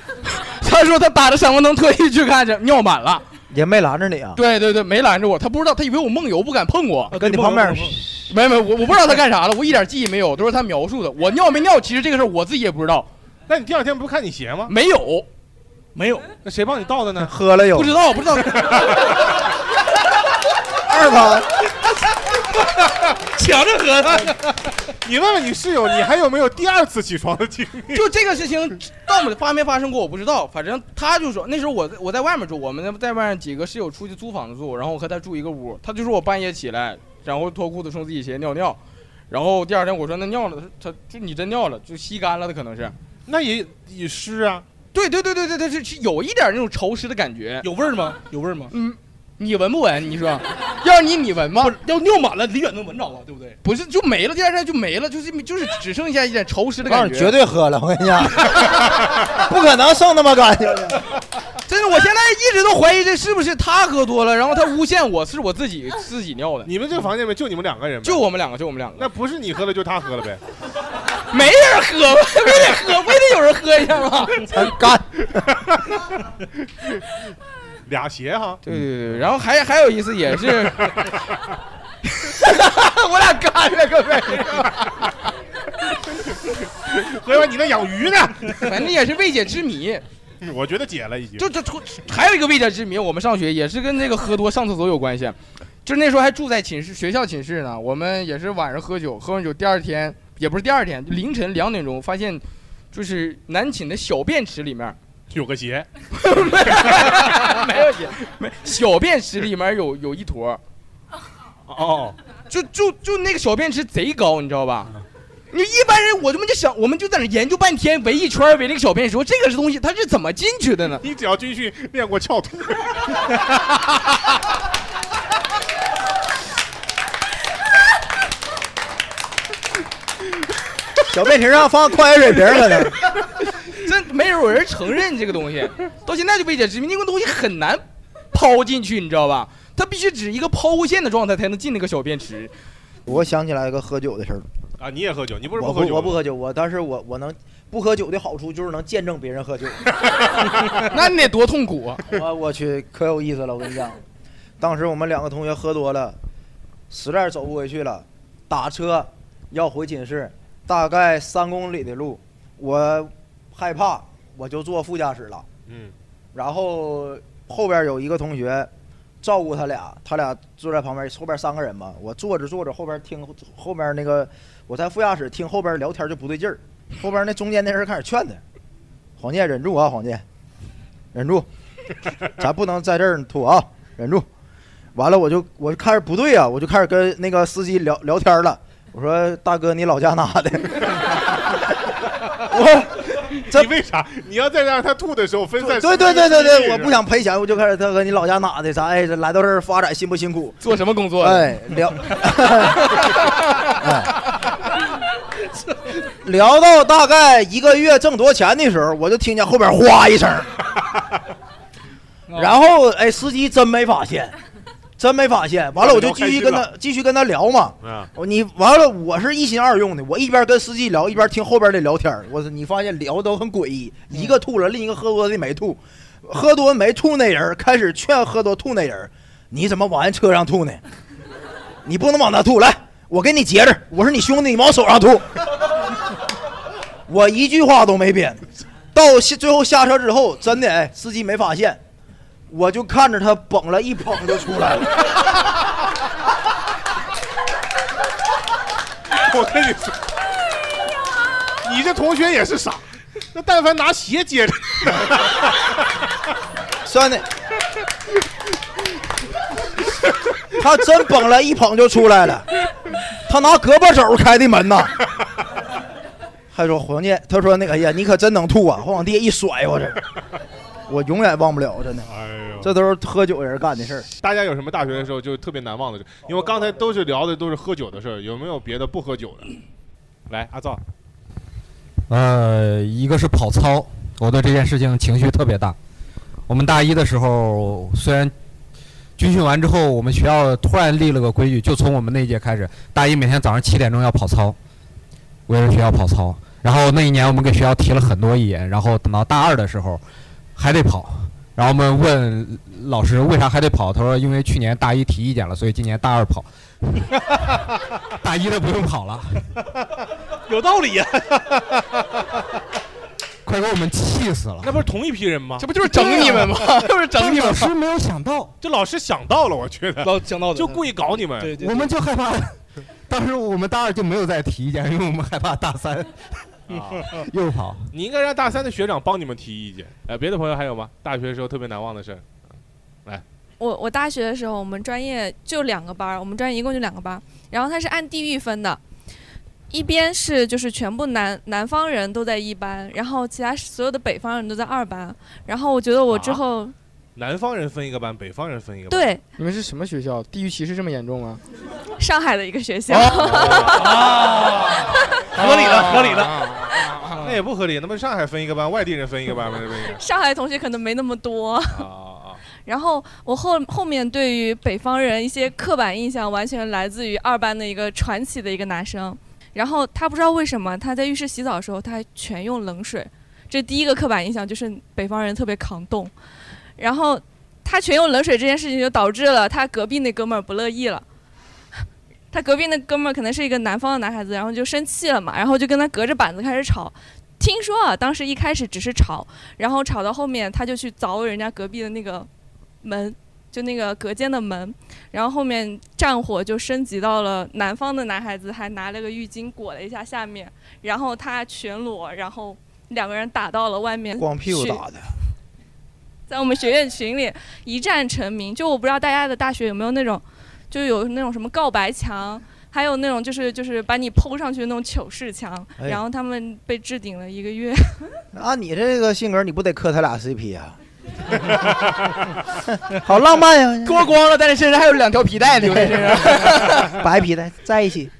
[SPEAKER 4] 他说他打着闪光灯特意去看去，尿满了。”
[SPEAKER 5] 人没拦着你啊？哦
[SPEAKER 4] 对对对，没拦着我，他不知道，他以为我梦游，不敢碰我。
[SPEAKER 5] 跟你旁边儿
[SPEAKER 4] 没没，我我不知道他干啥了，我一点记忆没有，都是他描述的。我尿没尿，其实这个事儿我自己也不知道。
[SPEAKER 6] 那你第二天不是看你鞋吗？
[SPEAKER 4] 没有，
[SPEAKER 7] 没有，
[SPEAKER 6] 那谁帮你倒的呢？
[SPEAKER 5] 喝了有
[SPEAKER 4] 不知道不知道。
[SPEAKER 5] 二房，
[SPEAKER 7] 抢着喝
[SPEAKER 6] 的。你问问你室友，你还有没有第二次起床的经历？
[SPEAKER 4] 就这个事情，到底发没发生过我不知道。反正他就说，那时候我在我在外面住，我们在外面几个室友出去租房子住，然后我和他住一个屋。他就说我半夜起来，然后脱裤子冲自己鞋尿尿，然后第二天我说那尿了，他他就你真尿了，就吸干了，他可能是。
[SPEAKER 6] 那也也湿啊。
[SPEAKER 4] 对对对对对对，是有一点那种潮湿的感觉。
[SPEAKER 7] 有味儿 吗？有味儿吗？
[SPEAKER 4] 嗯，你闻不闻？你说，要是你你闻吗？
[SPEAKER 7] 要尿满了，离远能闻着啊，对不对？
[SPEAKER 4] 不是，就没了，第二天就没了，就是就是只剩下一点潮湿的
[SPEAKER 5] 告诉
[SPEAKER 4] 感
[SPEAKER 5] 你
[SPEAKER 4] 觉。
[SPEAKER 5] 绝对喝了，我跟你讲，不可能剩那么干净的。
[SPEAKER 4] 真的，我现在一直都怀疑这是不是他喝多了，然后他诬陷我是我自己自己尿的。
[SPEAKER 6] 你们这房间里面就你们两个人，
[SPEAKER 4] 就我们两个，就我们两个，
[SPEAKER 6] 那不是你喝了，就他喝了呗。
[SPEAKER 4] 没人喝，非得喝，非得有人喝一下吧。
[SPEAKER 5] 咱干。
[SPEAKER 6] 俩鞋哈。
[SPEAKER 4] 对对对，然后还还有一次也是，我俩干了各位。
[SPEAKER 6] 喝完你那养鱼呢？
[SPEAKER 4] 反正也是未解之谜。
[SPEAKER 6] 我觉得解了已经。
[SPEAKER 4] 就这出还有一个未解之谜，我们上学也是跟这个喝多上厕所有关系。就是那时候还住在寝室，学校寝室呢，我们也是晚上喝酒，喝完酒第二天也不是第二天，就凌晨两点钟发现，就是男寝的小便池里面
[SPEAKER 6] 有个鞋，
[SPEAKER 4] 没有鞋，没小便池里面有有一坨。
[SPEAKER 6] 哦，
[SPEAKER 4] 就就就那个小便池贼高，你知道吧？你一般人，我他妈就想，我们就在那研究半天，围一圈儿围那个小便池，我这个东西它是怎么进去的呢？
[SPEAKER 6] 你只要军训练过 翘臀，
[SPEAKER 5] 小便池上放矿泉水瓶了呢。
[SPEAKER 4] 真没有人承认这个东西，到现在就未解之谜。那个东西很难抛进去，你知道吧？它必须指一个抛物线的状态才能进那个小便池。
[SPEAKER 5] 我想起来一个喝酒的事儿，
[SPEAKER 6] 啊，你也喝酒，你不是
[SPEAKER 5] 我
[SPEAKER 6] 喝酒吗？
[SPEAKER 5] 我不喝酒，我但是我我能不喝酒的好处就是能见证别人喝酒，
[SPEAKER 4] 那你得多痛苦啊！
[SPEAKER 5] 我我去，可有意思了，我跟你讲，当时我们两个同学喝多了，实在走不回去了，打车要回寝室，大概三公里的路，我害怕，我就坐副驾驶了。
[SPEAKER 6] 嗯，
[SPEAKER 5] 然后后边有一个同学照顾他俩，他俩坐在旁边，后边三个人嘛。我坐着坐着，后边听后边那个我在副驾驶听后边聊天就不对劲儿，后边那中间那人开始劝他：“黄健忍住啊，黄健，忍住，咱不能在这儿吐啊，忍住。”完了，我就我就开始不对啊，我就开始跟那个司机聊聊天了。我说：“大哥，你老家哪的？” 我
[SPEAKER 6] 你为啥？你要再让他吐的时候
[SPEAKER 4] 啊
[SPEAKER 6] 分散。
[SPEAKER 5] 对对对对对，我不想赔钱，我就开始他哥，你老家哪的？啥？哎，来到这儿发展辛不辛苦？
[SPEAKER 4] 做什么工作？
[SPEAKER 5] 哎，聊聊到大概一个月挣多少钱的时候，我就听见后边哗一 声，然后哎，司机真没发现，真没发现。完了，我就继续跟他继续跟他聊嘛。
[SPEAKER 6] 啊，
[SPEAKER 5] 哦你完了，我是一心二用的，我一边跟司机聊，一边听后边的聊天儿。我操，你发现聊都很诡异，一个吐了，另一个喝多的没吐，喝多没吐那人儿开始劝喝多吐那人儿，你怎么往人车上吐呢？你不能往那吐，来，我给你截着，我是你兄弟，你往我手上吐。 我一句话都没编，到下最后下车之后，真的哎，司机没发现，我就看着他捧了一捧就出来了。
[SPEAKER 6] 我跟你说， 你这同学也是傻，那但凡拿鞋 接着，
[SPEAKER 5] 算的。 他真捧了一捧就出来了，他拿胳膊肘开的门呐， 还说黄健，他说那个哎呀，你可真能吐啊！我往地下一甩，我这，我永远忘不了，真的，这都是喝酒人干的事儿。
[SPEAKER 6] 大家有什么大学的时候就特别难忘的事？因为刚才都是聊的都是喝酒的事儿，有没有别的不喝酒的？来，阿造，
[SPEAKER 15] 呃，一个是跑操，我对这件事情情绪特别大。我们大一的时候，虽然军训完之后，我们学校突然立了个规矩，就从我们那一届开始，大一每天早上七点钟要跑操，围着学校跑操。然后那一年我们给学校提了很多意见，然后等到大二的时候还得跑。然后我们问老师为啥还得跑，他说因为去年大一提意见了，所以今年大二跑， 大一的不用跑了。
[SPEAKER 7] 有道理呀、
[SPEAKER 15] 快给我们气死了！
[SPEAKER 6] 那不是同一批人吗？啊
[SPEAKER 4] 这不就是整你们吗？ 这不是整你们吗？
[SPEAKER 15] 没有想到，
[SPEAKER 6] 这老师想到了，我觉得
[SPEAKER 4] 老想到
[SPEAKER 6] 就故意搞你们。
[SPEAKER 15] 我们就害怕。当时我们大二就没有再提意见，因为我们害怕大三
[SPEAKER 6] 啊
[SPEAKER 15] 又跑。
[SPEAKER 6] 你应该让大三的学长帮你们提意见。哎，别的朋友还有吗？大学的时候特别难忘的事儿，来，
[SPEAKER 11] 我我大学的时候，我们专业就两个班儿，我们专业一共就两个班儿，然后它是按地域分的，一边是就是全部南南方人都在一班，然后其他所有的北方人都在二班，然后我觉得我之后、
[SPEAKER 6] 南方人分一个班，北方人分一个班。
[SPEAKER 11] 对
[SPEAKER 4] 你们是什么学校？地域歧视这么严重吗？
[SPEAKER 11] 上海的一个学校，
[SPEAKER 6] 合理了，合理了。啊那也不合理，那不是上海分一个班，外地人分一个班吗？这不应该
[SPEAKER 11] 上海同学可能没那么多。
[SPEAKER 6] 啊
[SPEAKER 11] 然后我后后面对于北方人一些刻板印象，完全来自于二班的一个传奇的一个男生。然后他不知道为什么他在浴室洗澡的时候，他还全用冷水。这第一个刻板印象就是北方人特别抗冻。然后他全用冷水这件事情，就导致了他隔壁那哥们儿不乐意了。他隔壁那哥们儿可能是一个南方的男孩子，然后就生气了嘛，然后就跟他隔着板子开始吵。听说啊，当时一开始只是吵，然后吵到后面他就去凿人家隔壁的那个门，就那个隔间的门，然后后面战火就升级到了南方的男孩子还拿了个浴巾裹了一下下面，然后他全裸，然后两个人打到了外面，
[SPEAKER 5] 光屁股打的，
[SPEAKER 11] 在我们学院群里一战成名。就我不知道大家的大学有没有那种，就有那种什么告白墙，还有那种就是就是把你抛上去的那种糗事墙，
[SPEAKER 5] 哎
[SPEAKER 11] 然后他们被置顶了一个月。
[SPEAKER 5] 按啊你这个性格，你不得磕他俩 CP 啊？ 好浪漫 呀、
[SPEAKER 13] 脱光了，但是身上还有两条皮带呢，留在身 上，
[SPEAKER 5] 啊白皮带在一 起。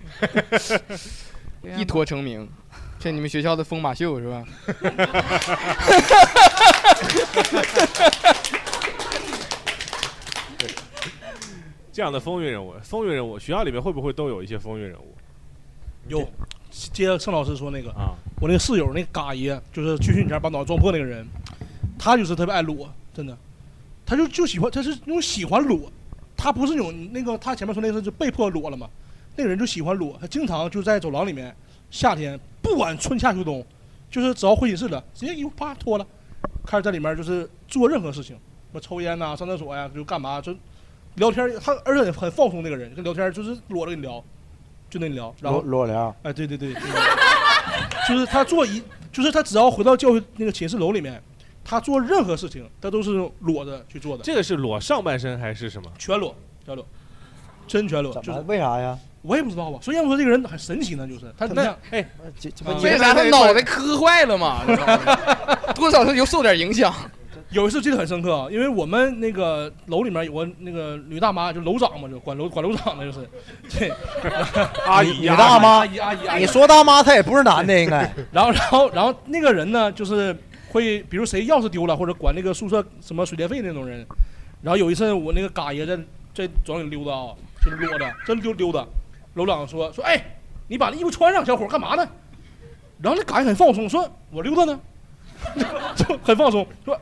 [SPEAKER 4] 一脱成名，这你们学校的疯马秀是吧？
[SPEAKER 6] 这样的风云人物，风云人物，学校里面会不会都有一些风云人物？
[SPEAKER 7] 有，接着盛老师说那个
[SPEAKER 6] 啊，
[SPEAKER 7] 我那个室友那嘎爷，就是去你前把脑袋撞破那个人，他就是特别爱裸，真的，他就就喜欢，他是那种喜欢裸，他不是那种那个他前面说那是就被迫裸了嘛，那个人就喜欢裸，他经常就在走廊里面，夏天不管春夏秋冬，就是只要会寝室了，直接衣服啪脱了，开始在里面就是做任何事情，什么抽烟呐、上厕所呀、就干嘛就聊天，他而且很放松那个人，跟聊天就是裸着跟你聊，就那聊，然后
[SPEAKER 5] 裸裸聊，
[SPEAKER 7] 哎，对对对， 对就是他做一，就是他只要回到教学那个寝室楼里面，他做任何事情，他都是裸着去做的，
[SPEAKER 6] 这个是裸上半身还是什么？
[SPEAKER 7] 全裸，全裸，真全裸，就是
[SPEAKER 5] 为啥呀？
[SPEAKER 7] 我也不知道吧，所以让我说这个人很神奇呢，就是他
[SPEAKER 4] 那
[SPEAKER 7] 哎，
[SPEAKER 4] 为啥他脑袋磕坏了 嘛？ 多少他有受点影响。
[SPEAKER 7] 有一次记得很深刻，啊，因为我们那个楼里面有个那个女大妈，就楼长嘛，就管楼管楼长的，就是对
[SPEAKER 5] 阿姨女大妈
[SPEAKER 7] 阿姨阿姨，阿姨
[SPEAKER 5] 你说大妈她也不是男的应该。
[SPEAKER 7] 然后然后然后那个人呢，就是会比如谁钥匙丢了，或者管那个宿舍什么水电费那种人。然后有一次我那个嘎爷在在走廊里溜达啊，就溜达，真溜溜达。楼长说说哎，你把那衣服穿上，小伙儿干嘛呢？然后那嘎爷很放松，说我溜达呢， 就很放松，说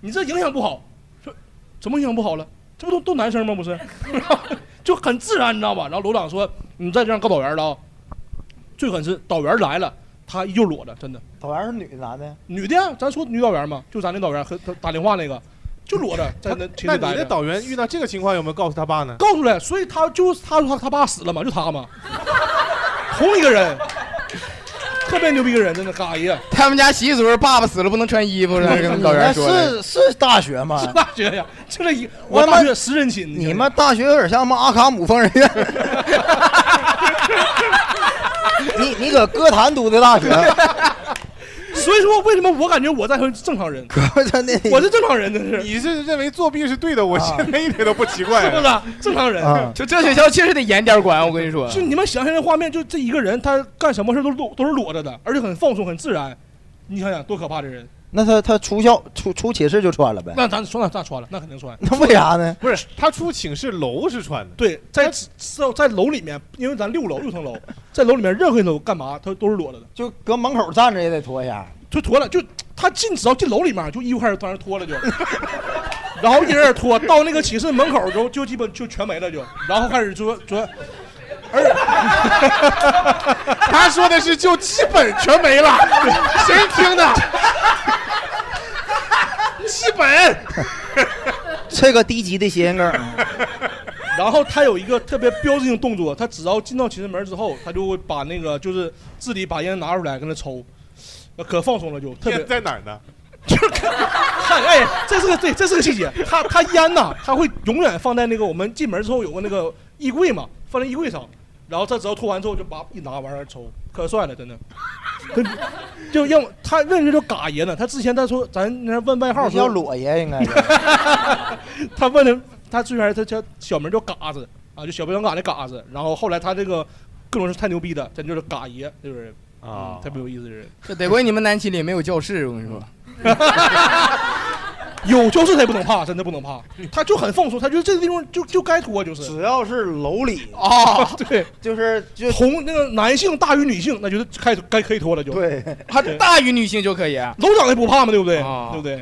[SPEAKER 7] 你这影响不好，说怎么影响不好了？这不都都男生吗？不是， 就很自然，你知道吧？然后楼长说你再这样告导员了啊、最狠是导员来了，他依旧裸着，真的。
[SPEAKER 5] 导员是女的男的？
[SPEAKER 7] 女的呀，咱说女导员嘛，就咱那导员和他打电话那个，就裸着在那寝
[SPEAKER 6] 那
[SPEAKER 7] 室
[SPEAKER 6] 你
[SPEAKER 7] 待
[SPEAKER 6] 的
[SPEAKER 7] 着。
[SPEAKER 6] 导员遇到这个情况有没有告诉他 爸呢？
[SPEAKER 7] 告诉了，所以他就他说他他爸死了嘛，就他嘛，同一个人，特别牛逼一个人，真的嘎爷。
[SPEAKER 4] 他们家洗澡时候，爸爸死了不能穿衣 服，是吧跟导员说的。
[SPEAKER 5] 是是大学吗？
[SPEAKER 7] 是 大学呀，就这一我大学十人寝。
[SPEAKER 5] 你们大学有点像他妈阿卡姆疯人院。你你搁歌坛读的大学，啊
[SPEAKER 7] 所以说为什么我感觉我在和正常人，我是正常人，真是。
[SPEAKER 6] 你是认为作弊是对的？我现在一点都不奇怪，
[SPEAKER 7] 啊 是不是正常人啊
[SPEAKER 4] 就这学校确实得严点管，我跟你说。
[SPEAKER 7] 就你们想象这画面，就这一个人，他干什么事都裸都是裸着的，而且很放松、很自然。你想想多可怕的人！
[SPEAKER 5] 那他他出校出出寝室就穿了呗？
[SPEAKER 7] 那咱说那那穿了，那肯定穿。
[SPEAKER 5] 那为啥 呢？
[SPEAKER 6] 不是他出寝室楼是穿的，
[SPEAKER 7] 对，在在在楼里面，因为咱六楼六层楼， 在楼里面任何一楼干嘛，他都是裸着的，
[SPEAKER 5] 就搁门口站着也得脱一下，
[SPEAKER 7] 就脱了，就他进只要进楼里面，就衣服开始当然脱了就， 然后一人脱到那个寝室门口就就基本就全没了就，然后开始说说， 而
[SPEAKER 6] 他说的是就基本全没了，谁听的？
[SPEAKER 7] 基本。
[SPEAKER 5] 这个低级的谐音梗。
[SPEAKER 7] 然后他有一个特别标志性动作，他只要进到寝室门之后，他就会把那个就是自己把烟拿出来跟他抽，可放松了就特别
[SPEAKER 6] 在哪儿呢？
[SPEAKER 7] 看，哎，这是个对，这是个细节。他他烟呐，他会永远放在那个我们进门之后有个那个衣柜嘛，放在衣柜上。然后他只要脱完之后就把一拿完了抽，可帅了，真的。 他就让我他为什么叫嘎爷呢？他之前他说咱那问外号
[SPEAKER 5] 你叫
[SPEAKER 7] 说
[SPEAKER 5] 裸爷应该是。
[SPEAKER 7] 他问的他最开始他叫小名叫嘎子啊，就小白羊嘎那嘎子。然后后来他这个各种是太牛逼的，咱就是嘎爷这种人啊，特别有意思的人。
[SPEAKER 4] 这得亏你们南寝里没有教室，我跟你说。
[SPEAKER 7] 有教室他也不能怕，真的不能怕，他就很放松，他觉得这个地方就就该脱，就是只
[SPEAKER 5] 要是楼里
[SPEAKER 7] 啊，对，
[SPEAKER 5] 就是就
[SPEAKER 7] 同那个男性大于女性，那就是开始该可以脱了就
[SPEAKER 5] 对，
[SPEAKER 7] 还
[SPEAKER 4] 大于女性就可以，啊
[SPEAKER 7] 楼长也不怕嘛，对不对？
[SPEAKER 5] 啊
[SPEAKER 6] 啊
[SPEAKER 7] 对不对？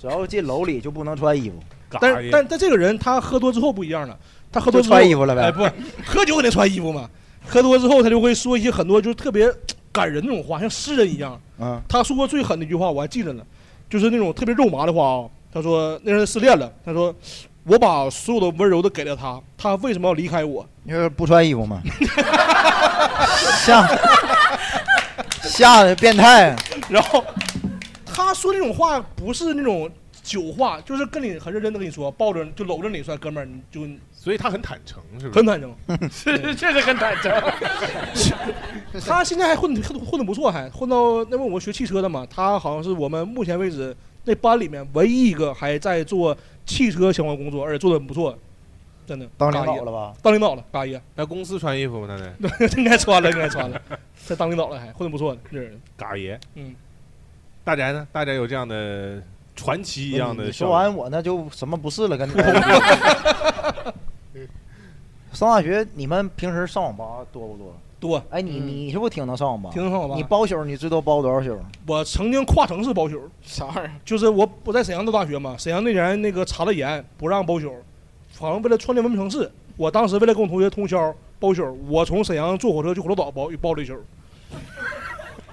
[SPEAKER 5] 只哦要进楼里就不能穿衣服。
[SPEAKER 7] 但但但这个人他喝多之后不一样了，他喝多之
[SPEAKER 5] 就
[SPEAKER 7] 后
[SPEAKER 5] 穿衣服了呗
[SPEAKER 7] 哎，不，喝酒肯定穿衣服嘛。喝多之后他就会说一些很多就是特别感人那种话，像诗人一样。
[SPEAKER 5] 嗯，
[SPEAKER 7] 他说过最狠的一句话我还记着呢，就是那种特别肉麻的话啊、他说那人失恋了，他说我把所有的温柔都给了他，他为什么要离开我？
[SPEAKER 5] 你说不穿衣服吗？ 吓 吓得变态。
[SPEAKER 7] 然后他说这种话不是那种酒话，就是跟你很认真的跟你说，抱着就搂着你说，哥们儿，你就
[SPEAKER 6] 所以他很坦诚，是不是？
[SPEAKER 7] 很坦诚，
[SPEAKER 6] 是确实很坦诚。
[SPEAKER 7] 他现在还混混混的不错，还混到那问我学汽车的嘛，他好像是我们目前为止那班里面唯一一个还在做汽车相关工作，而且做的很不错，真的。
[SPEAKER 5] 当领
[SPEAKER 7] 嘎一
[SPEAKER 5] 导了吧？
[SPEAKER 7] 当领导了，嘎一。
[SPEAKER 6] 来公司穿衣服吗？他得
[SPEAKER 7] 应该穿了，应该穿了。 这当领导了还混的不错的，这人
[SPEAKER 6] 嘎爷。
[SPEAKER 7] 嗯，
[SPEAKER 6] 大宅呢？大宅有这样的传奇一样的
[SPEAKER 5] 嗯你
[SPEAKER 6] 笑
[SPEAKER 5] 说
[SPEAKER 6] 话。
[SPEAKER 5] 完我那就什么不是了，跟你。 上大学你们平时上网吧啊多不多？
[SPEAKER 7] 多。
[SPEAKER 5] 哎，你你是不是挺能上网吧？
[SPEAKER 7] 挺能上网吧
[SPEAKER 5] 你包宿你最多包多少宿？
[SPEAKER 7] 我曾经跨城市包宿，啥玩意儿？就是我我在沈阳读大学嘛，沈阳那年那个查了严，不让包宿，好像为了创建文明城市，我当时为了跟我同学通宵包宿，我从沈阳坐火车去葫芦岛包包了一宿。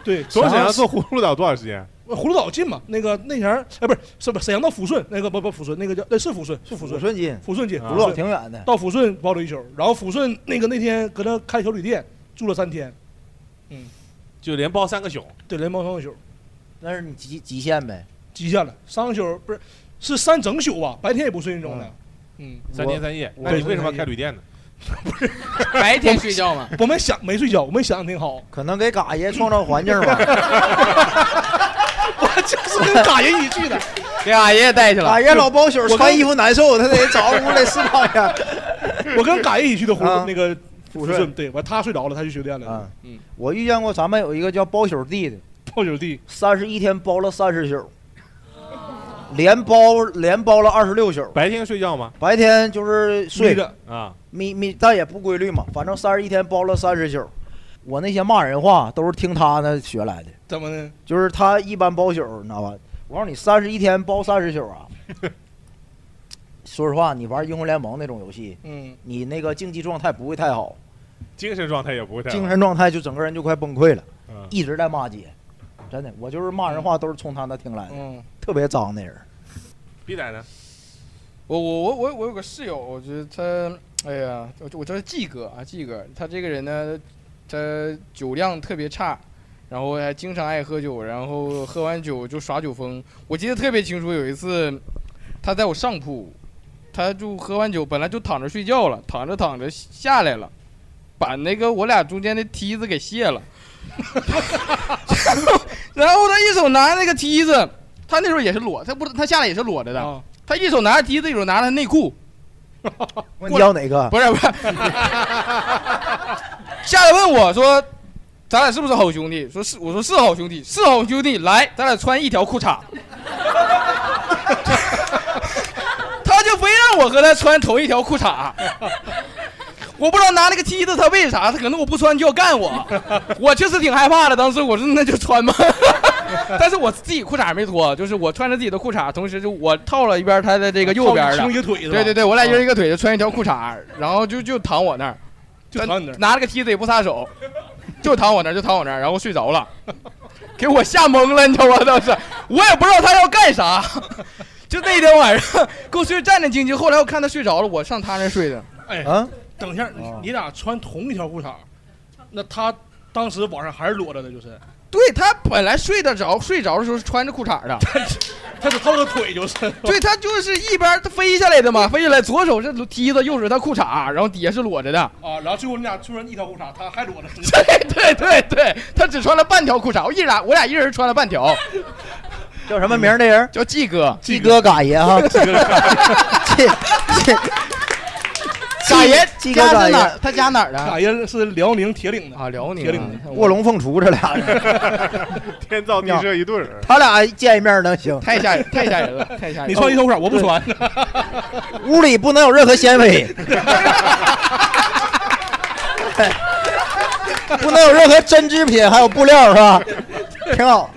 [SPEAKER 7] 对，
[SPEAKER 6] 从沈阳坐葫芦岛多长时间？
[SPEAKER 7] 葫芦岛近嘛？那个那前儿哎，不是是不沈阳到抚顺，那个不不抚顺，那个叫那是抚顺，是抚顺，
[SPEAKER 5] 抚顺近
[SPEAKER 7] 抚顺近，
[SPEAKER 5] 葫芦岛挺远的
[SPEAKER 7] 到抚顺包了一宿，然后抚顺那个那天搁那开小旅店住了三天，嗯，
[SPEAKER 6] 就连包三个宿。
[SPEAKER 7] 对，连包三个宿，
[SPEAKER 5] 那是你极极限呗，
[SPEAKER 7] 极限了，三个宿不是是三整宿吧？白天也不睡那 种的，嗯，
[SPEAKER 6] 三天三夜，那你为什么要开旅店呢？
[SPEAKER 7] 白
[SPEAKER 6] 天睡觉
[SPEAKER 7] 嘛？我们想没睡觉，我们想的挺好。
[SPEAKER 5] 可能给嘎爷创造环境 吧。
[SPEAKER 7] 我就是跟嘎爷一起去的，
[SPEAKER 5] 给嘎爷带去
[SPEAKER 7] 了
[SPEAKER 5] 嘎爷老包宿
[SPEAKER 7] 我跟
[SPEAKER 5] 穿衣服难受，他得找 屋里释放一下。
[SPEAKER 7] 我跟嘎爷一起去的
[SPEAKER 5] 啊
[SPEAKER 7] 湖那个
[SPEAKER 5] 抚
[SPEAKER 7] 抚
[SPEAKER 5] 顺
[SPEAKER 7] 顺，对，完他睡着了，他去酒店了。嗯，
[SPEAKER 5] 啊我遇见过咱们有一个叫包宿弟的，
[SPEAKER 7] 包宿弟
[SPEAKER 5] 三十一天包了三十宿，连包连包了二十六宿。
[SPEAKER 6] 白天睡觉吗？
[SPEAKER 5] 白天就是睡
[SPEAKER 6] 眯着啊，
[SPEAKER 5] 眯眯，但也不规律嘛，反正三十一天包了三十宿。我那些骂人话都是听他那学来的，
[SPEAKER 7] 怎么的？
[SPEAKER 5] 就是他一般包宿，你知道吧？我告诉你，三十一天包三十宿 啊！说实话，你玩英雄联盟那种游戏，
[SPEAKER 7] 嗯，
[SPEAKER 5] 你那个竞技状态不会太好，
[SPEAKER 6] 精神状态也不会太好。
[SPEAKER 5] 精神状态就整个人就快崩溃了，
[SPEAKER 6] 嗯
[SPEAKER 5] 一直在骂街。真的，我就是骂人话都是从他那听来的，
[SPEAKER 7] 嗯
[SPEAKER 5] 特别脏那人。
[SPEAKER 6] 逼仔呢？
[SPEAKER 4] 我我我我我有个室友，我觉得他，哎呀，我我叫他季哥啊，季哥，他这个人呢，他酒量特别差，然后还经常爱喝酒，然后喝完酒就耍酒疯。我记得特别清楚，有一次他在我上铺，他就喝完酒，本来就躺着睡觉了，躺着躺着下来了，把那个我俩中间的梯子给卸了。然后他一手拿那个梯子，他那时候也是裸，他不他下来也是裸着的，他一手拿着梯子，一手拿着他内裤。
[SPEAKER 5] 问你要哪个？
[SPEAKER 4] 不是不是， 下来问我说，咱俩是不是好兄弟？说是，我说是好兄弟，是好兄弟，来，咱俩穿一条裤衩。他就非让我和他穿同一条裤衩，我不知道拿那个梯子他为啥，他可能我不穿就要干我，我确实挺害怕的。当时我说那就穿吧， 但是我自己裤衩没脱，就是我穿着自己的裤衩，同时就我套了一边他的这个右边的，
[SPEAKER 7] 啊套一个腿是吧啊
[SPEAKER 4] 对对对，我俩一人一个腿，就穿一条裤衩，然后就就躺我那儿，
[SPEAKER 7] 就躺你那儿
[SPEAKER 4] 拿了个梯子也不撒手，就躺我那儿，就躺我那儿，然后睡着了，给我吓懵了，你知道吗？当时我也不知道他要干啥，就那天晚上给我睡战战兢兢。后来我看他睡着了，我上他那儿睡的。
[SPEAKER 7] 哎，
[SPEAKER 5] 啊，
[SPEAKER 7] 等一下，你你俩穿同一条裤衩，那他当时晚上还是裸着的，就是
[SPEAKER 4] 对他本来睡得着，睡着的时候是穿着裤衩 的，
[SPEAKER 7] 他只套个腿就是。
[SPEAKER 4] 对他就是一边他飞下来的 嘛，飞下来左手是梯子，右手是他裤衩，然后底下是裸着 的。
[SPEAKER 7] 啊，然后最后你俩突然一条裤衩，他还裸着。
[SPEAKER 4] 对对对对，他只穿了半条裤衩，我一俩我俩一人穿了半条。
[SPEAKER 5] 叫什么名儿？那人
[SPEAKER 4] 叫季哥，
[SPEAKER 5] 季哥嘎爷啊哈，季哥
[SPEAKER 4] 嘎爷
[SPEAKER 5] 季哥
[SPEAKER 4] 家
[SPEAKER 5] 嘎
[SPEAKER 4] 在哪
[SPEAKER 5] 爷
[SPEAKER 4] 儿？，他家哪儿啊的？
[SPEAKER 7] 嘎爷是辽宁铁岭的
[SPEAKER 4] 啊，辽宁
[SPEAKER 7] 铁岭的。
[SPEAKER 5] 卧龙凤雏这俩人，
[SPEAKER 6] 天造地设一对儿。
[SPEAKER 5] 他俩见一面能行？
[SPEAKER 4] 太吓人，太吓人了，太吓人了。
[SPEAKER 7] 你穿一条裤衩，我不穿。
[SPEAKER 5] 屋里不能有任何纤 维，哎不能有任何针织品，还有布料是吧？ 挺好。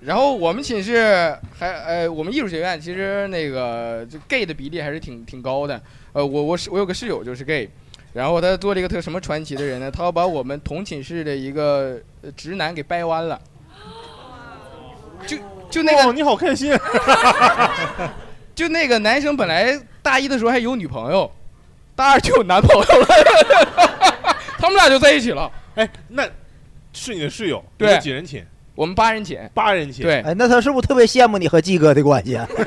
[SPEAKER 4] 然后我们寝室还呃，我们艺术学院其实那个就 gay 的比例还是挺挺高的。呃，我我是我有个室友就是 gay，然后他做了一个特什么传奇的人呢？他要把我们同寝室的一个呃直男给掰弯了。就就那个、
[SPEAKER 6] 你好开心。
[SPEAKER 4] 就那个男生本来大一的时候还有女朋友，大二就有男朋友了， 他们俩就在一起了。
[SPEAKER 6] 哎，那是你的室友，
[SPEAKER 4] 对
[SPEAKER 6] 你们几人寝？
[SPEAKER 4] 我们八人寝，
[SPEAKER 6] 八人寝
[SPEAKER 4] 对，
[SPEAKER 5] 哎，那他是不是特别羡慕你和季哥的关系啊？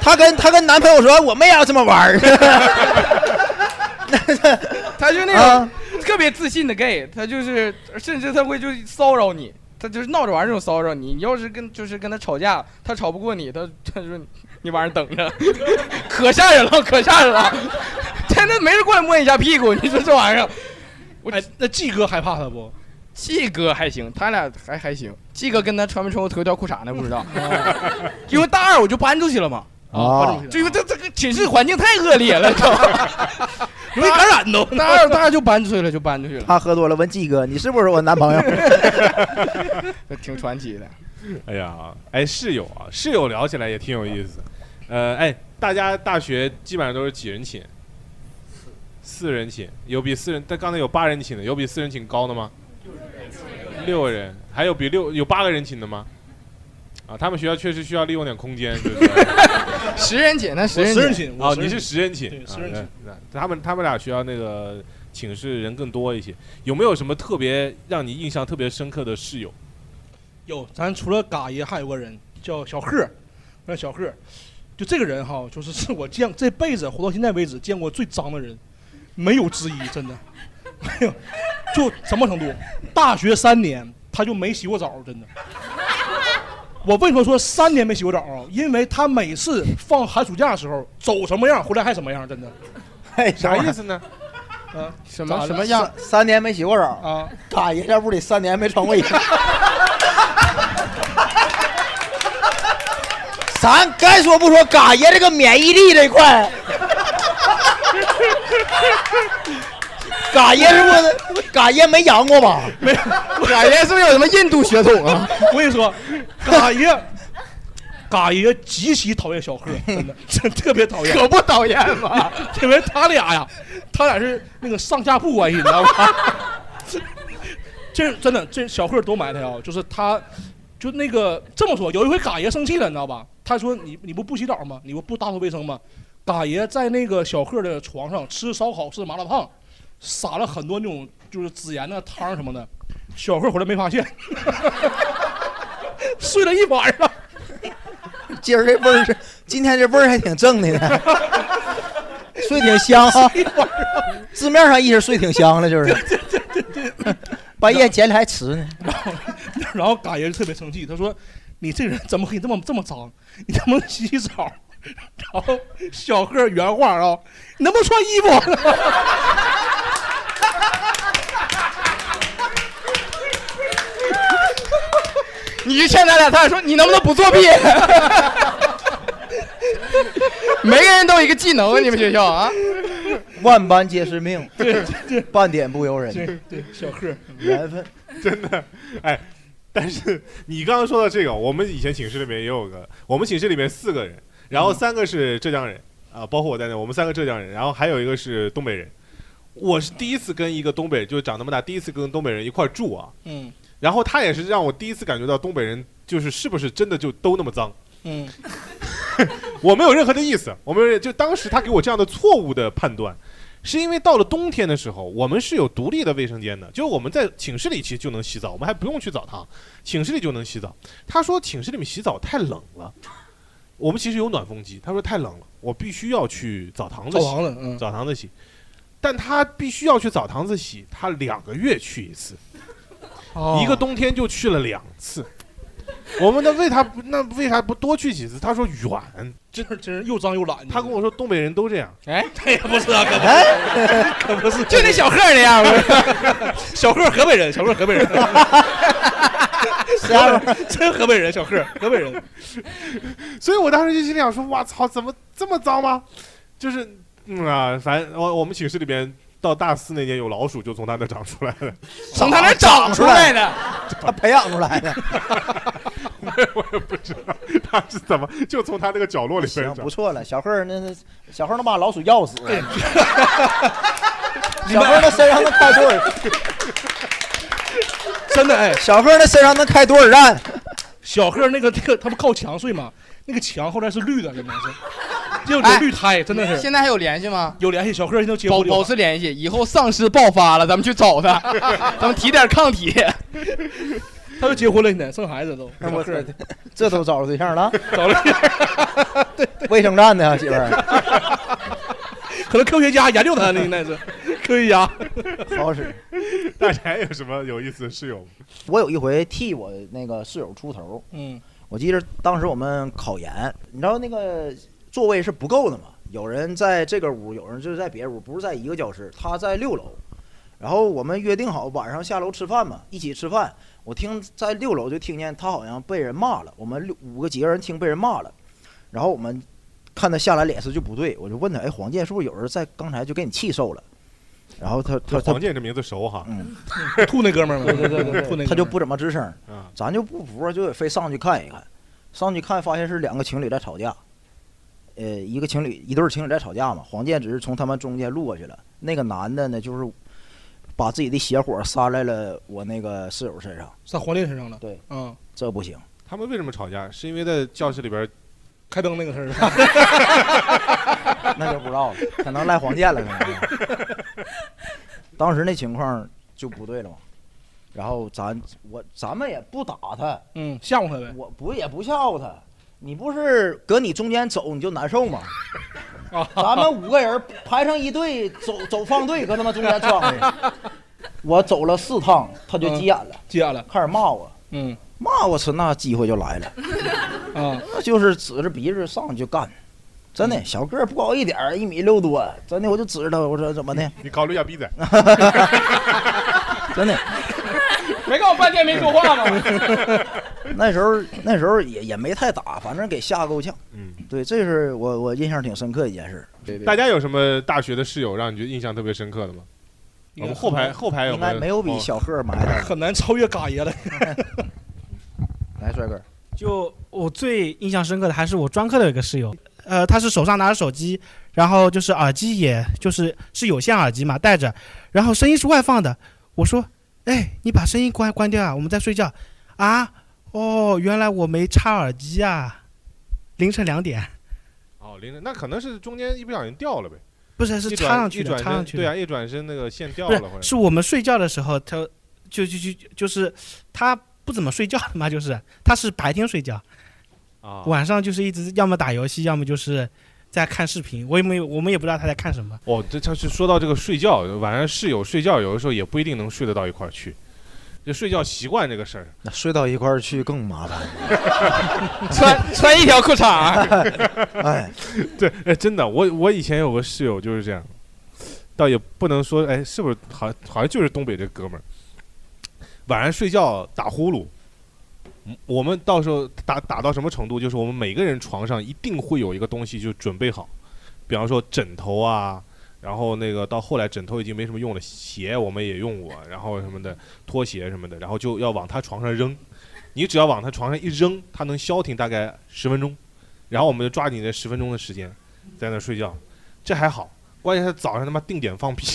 [SPEAKER 5] 他跟他跟男朋友说，我们也要这么玩 儿。
[SPEAKER 4] 他就那种特别自信的 gay，他就是甚至他会就骚扰你，他就是闹着玩儿那种骚扰你。你要是跟就是跟他吵架，他吵不过你，他他说你你晚上等着， 可吓人了，可吓人 了。真的没人过来摸你一下屁股，你说这玩意儿，我
[SPEAKER 7] 哎那季哥害怕他不？
[SPEAKER 4] 季哥还行，他俩还还行。季哥跟他穿没穿过头条裤衩呢？不知道， 因为大二我就搬出去了嘛。
[SPEAKER 6] 哦
[SPEAKER 5] 啊，
[SPEAKER 4] 就因为这这个寝室环境太恶劣了，知道吧？容易感染都。 大二大二就搬出去了，就搬出去了，
[SPEAKER 5] 他喝多了问季哥，你是不是我男朋友？
[SPEAKER 4] 挺传奇的。
[SPEAKER 6] 哎呀，哎，室友啊，室友聊起来也挺有意思。呃，哎，大家大学基本上都是几人寝？四人寝，有比四人，但刚才有八人寝的，有比四人寝高的吗？ 六个 人，还有比六有八个人寝的吗？啊，他们学校确实需要利用点空间，对不对？
[SPEAKER 4] 十人寝，那十人
[SPEAKER 6] 我
[SPEAKER 4] 寝
[SPEAKER 6] 哦，你是十人寝，
[SPEAKER 4] 对
[SPEAKER 6] 啊
[SPEAKER 4] 十人寝
[SPEAKER 6] 那那他们他们俩学校那个寝室人更多一些，有没有什么特别让你印象特别深刻的室友？
[SPEAKER 7] 有，咱除了嘎爷，还有个人叫小贺，那小贺，就这个人哈，就是是我见这辈子活到现在为止见过最脏的人，没有之一，真的，没有，就什么程度？大学三年他就没洗过澡，真的。我为什么说三年没洗过澡啊？因为他每次放寒暑假的时候走什么样，回来还什么样，真的。
[SPEAKER 5] 哎，
[SPEAKER 6] 啥意思呢？
[SPEAKER 7] 嗯，
[SPEAKER 4] 什
[SPEAKER 7] 么什么样
[SPEAKER 5] 三三年没洗过澡
[SPEAKER 7] 啊？
[SPEAKER 5] 嘎爷在屋里三年没穿过衣 服。咱该说不说，嘎爷这个免疫力这块，嘎爷是 不是嘎爷没阳过吧？
[SPEAKER 7] 没，
[SPEAKER 4] 嘎爷是不是有什么印度血统啊？
[SPEAKER 7] 我跟你说，嘎爷，嘎爷极其讨厌 小贺，真的， 真特别讨厌，
[SPEAKER 4] 可不讨厌吗？
[SPEAKER 7] 因为他俩呀，他俩是那个上下铺关系，你知道吗？ 这真的，这小贺多埋汰啊！就是他，就那个这么说，有一回嘎爷生气了，你知道吧？他说你你不不洗澡吗？你不不打扫卫生吗？嘎爷在那个小贺的床上吃烧烤吃麻辣烫，撒了很多那种就是孜然的汤什么的，小贺回来没发现， 睡了一晚上。
[SPEAKER 5] 今儿这味儿是， 今天这味儿还挺正的 呢，睡挺香哈。啊 字面上意思睡挺香了，就是。 半夜捡起来吃呢。
[SPEAKER 7] 然后嘎爷就特别生气，他说：“你这人怎么可以这么这么脏？你能不能洗洗澡？” 然后小贺原话啊，你能不能穿衣服？
[SPEAKER 4] 你就欠他俩，他俩说你能不能 不作弊？每个人都有一个技能啊，你们学校啊？
[SPEAKER 5] 万般皆是命，
[SPEAKER 7] 对对，
[SPEAKER 5] 半点不由
[SPEAKER 7] 对
[SPEAKER 5] 人，
[SPEAKER 7] 对，小贺
[SPEAKER 5] 缘分。
[SPEAKER 6] 真的， 哎，但是你刚刚说到这个，我们以前寝室里面也有个，我们寝室里面四个人，然后三个是浙江人啊、包括我在内，我们三个浙江人，然后还有一个是东北人。我是第一次跟一个东北人，就是长那么大第一次跟东北人一块儿住啊，
[SPEAKER 7] 嗯
[SPEAKER 6] 然后他也是让我第一次感觉到东北人就是是不是真的就都那么脏。
[SPEAKER 7] 嗯，
[SPEAKER 6] 我没有任何的意思，我没有任就当时他给我这样的错误的判断，是因为到了冬天的时候，我们是有独立的卫生间的，就是我们在寝室里其实就能洗澡，我们还不用去澡堂，寝室里就能洗澡。他说寝室里面洗澡太冷了，我们其实有暖风机，他说太冷了，我必须要去澡堂子洗，
[SPEAKER 7] 澡堂子嗯
[SPEAKER 6] 澡堂子洗，但他必须要去澡堂子洗，他两个月去一次，
[SPEAKER 7] 哦
[SPEAKER 6] 一个冬天就去了两次。 我们那为他不那为啥不多去几次？他说 远，
[SPEAKER 7] 真是真是又脏又懒。
[SPEAKER 6] 他跟我说东北人都这样。
[SPEAKER 4] 哎，
[SPEAKER 7] 他也不是啊，可
[SPEAKER 6] 哎
[SPEAKER 7] 可不是，
[SPEAKER 6] 就那小贺那样
[SPEAKER 7] 小贺河北人，小贺 河北人，河
[SPEAKER 5] 啊
[SPEAKER 7] 北人真河北人，小贺河北人。
[SPEAKER 6] 所以我当时就心里想说：“哇操，怎么这么脏吗？”就是 嗯啊，反正我我们寝室里边到大四那年有老鼠，就从他那长出来 的，
[SPEAKER 4] 从他那长出来 的，
[SPEAKER 5] 他培养出来 的。
[SPEAKER 6] 我也不知道他是怎么就从他那个角落里边
[SPEAKER 5] 行，
[SPEAKER 6] 长
[SPEAKER 5] 不。错了，小贺儿那那小贺儿能把老鼠药死，
[SPEAKER 6] 你
[SPEAKER 5] 小
[SPEAKER 6] 们
[SPEAKER 5] 贺儿那身上能开多少？
[SPEAKER 7] 真的哎，
[SPEAKER 5] 小贺儿那身上能开多少站？
[SPEAKER 7] 小贺那个那个，他不靠墙睡吗？那个墙后来是绿的，真的是。这种绿胎
[SPEAKER 4] 哎
[SPEAKER 7] 真的是。
[SPEAKER 13] 现在还有联系吗？
[SPEAKER 7] 有联系，小贺现在都接
[SPEAKER 13] 保
[SPEAKER 7] 不了
[SPEAKER 13] 保持联系，以后丧尸爆发了，咱们去找他，咱们提点抗体。
[SPEAKER 7] 他都结婚了，现在生孩子都。
[SPEAKER 5] 哎我操这都找着对象了？
[SPEAKER 7] 找了，
[SPEAKER 5] 卫生站的媳妇儿，
[SPEAKER 7] 可能科学家研究他呢，应该是科学家。
[SPEAKER 5] 好使。
[SPEAKER 6] 大家还有什么有意思的室友吗？
[SPEAKER 5] 我有一回替我那个室友出头，
[SPEAKER 7] 嗯，
[SPEAKER 5] 我记得当时我们考研，你知道那个座位是不够的嘛？有人在这个屋，有人就是在别屋，不是在一个教室，他在六楼。然后我们约定好晚上下楼吃饭嘛，一起吃饭。我听在六楼就听见他好像被人骂了，我们六五个几个人听被人骂了，然后我们看他下来脸色就不对，我就问他，哎，黄健是不是有人在刚才就给你气受了？然后他他他
[SPEAKER 6] 黄健这名字熟哈，
[SPEAKER 5] 嗯，
[SPEAKER 7] 吐那哥们儿吗？
[SPEAKER 5] 对对对对
[SPEAKER 7] 吐那
[SPEAKER 5] 对，他就不怎么吱 声
[SPEAKER 7] 啊
[SPEAKER 6] 嗯，
[SPEAKER 5] 咱就不服，就得非上去看一看。上去看，发现是两个情侣在吵架，呃，一个情侣一对儿情侣在吵架嘛。黄健只是从他们中间路过去了，那个男的呢，就是把自己的邪火撒在了我那个室友身上，
[SPEAKER 7] 在黄健身上了。
[SPEAKER 5] 对，
[SPEAKER 7] 嗯，
[SPEAKER 5] 这不 行。
[SPEAKER 6] 他们为什么吵架？是因为在教室里边
[SPEAKER 7] 开灯那个事儿。
[SPEAKER 5] 那就不知道了，可能赖黄健了，可 能。 当时那情况就不对了嘛。然后咱我咱们也不打他，
[SPEAKER 7] 嗯，吓唬他呗。
[SPEAKER 5] 我不也不吓唬他，你不是搁你中间走你就难受吗？
[SPEAKER 7] 哦
[SPEAKER 5] 咱们五个人排成一队走走方队，搁他妈中间撞的。我走了四趟，他就急眼了，
[SPEAKER 7] 嗯急眼了，
[SPEAKER 5] 开始骂我，
[SPEAKER 7] 嗯，
[SPEAKER 5] 骂我操，那机会就来了。
[SPEAKER 7] 啊，
[SPEAKER 5] 那就是指着鼻子上去就干，真
[SPEAKER 6] 嗯
[SPEAKER 5] 的，小个儿不高一点儿，一米六多，真的，我就指着他，我说怎么的，
[SPEAKER 6] 你考虑一下逼仔，
[SPEAKER 5] 真的，
[SPEAKER 13] 没看我半天没说话吗？
[SPEAKER 5] 那时候那时候也也没太打，反正给吓够呛。
[SPEAKER 6] 嗯，
[SPEAKER 5] 对，这是我我印象挺深刻的一件事。
[SPEAKER 6] 对 大家有什么大学的室友让你觉得印象特别深刻的吗？我们后排后排有哦
[SPEAKER 5] 应该没有比小贺埋汰的。
[SPEAKER 7] 很难超越嘎爷了。
[SPEAKER 5] 来，帅哥，
[SPEAKER 3] 就我最印象深刻的还是我专科的有一个室友，呃，他是手上拿着手机，然后就是耳机也就是是有线耳机嘛，戴着，然后声音是外放的。我说，哎，你把声音关关掉啊，我们在睡觉啊。哦，原来我没插耳机啊，凌晨两点。
[SPEAKER 6] 哦，林那可能是中间一不小心掉了呗。
[SPEAKER 3] 不是是
[SPEAKER 6] 一转
[SPEAKER 3] 插上去的
[SPEAKER 6] 一转身
[SPEAKER 3] 插上去的
[SPEAKER 6] 对啊，一转身那个线掉
[SPEAKER 3] 不
[SPEAKER 6] 了，
[SPEAKER 3] 是
[SPEAKER 6] 或者，
[SPEAKER 3] 是我们睡觉的时候，他就就就就是他不怎么睡觉嘛，就是他是白天睡觉，
[SPEAKER 6] 啊，
[SPEAKER 3] 晚上就是一直要么打游戏，要么就是在看视频。我也没有，我们也不知道他在看什么。
[SPEAKER 6] 哦，这他是说到这个睡觉，晚上室友睡觉，有的时候也不一定能睡得到一块儿去，就睡觉习惯这个 事儿。
[SPEAKER 5] 那睡到一块儿去更麻烦。
[SPEAKER 13] 穿穿一条裤衩儿
[SPEAKER 5] 哎，
[SPEAKER 6] 对， 哎，真的，我我以前有个室友就是这样，倒也不能说，哎，是不是好像好像就是东北这哥们儿，晚上睡觉打呼噜。嗯我们到时候打打到什么程度，就是我们每个人床上一定会有一个东西就准备好，比方说枕头啊，然后那个到后来枕头已经没什么用了，鞋我们也用过，然后什么的拖鞋什么的，然后就要往他床上扔。你只要往他床上一扔，他能消停大概十分钟，然后我们就抓紧这十分钟的时间在那睡觉，这还好。关键是早上他妈定点放屁，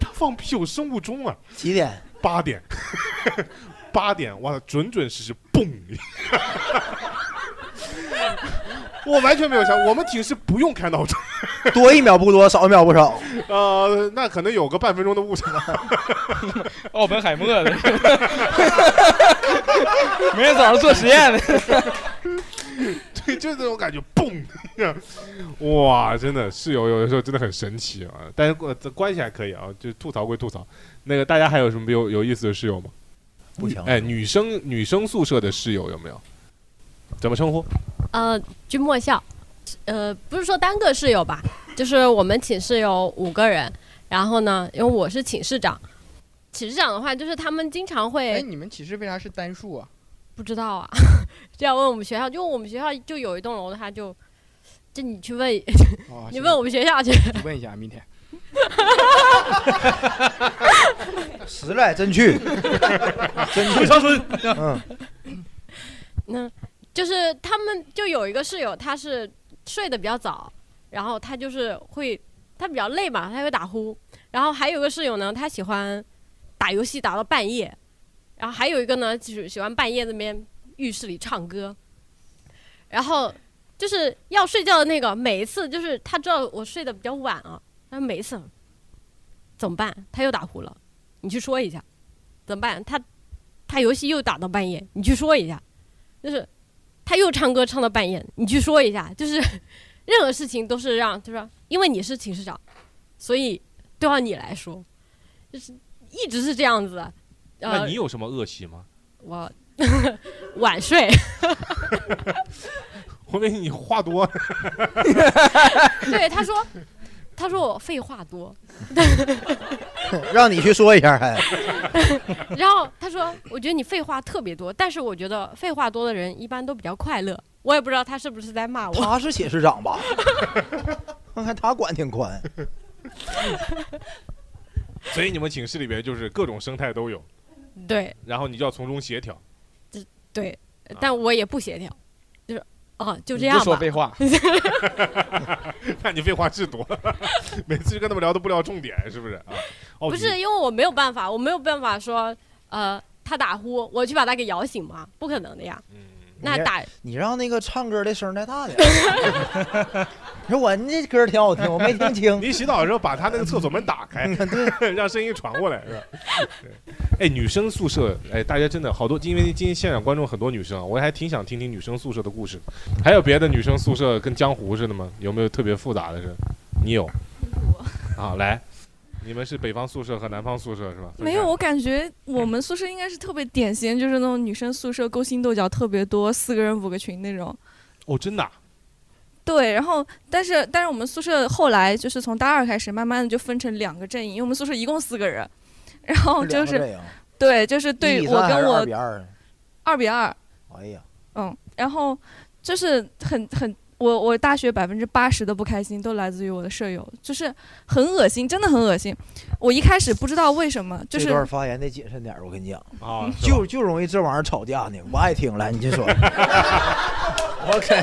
[SPEAKER 6] 他放屁有生物钟啊！
[SPEAKER 5] 几点？
[SPEAKER 6] 八点， 八点，哇，准准时时，嘣！ 我完全没有想，我们挺是不用开闹钟，
[SPEAKER 5] 多一秒不多，少一秒不少。
[SPEAKER 6] 呃，那可能有个半分钟的误差。
[SPEAKER 13] 奥本海默的， 明天早上做实验的。
[SPEAKER 6] 对，就这种感觉，嘣！ 哇，真的室友有的时候真的很神奇啊，但是关关系还可以啊，就吐槽归吐槽。那个大家还有什么有有意思的室友吗？
[SPEAKER 5] 不强
[SPEAKER 6] 哎，女生女生宿舍的室友有没有？怎么称呼？
[SPEAKER 16] 呃，君莫笑，呃，不是说单个室友吧，就是我们寝室有五个人，然后呢，因为我是寝室长，寝室长的话就是他们经常会，
[SPEAKER 13] 哎，你们寝室为啥是单数啊？
[SPEAKER 16] 不知道啊，这要问我们学校，就我们学校就有一栋楼的话就，就你去问，
[SPEAKER 13] 哦
[SPEAKER 16] 你问我们学校去，
[SPEAKER 13] 你问一下，明 天
[SPEAKER 5] 实来真 去，真去。
[SPEAKER 7] 上村。
[SPEAKER 5] 嗯，
[SPEAKER 16] 那就是他们就有一个室友，他是睡得比较早，然后他就是会他比较累嘛，他会打呼。然后还有个室友呢，他喜欢打游戏打到半夜，然后还有一个呢就是喜欢半夜那边浴室里唱歌，然后就是要睡觉的那个，每一次就是他知道我睡得比较晚啊，然后每一次怎么办？他又打呼了，你去说一下，怎么办？他他游戏又打到半夜，你去说一下，就是他又唱歌唱到半夜，你去说一下，就是任何事情都是让就是说因为你是寝室长，所以都要你来说，就是一直是这样子的。呃、
[SPEAKER 6] 那你有什么恶习吗？
[SPEAKER 16] 我晚睡，
[SPEAKER 6] 我以为你话多。
[SPEAKER 16] 对他说，他说我废话多，
[SPEAKER 5] 让你去说一 下还。
[SPEAKER 16] 然后他说我觉得你废话特别多，但是我觉得废话多的人一般都比较快乐。我也不知道他是不是 在骂我，
[SPEAKER 5] 他是寝室长吧？ 看看他管挺宽，
[SPEAKER 6] 所以你们寝室里边就是各种生态都有，
[SPEAKER 16] 对
[SPEAKER 6] 然后你就要从中协调。
[SPEAKER 16] 对，但我也不协调，就是哦，就这
[SPEAKER 6] 啊你
[SPEAKER 16] 样吧。
[SPEAKER 6] 说废话， 那你废话是多， 每次就跟他们聊都不聊重点，是不是啊？哦，
[SPEAKER 16] 不是
[SPEAKER 6] 你
[SPEAKER 16] 因为我没有办法，我没有办法说，呃，他打呼，我去把他给摇醒嘛，不可能的呀。
[SPEAKER 6] 嗯
[SPEAKER 16] 那
[SPEAKER 5] 你
[SPEAKER 16] 打
[SPEAKER 5] 你让那个唱歌的声再大点。 你说我那歌挺好听，我没听清。
[SPEAKER 6] 你洗澡的时候把他那个厕所门打 开， 让声音传过来，是吧？对哎，女生宿舍，哎，大家真的好多，因为今天现场观众很多女生啊，我还挺想听听女生宿舍的故事。还有别的女生宿舍跟江湖似的吗？有没有特别复杂的事？你有？啊，来，你们是北方宿舍和南方宿舍是吧？
[SPEAKER 11] 没
[SPEAKER 16] 嗯
[SPEAKER 11] 有，我感觉我们宿舍应该是特别典型，就是那种女生宿舍勾心斗角特别多，四个人五个群那种。
[SPEAKER 6] 哦，真的啊、
[SPEAKER 11] 对，然后但是但是我们宿舍后来就是从大二开始，慢慢的就分成两个阵营，因为我们宿舍一共四个人，然后就
[SPEAKER 5] 两个阵
[SPEAKER 11] 是
[SPEAKER 5] 营
[SPEAKER 11] 对，就是
[SPEAKER 5] 一
[SPEAKER 11] 对
[SPEAKER 5] 比
[SPEAKER 11] 我
[SPEAKER 5] 三还
[SPEAKER 11] 跟
[SPEAKER 5] 是
[SPEAKER 11] 我
[SPEAKER 5] 二比二。啊
[SPEAKER 11] 二比二，
[SPEAKER 5] 哎呀，
[SPEAKER 11] 嗯，然后就是很很，我我大学百分之八十的不开心都来自于我的舍友，就是很恶心，真的很恶心。我一开始不知道为什么，就
[SPEAKER 5] 这段
[SPEAKER 11] 是
[SPEAKER 5] 发言得谨慎点儿，我跟你讲
[SPEAKER 6] 啊
[SPEAKER 5] 就就容易这玩意儿吵架呢。我爱听，来你先说。我可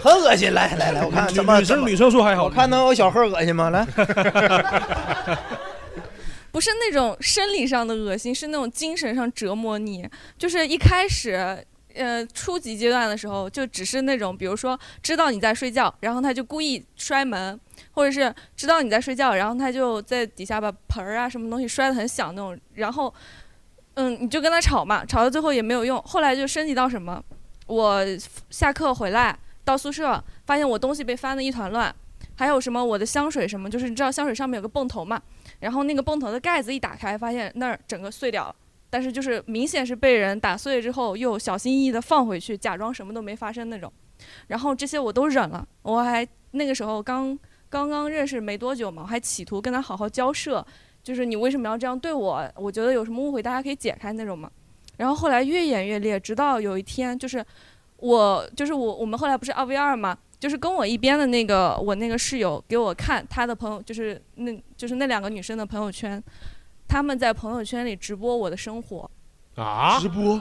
[SPEAKER 5] 很恶心，来来来，我看
[SPEAKER 7] 女
[SPEAKER 5] 怎么
[SPEAKER 7] 女生
[SPEAKER 5] 怎么
[SPEAKER 7] 女生说还好
[SPEAKER 5] 我看能有小贺恶心吗？ 来，
[SPEAKER 11] 不是那种生理上的恶心，是那种精神上折磨你。就是一开始。呃，初级阶段的时候，就只是那种，比如说知道你在睡觉，然后他就故意摔门，或者是知道你在睡觉，然后他就在底下把盆儿啊什么东西摔得很响那种，然后嗯，你就跟他吵嘛，吵到最后也没有用。后来就升级到什么，我下课回来到宿舍，发现我东西被翻得一团乱，还有什么我的香水什么，就是你知道香水上面有个泵头嘛，然后那个泵头的盖子一打开，发现那儿整个碎掉了。但是就是明显是被人打碎之后，又小心翼翼地放回去，假装什么都没发生那种。然后这些我都忍了，我还那个时候刚刚刚认识没多久嘛，我还企图跟他好好交涉，就是你为什么要这样对我？我觉得有什么误会，大家可以解开那种嘛。然后后来越演越烈，直到有一天，就是我就是我我们后来不是二 v 二嘛，就是跟我一边的那个我那个室友给我看他的朋友，就是那就是那两个女生的朋友圈，他们在朋友圈里直播我的生活。
[SPEAKER 6] 啊，直播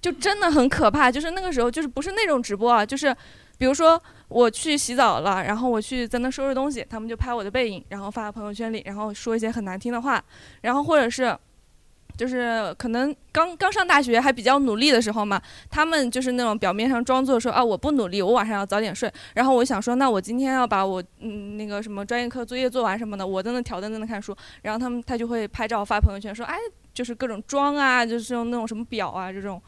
[SPEAKER 11] 就真的很可怕。就是那个时候，就是不是那种直播啊，就是比如说我去洗澡了，然后我去在那收拾东西，他们就拍我的背影，然后发到朋友圈里，然后说一些很难听的话，然后或者是。就是可能刚刚上大学还比较努力的时候嘛，他们就是那种表面上装作说啊我不努力，我晚上要早点睡。然后我想说，那我今天要把我嗯那个什么专业课作业做完什么的，我在那挑灯在那看书。然后他们他就会拍照发朋友圈说，哎，就是各种装啊，就是用那种什么表啊这种。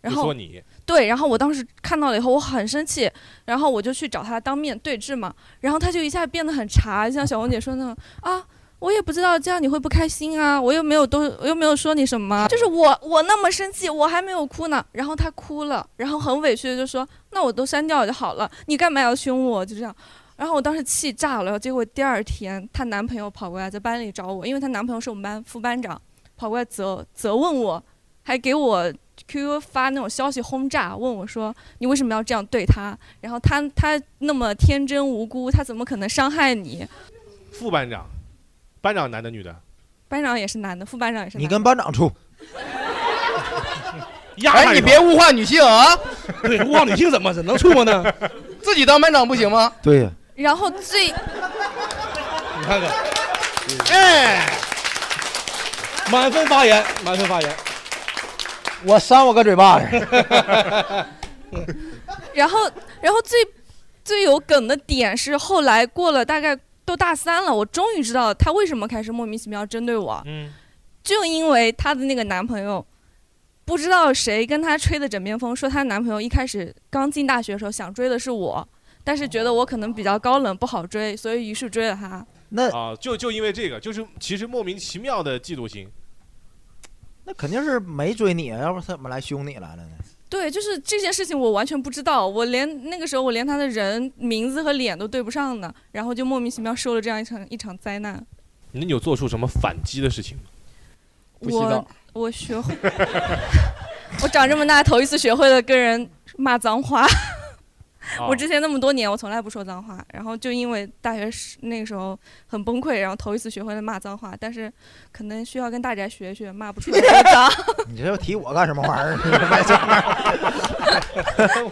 [SPEAKER 11] 然
[SPEAKER 6] 就
[SPEAKER 11] 后
[SPEAKER 6] 说你
[SPEAKER 11] 对，然后我当时看到了以后，我很生气，然后我就去找他当面对质嘛，然后他就一下变得很茶，像小红姐说那种啊，我也不知道这样你会不开心啊，我又没有都，我又没有说你什么，就是我我那么生气，我还没有哭呢，然后他哭了，然后很委屈的就说，那我都删掉就好了，你干嘛要凶我？就这样。然后我当时气炸了，结果第二天她男朋友跑过来在班里找我，因为她男朋友是我们班副班长，跑过来责责问我，还给我 QQ 发那种消息轰炸，问我说你为什么要这样对她？然后她她那么天真无辜，她怎么可能伤害你？
[SPEAKER 6] 副班长，班长男的女的，
[SPEAKER 11] 班长也是男的，副班长也是男的。
[SPEAKER 5] 你跟班长处，
[SPEAKER 4] 哎，你别物化女性啊！
[SPEAKER 7] 对，物化女性怎么怎能处吗呢？
[SPEAKER 4] 自己当班长不行吗？
[SPEAKER 5] 对呀，
[SPEAKER 11] 然后最
[SPEAKER 7] 你看看，
[SPEAKER 4] 哎，
[SPEAKER 7] 满分发言，满分发言。
[SPEAKER 5] 我扇我个嘴巴子。
[SPEAKER 11] 然后，然后最最有梗的点是，后来过了大概都大三了，我终于知道她为什么开始莫名其妙针对我，
[SPEAKER 6] 嗯，
[SPEAKER 11] 就因为她的那个男朋友。不知道谁跟她吹的枕边风，说她男朋友一开始刚进大学的时候想追的是我，但是觉得我可能比较高冷不好追，所以于是追了她。
[SPEAKER 5] 那
[SPEAKER 6] 啊，就就因为这个，就是其实莫名其妙的嫉妒心。
[SPEAKER 5] 那肯定是没追你啊，要不他怎么来凶你来了呢？
[SPEAKER 11] 对，就是这件事情我完全不知道，我连那个时候我连他的人名字和脸都对不上呢，然后就莫名其妙受了这样一场一场灾难。
[SPEAKER 6] 你有做出什么反击的事情吗？不洗
[SPEAKER 11] 我
[SPEAKER 6] 澡
[SPEAKER 11] 我学会， 我长这么大头一次学会了跟人骂脏话。 我之前那么多年我从来不说脏话，然后就因为大学时那个时候很崩溃，然后头一次学会了骂脏话，但是可能需要跟大家学一学，骂不出来的脏。
[SPEAKER 5] 你这又提我干什么玩意儿？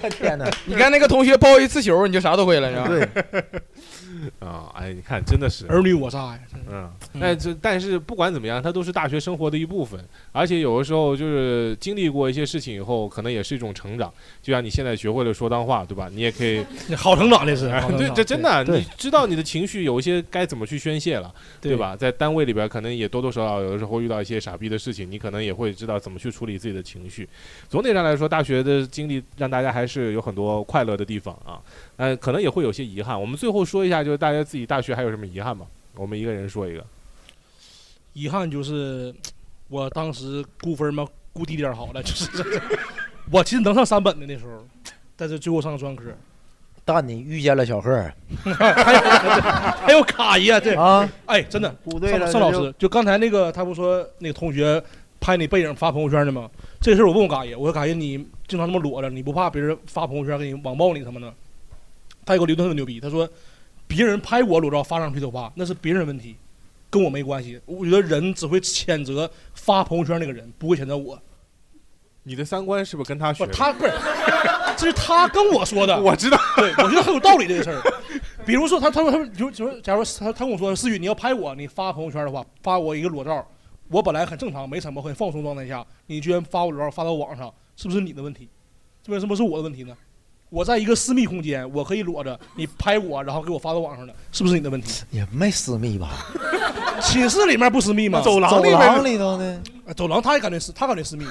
[SPEAKER 5] 我天哪！
[SPEAKER 4] 你看那个同学包一次球，你就啥都会了，你知道吗？
[SPEAKER 6] 啊，哎，你看，真的是
[SPEAKER 7] 儿女我诈呀，
[SPEAKER 6] 嗯，但这但是不管怎么样，它都是大学生活的一部分，而且有的时候就是经历过一些事情以后，可能也是一种成长。就像你现在学会了说脏话，对吧？你也 可以
[SPEAKER 7] 好成长这 是好成长
[SPEAKER 6] 对，这真的，啊
[SPEAKER 7] 对
[SPEAKER 6] 你知道你的情绪有一些该怎么去宣泄了，对吧？在单位里边，可能也多多少少有的时候会遇到一些傻逼的事情，你可能也会知道怎么去处理自己的情绪。总体上来说，大学的经历让大家还是有很多快乐的地方啊，呃，可能也会有些遗憾。我们最后说一下，就是大家自己大学还有什么遗憾吗？我们一个人说一个。
[SPEAKER 7] 遗憾就是我当时估分嘛，估低点儿好了，就是我其实能上三本的那时候，但是最后上专科，
[SPEAKER 5] 但你遇见了小贺，
[SPEAKER 7] 还有卡爷，对
[SPEAKER 5] 啊，
[SPEAKER 7] 哎，真的，
[SPEAKER 5] 不对了
[SPEAKER 7] 盛盛老
[SPEAKER 5] 这就
[SPEAKER 7] 师，就刚才那个，他不说那个同学拍你背影发朋友圈的吗？这事儿我问过嘎爷，我说嘎爷你经常这么裸着，你不怕别人发朋友圈给你网暴你他妈的？他有个理论很牛逼，他说别人拍我裸照发上去的话，那是别人问题，跟我没关系。我觉得人只会谴责发朋友圈那个人，不会谴责我。
[SPEAKER 6] 你的三观是不是跟他学的？
[SPEAKER 7] 他不是，这是他跟我说的。
[SPEAKER 6] 我知道，
[SPEAKER 7] 对，我觉得很有道理这个事儿。比如说他，他说他说，就就假如他他跟我说思雨，你要拍我，你发朋友圈的话，发我一个裸照，我本来很正常，没什么，很放松状态下，你居然发我裸照发到网上，是不是你的问题？这为什么是我的问题呢？我在一个私密空间，我可以裸着，你拍我，然后给我发到网上了，是不是你的问题？
[SPEAKER 5] 也没私密吧？
[SPEAKER 7] 寝室里面不私密吗？
[SPEAKER 5] 走廊里面走廊里头呢？
[SPEAKER 7] 走廊他也感觉私，他感觉私密，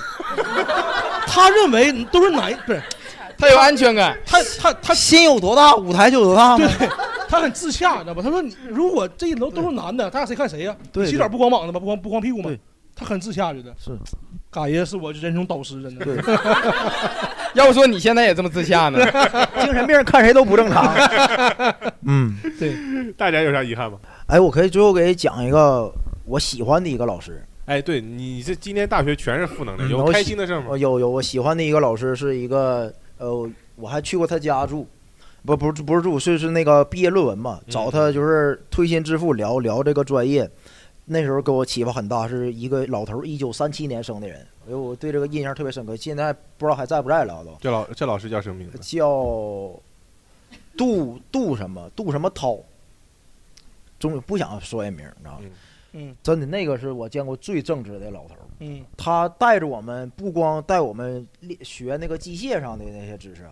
[SPEAKER 7] 他认为都是男，不是，
[SPEAKER 4] 他有安全感，
[SPEAKER 7] 他他他
[SPEAKER 5] 心有多大，舞台就有多大吗？
[SPEAKER 7] 他很自洽，你知道吧？他说你如果这一楼都是男的，他俩谁看谁呀、
[SPEAKER 5] 对对
[SPEAKER 7] 你洗澡不光膀子吗？不光不光屁股吗？他很自洽，觉得
[SPEAKER 5] 是。
[SPEAKER 7] 嘎爷是我人生导师，真的。
[SPEAKER 4] 要不说你现在也这么自洽呢？
[SPEAKER 5] 精神病看谁都不正常。 嗯，
[SPEAKER 6] 对，大家有啥遗憾吗？
[SPEAKER 5] 哎，我可以最后给讲一个我喜欢的一个老师，
[SPEAKER 6] 哎，对你这今天大学全是负能量，有
[SPEAKER 5] 我喜
[SPEAKER 6] 开心的事儿吗？
[SPEAKER 5] 呃有有，我喜欢的一个老师是一个呃，我还去过他家住，不不是不是住，是是那个毕业论文嘛，找
[SPEAKER 6] 嗯
[SPEAKER 5] 他就是推心置腹聊聊这个专业。那时候给我启发很大，是一个老头，一九三七年生的人，哎呦，我对这个印象特别深刻。现在不知道还在不在了都。
[SPEAKER 6] 这老这老师叫什么名字？
[SPEAKER 5] 叫杜杜什么杜什么涛，终于不想说人名儿，你知道吗？
[SPEAKER 7] 嗯，
[SPEAKER 5] 真的，那个是我见过最正直的老头儿。
[SPEAKER 7] 嗯，
[SPEAKER 5] 他带着我们，不光带我们练学那个机械上的那些知识，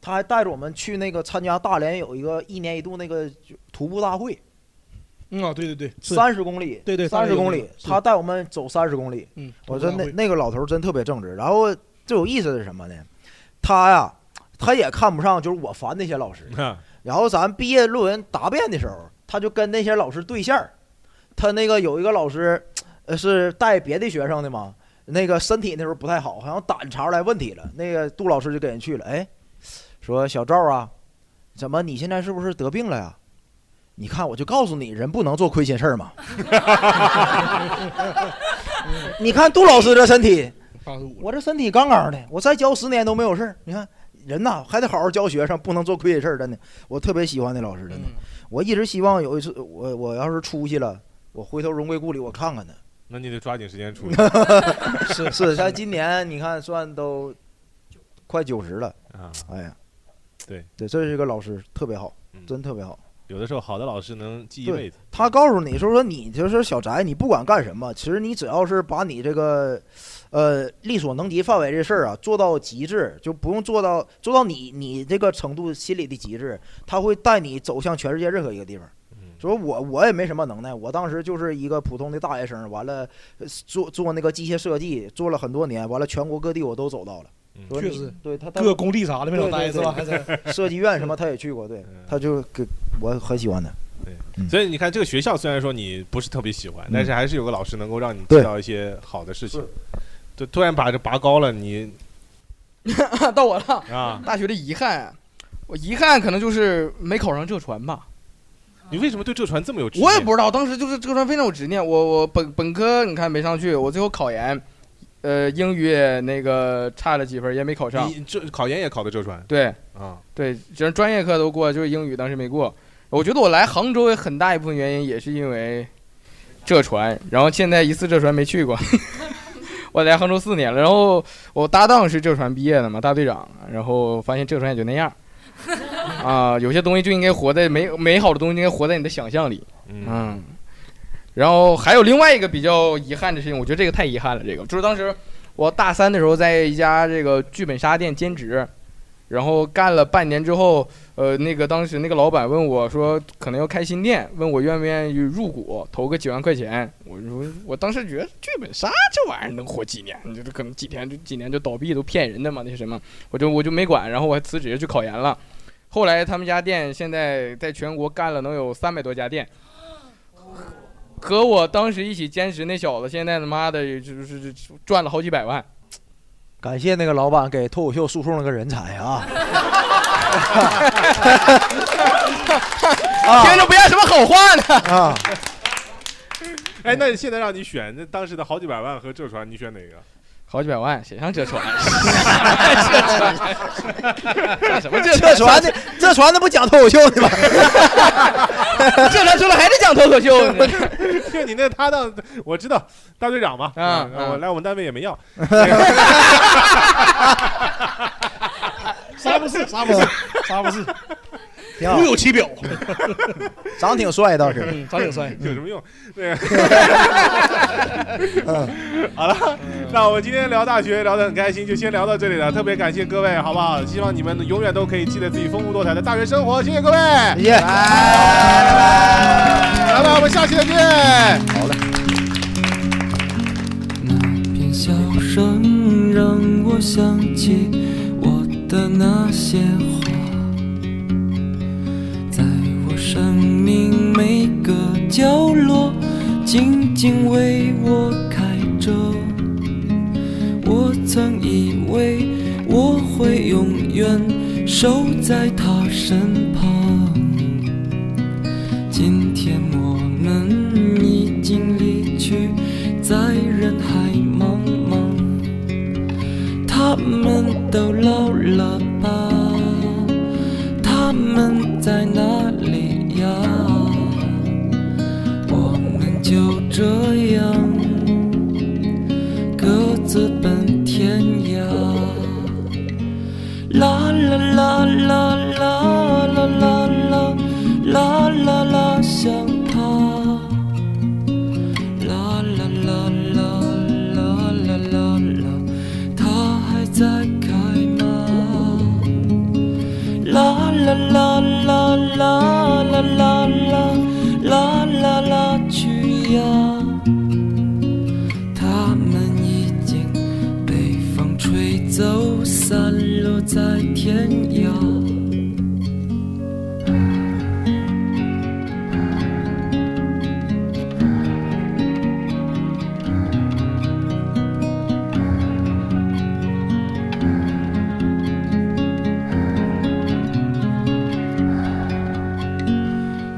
[SPEAKER 5] 他还带着我们去那个参加大连有一个一年一度那个就徒步大会，
[SPEAKER 7] 嗯啊，对对对，是
[SPEAKER 5] 三十公里，
[SPEAKER 7] 对对，
[SPEAKER 5] 三十
[SPEAKER 7] 30
[SPEAKER 5] 公里，
[SPEAKER 7] 是
[SPEAKER 5] 他带我们走三十公里。
[SPEAKER 7] 嗯，
[SPEAKER 5] 我说那
[SPEAKER 7] 会
[SPEAKER 5] 那个老头儿真特别正直。然后最有意思的是什么呢？他呀，他也看不上就是我烦那些老师。然后咱毕业论文答辩的时候，他就跟那些老师对线儿。他那个有一个老师，呃，是带别的学生的嘛，那个身体那时候不太好，好像胆查出来问题了。那个杜老师就给人去了，哎，说小赵啊，怎么你现在是不是得病了呀？你看，我就告诉你，人不能做亏心事儿嘛。你看杜老师这身体，
[SPEAKER 7] 八 十五，
[SPEAKER 5] 我这身体杠杠的，我再教十年都没有事儿。你看人呐，还得好好教学生，不能做亏心事儿。真的，我特别喜欢那老师，真的。我一直希望有一次，我我要是出去了，我回头荣归故里，我看看他。
[SPEAKER 6] 那你得抓紧时间出去。
[SPEAKER 5] 是是，他今年你看算都快九十了
[SPEAKER 6] 啊，
[SPEAKER 5] 哎呀，
[SPEAKER 6] 对
[SPEAKER 5] 对，这是一个老师，特别好，真特别好。
[SPEAKER 6] 有的时候好的老师能记一辈
[SPEAKER 5] 对
[SPEAKER 6] 子。，
[SPEAKER 5] 他告诉你，就是说你就是小宅，你不管干什么，其实你只要是把你这个，呃，力所能及范围这事儿啊做到极致，就不用做到做到你你这个程度心里的极致，他会带你走向全世界任何一个地方。所以我我也没什么能耐，我当时就是一个普通的大学生，完了呃做做那个机械设计，做了很多年，完了全国各地我都走到了。
[SPEAKER 8] 嗯
[SPEAKER 5] 所以
[SPEAKER 7] 确
[SPEAKER 5] 你
[SPEAKER 7] 实
[SPEAKER 5] 对他
[SPEAKER 7] 各工地啥的没少
[SPEAKER 5] 对
[SPEAKER 7] 待
[SPEAKER 5] 对
[SPEAKER 7] 是吧
[SPEAKER 5] 对
[SPEAKER 7] 还
[SPEAKER 5] 对设计院什么他也去过，对，他就给我很喜欢他。
[SPEAKER 6] 所以你看，这个学校虽然说你不是特别喜欢，但是还是有个老师能够让你
[SPEAKER 5] 对
[SPEAKER 6] 知道一些好的事情。就突然把这拔高了，你
[SPEAKER 4] 到我了
[SPEAKER 6] 啊
[SPEAKER 4] 大学的遗憾，我遗憾可能就是没考上浙传吧。
[SPEAKER 6] 你为什么对浙传这么有执念？
[SPEAKER 4] 我也不知道，当时就是浙传非常有执念。我我本本科你看没上去，我最后考研，呃，英语也那个差了几分，也没考上。
[SPEAKER 6] 你这考研也考的浙传
[SPEAKER 4] 对
[SPEAKER 6] 啊，
[SPEAKER 4] 对，只是专业课都过，就是英语当时没过。我觉得我来杭州有很大一部分原因也是因为浙传，然后现在一次浙传没去过。 我来杭州四年了，然后我搭档是浙传毕业的嘛，大队长，然后发现浙传也就那样。啊，有些东西就应该活在美美好的东西应该活在你的想象里。嗯，然后还有另外一个比较遗憾的事情，我觉得这个太遗憾了。这个就是当时我大三的时候，在一家这个剧本杀店兼职，然后干了半年之后，呃，那个当时那个老板问我说，可能要开新店，问我愿不愿意入股，投个几万块钱。我说，我当时觉得剧本杀这玩意儿能活几年？你这可能几天就几年就倒闭，都骗人的嘛，那些什么，我就我就没管，然后我还辞职去考研了。后来他们家店现在在全国干了能有三百多家店，和我当时一起兼职那小子，现在他妈的就是赚了好几百万。
[SPEAKER 5] 感谢那个老板给脱口秀输送了个人才啊！
[SPEAKER 4] 听着不像什么好话呢
[SPEAKER 5] 啊！
[SPEAKER 6] 哎，那你现在让你选，那当时的好几百万和浙传，你选哪个？
[SPEAKER 4] 好几百万，谁上浙 传？
[SPEAKER 6] 上
[SPEAKER 4] 什么浙
[SPEAKER 5] 这船的这船的不讲脱口秀的吗？
[SPEAKER 4] 浙传出来还得讲脱口秀 呢
[SPEAKER 6] 就你那搭档，我知道大队长嘛，
[SPEAKER 4] 啊
[SPEAKER 6] 嗯我
[SPEAKER 4] 啊
[SPEAKER 6] 来我们单位也没要，
[SPEAKER 7] 啥不是啥不是啥不 是，物有其表，
[SPEAKER 5] 长挺帅倒是
[SPEAKER 7] 嗯，长挺帅
[SPEAKER 6] 有什么用？ 对
[SPEAKER 5] 嗯，
[SPEAKER 6] 好了，那我们今天聊大学聊得很开心，就先聊到这里了。特别感谢各位，好不好？希望你们永远都可以记得自己丰富多彩的大学生活。谢谢各位，
[SPEAKER 5] 谢谢，拜
[SPEAKER 6] 拜，拜拜，我们下期再见。
[SPEAKER 5] 好嘞。
[SPEAKER 8] 片笑声让我想起我的那些花，在我生命每个角落，静静为我开着。我曾以为我会永远守在她身旁，今天我们已经离去，在人海茫茫。他们都老了吧？他们在哪里呀？我们就这样各自奔天涯。啦啦啦啦啦啦啦啦。啦啦啦，想他。啦啦啦啦啦啦啦啦，他还在开吗？啦啦啦啦啦啦啦啦啦啦啦，去呀！他们已经被风吹走，散落在天涯。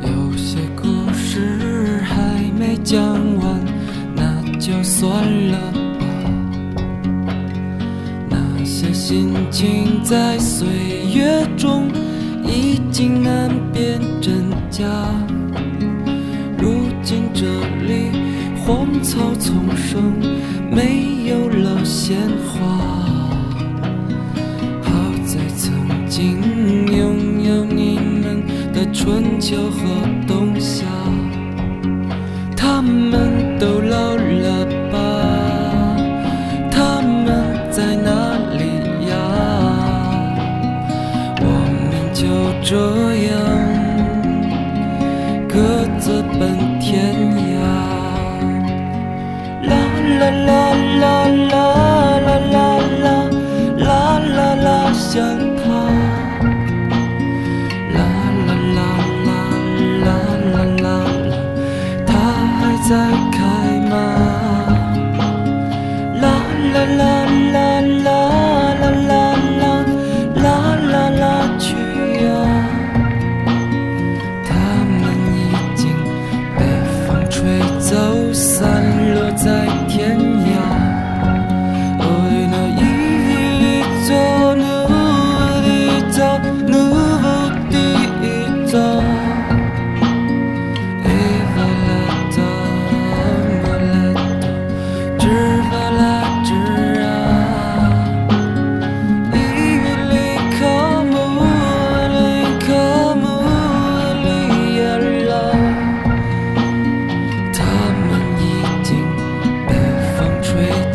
[SPEAKER 8] 有些故事还没讲完，那就算了吧。那些心情在岁月中已经难辨真假。如今这里荒草丛生，没有了鲜花。好在曾经拥有你们的。春秋和冬夏，他们都老了吧？他们在哪里呀？我们就这样各自奔天涯。啦啦啦啦啦啦啦啦啦啦啦，想他。啦啦啦啦，它还在开吗？啦啦啦啦啦啦啦啦啦啦啦去呀！它们已经被风吹走，散落在天涯。Oh no，一一走，努力走，努力走。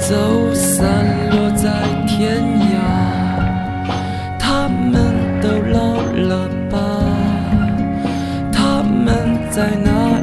[SPEAKER 8] 散落在天涯，他们都老了吧？他们在哪